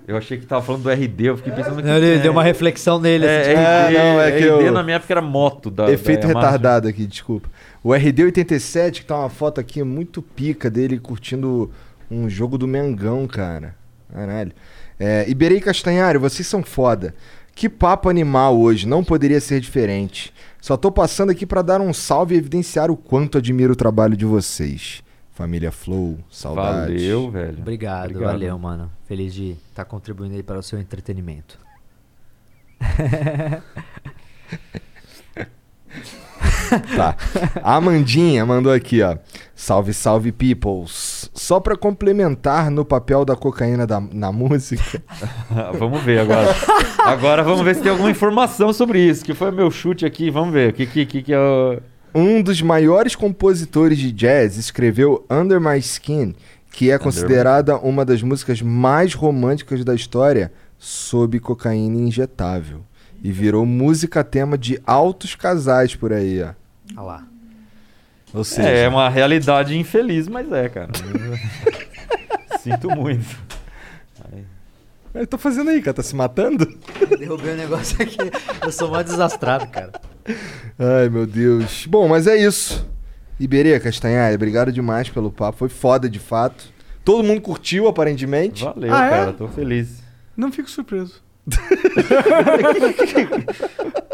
Eu achei que tava falando do RD, eu fiquei pensando que.
Ele deu uma reflexão nele.
É,
assim,
RD,
É, não, é que
RD
eu-
na minha época era moto da.
efeito
da Yamaha.
retardado aqui, desculpa. O RD87, que tá uma foto aqui muito pica dele curtindo um jogo do Mengão, cara. Caralho. É, Iberê e Castanhari, vocês são foda. Que papo animal hoje, não poderia ser diferente. Só tô passando aqui pra dar um salve e evidenciar o quanto admiro o trabalho de vocês. Família Flow, saudades.
Valeu, velho. (laughs)
Obrigado,
Obrigado.
valeu, mano. Feliz de estar contribuindo aí para o seu entretenimento.
Tá. A Amandinha mandou aqui, ó. Salve, salve, peoples. Só pra complementar no papel da cocaína da- na música.
vamos ver agora. Agora vamos ver se tem alguma informação sobre isso, que foi meu chute aqui. Vamos ver. O que, que, que, que é o.
Um dos maiores compositores de jazz escreveu Under My Skin, que é considerada uma das músicas mais românticas da história, sob cocaína injetável. E virou música tema de altos casais por aí, ó.
Olha lá.
Ou seja,
É, é uma realidade infeliz, mas é, cara. (laughs) Sinto muito. Aí.
Eu tô fazendo aí, cara, tá se matando?
Derrubei o negócio aqui. Eu sou mó desastrado, cara.
Ai, meu Deus. Bom, mas é isso. Iberê Castanhari, obrigado demais pelo papo. Foi foda, de fato. Todo mundo curtiu, aparentemente.
Valeu,
Ah, é?
cara. Tô feliz.
Não fico surpreso.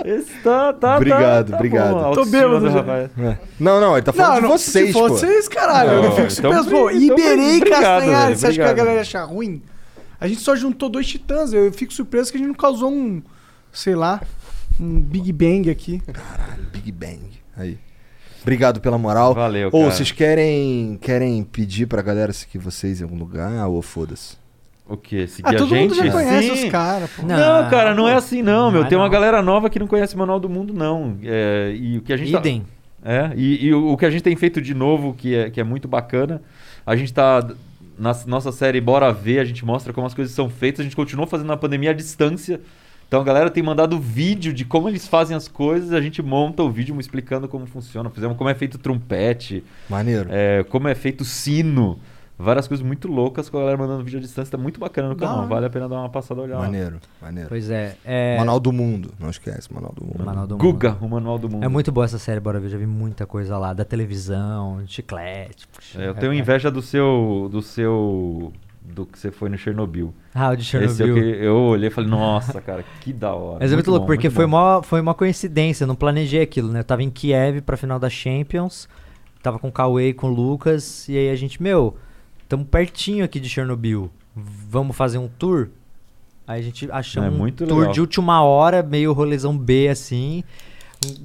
Esse tá, tá,
Obrigado,
tá, tá
obrigado.
bom, a
Tô
autoestima
bêbado
do
já.
rapaz.
É. Não, não, ele tá falando de vocês,
se
pô.
for vocês, caralho, eu
Não,
não fico
então
surpreso. Pô,
bri- então
Iberê e
obrigado,
Castanhari,
velho,
você acha que a
obrigado.
galera acha ruim? A gente só juntou dois titãs, eu fico surpreso que a gente não causou um, sei lá, um Big Bang aqui.
Big Bang. Aí. Obrigado pela moral.
Valeu,
Ou
cara.
vocês querem, querem pedir pra galera seguir vocês em algum lugar? Ou foda-se.
O quê? Seguir
Ah,
a
todo
gente?
mundo já conhece
Sim.
os caras, pô.
Não, cara, não é assim não, meu.
Não é
Tem uma
não.
galera nova que não conhece o Manual do Mundo, não. É, e o que a gente tá-
Idem.
É, e, e o o que a gente tem feito de novo, que é, que é muito bacana, a gente tá. Na s- nossa série Bora Ver, a gente mostra como as coisas são feitas, a gente continuou fazendo na pandemia à distância. Então a galera tem mandado vídeo de como eles fazem as coisas, a gente monta o vídeo explicando como funciona. Fizemos como é feito o trompete,
Maneiro.
é, como é feito o sino. Várias coisas muito loucas com a galera mandando vídeo à distância. Tá muito bacana no
Da
canal.
hora.
Vale a pena dar uma passada olhar. lá.
Maneiro, maneiro.
Pois é. é...
Manual do Mundo. Não esquece, Manual do Mundo.
Manual do Mundo.
Guga, o Manual do Mundo.
É muito boa essa série, bora ver. Já vi muita coisa lá, da televisão, de chiclete. puxa,
É, eu
é-
tenho
é-
inveja do seu. do seu. do que você foi no Chernobyl.
Ah, o de
Esse eu,
Chernobyl.
que- eu olhei e falei, nossa, cara, que da hora.
Mas é muito, louco,
bom,
porque
muito
foi
bom.
uma, foi uma coincidência, eu não planejei aquilo, né? Eu tava em Kiev pra final da Champions, tava com o Cauê e com o Lucas, e aí a gente, meu, tamo pertinho aqui de Chernobyl, vamos fazer um tour? Aí a gente achamos
É muito
um tour
legal.
de última hora, meio rolezão B, assim,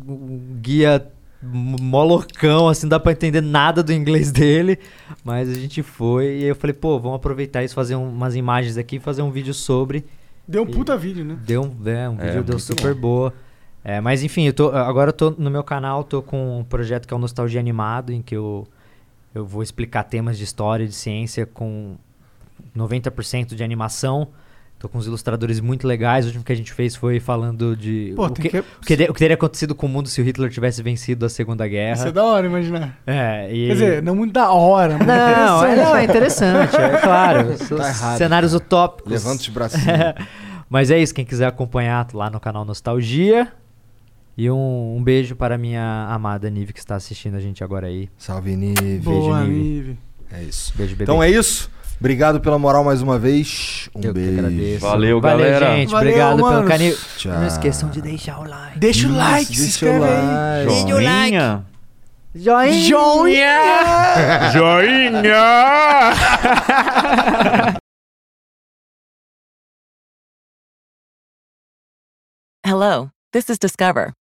um, um guia molocão, assim, não dá pra entender nada do inglês (laughs) dele, mas a gente foi, e aí eu falei, pô, vamos aproveitar isso, fazer um- umas imagens aqui, fazer um vídeo sobre...
Deu um puta vídeo, né?
Deu um, é, um
É,
vídeo deu
muito
super boa. É, mas enfim, eu tô, agora eu tô no meu canal, tô com um projeto que é o Nostalgia Animado, em que eu, eu vou explicar temas de história e de ciência com 90% de animação. Tô com uns ilustradores muito legais. O último que a gente fez foi falando de
Pô,
o,
tem
que,
que-
o que de- o que teria acontecido com o mundo se o Hitler tivesse vencido a Segunda
Isso
Guerra.
é da hora, imaginar.
É, e...
Quer dizer, não muito da hora, mas
não, é,
interessante.
não, é interessante, é claro.
Tá errado,
cenários utópicos.
Levanta os bracinhos.
Mas é isso, quem quiser acompanhar tá lá no canal Nostalgia. E um, um beijo para minha amada Nive que está assistindo a gente agora aí.
Salve, Nive.
(laughs) Boa,
Nive.
Nive.
É isso.
Beijo, bebê.
Então é isso. Obrigado pela moral mais uma vez. Um
Eu que
beijo.
agradeço.
Valeu,
Valeu
galera.
gente.
Valeu,
Obrigado pelo
manos.
carinho.
Tchau.
Não esqueçam de deixar o like.
Deixa o like, se
Deixa o
inscreve aí.
like.
Joinha!
Joinha!
Joinha!
Joinha!
Hello, this is Discover,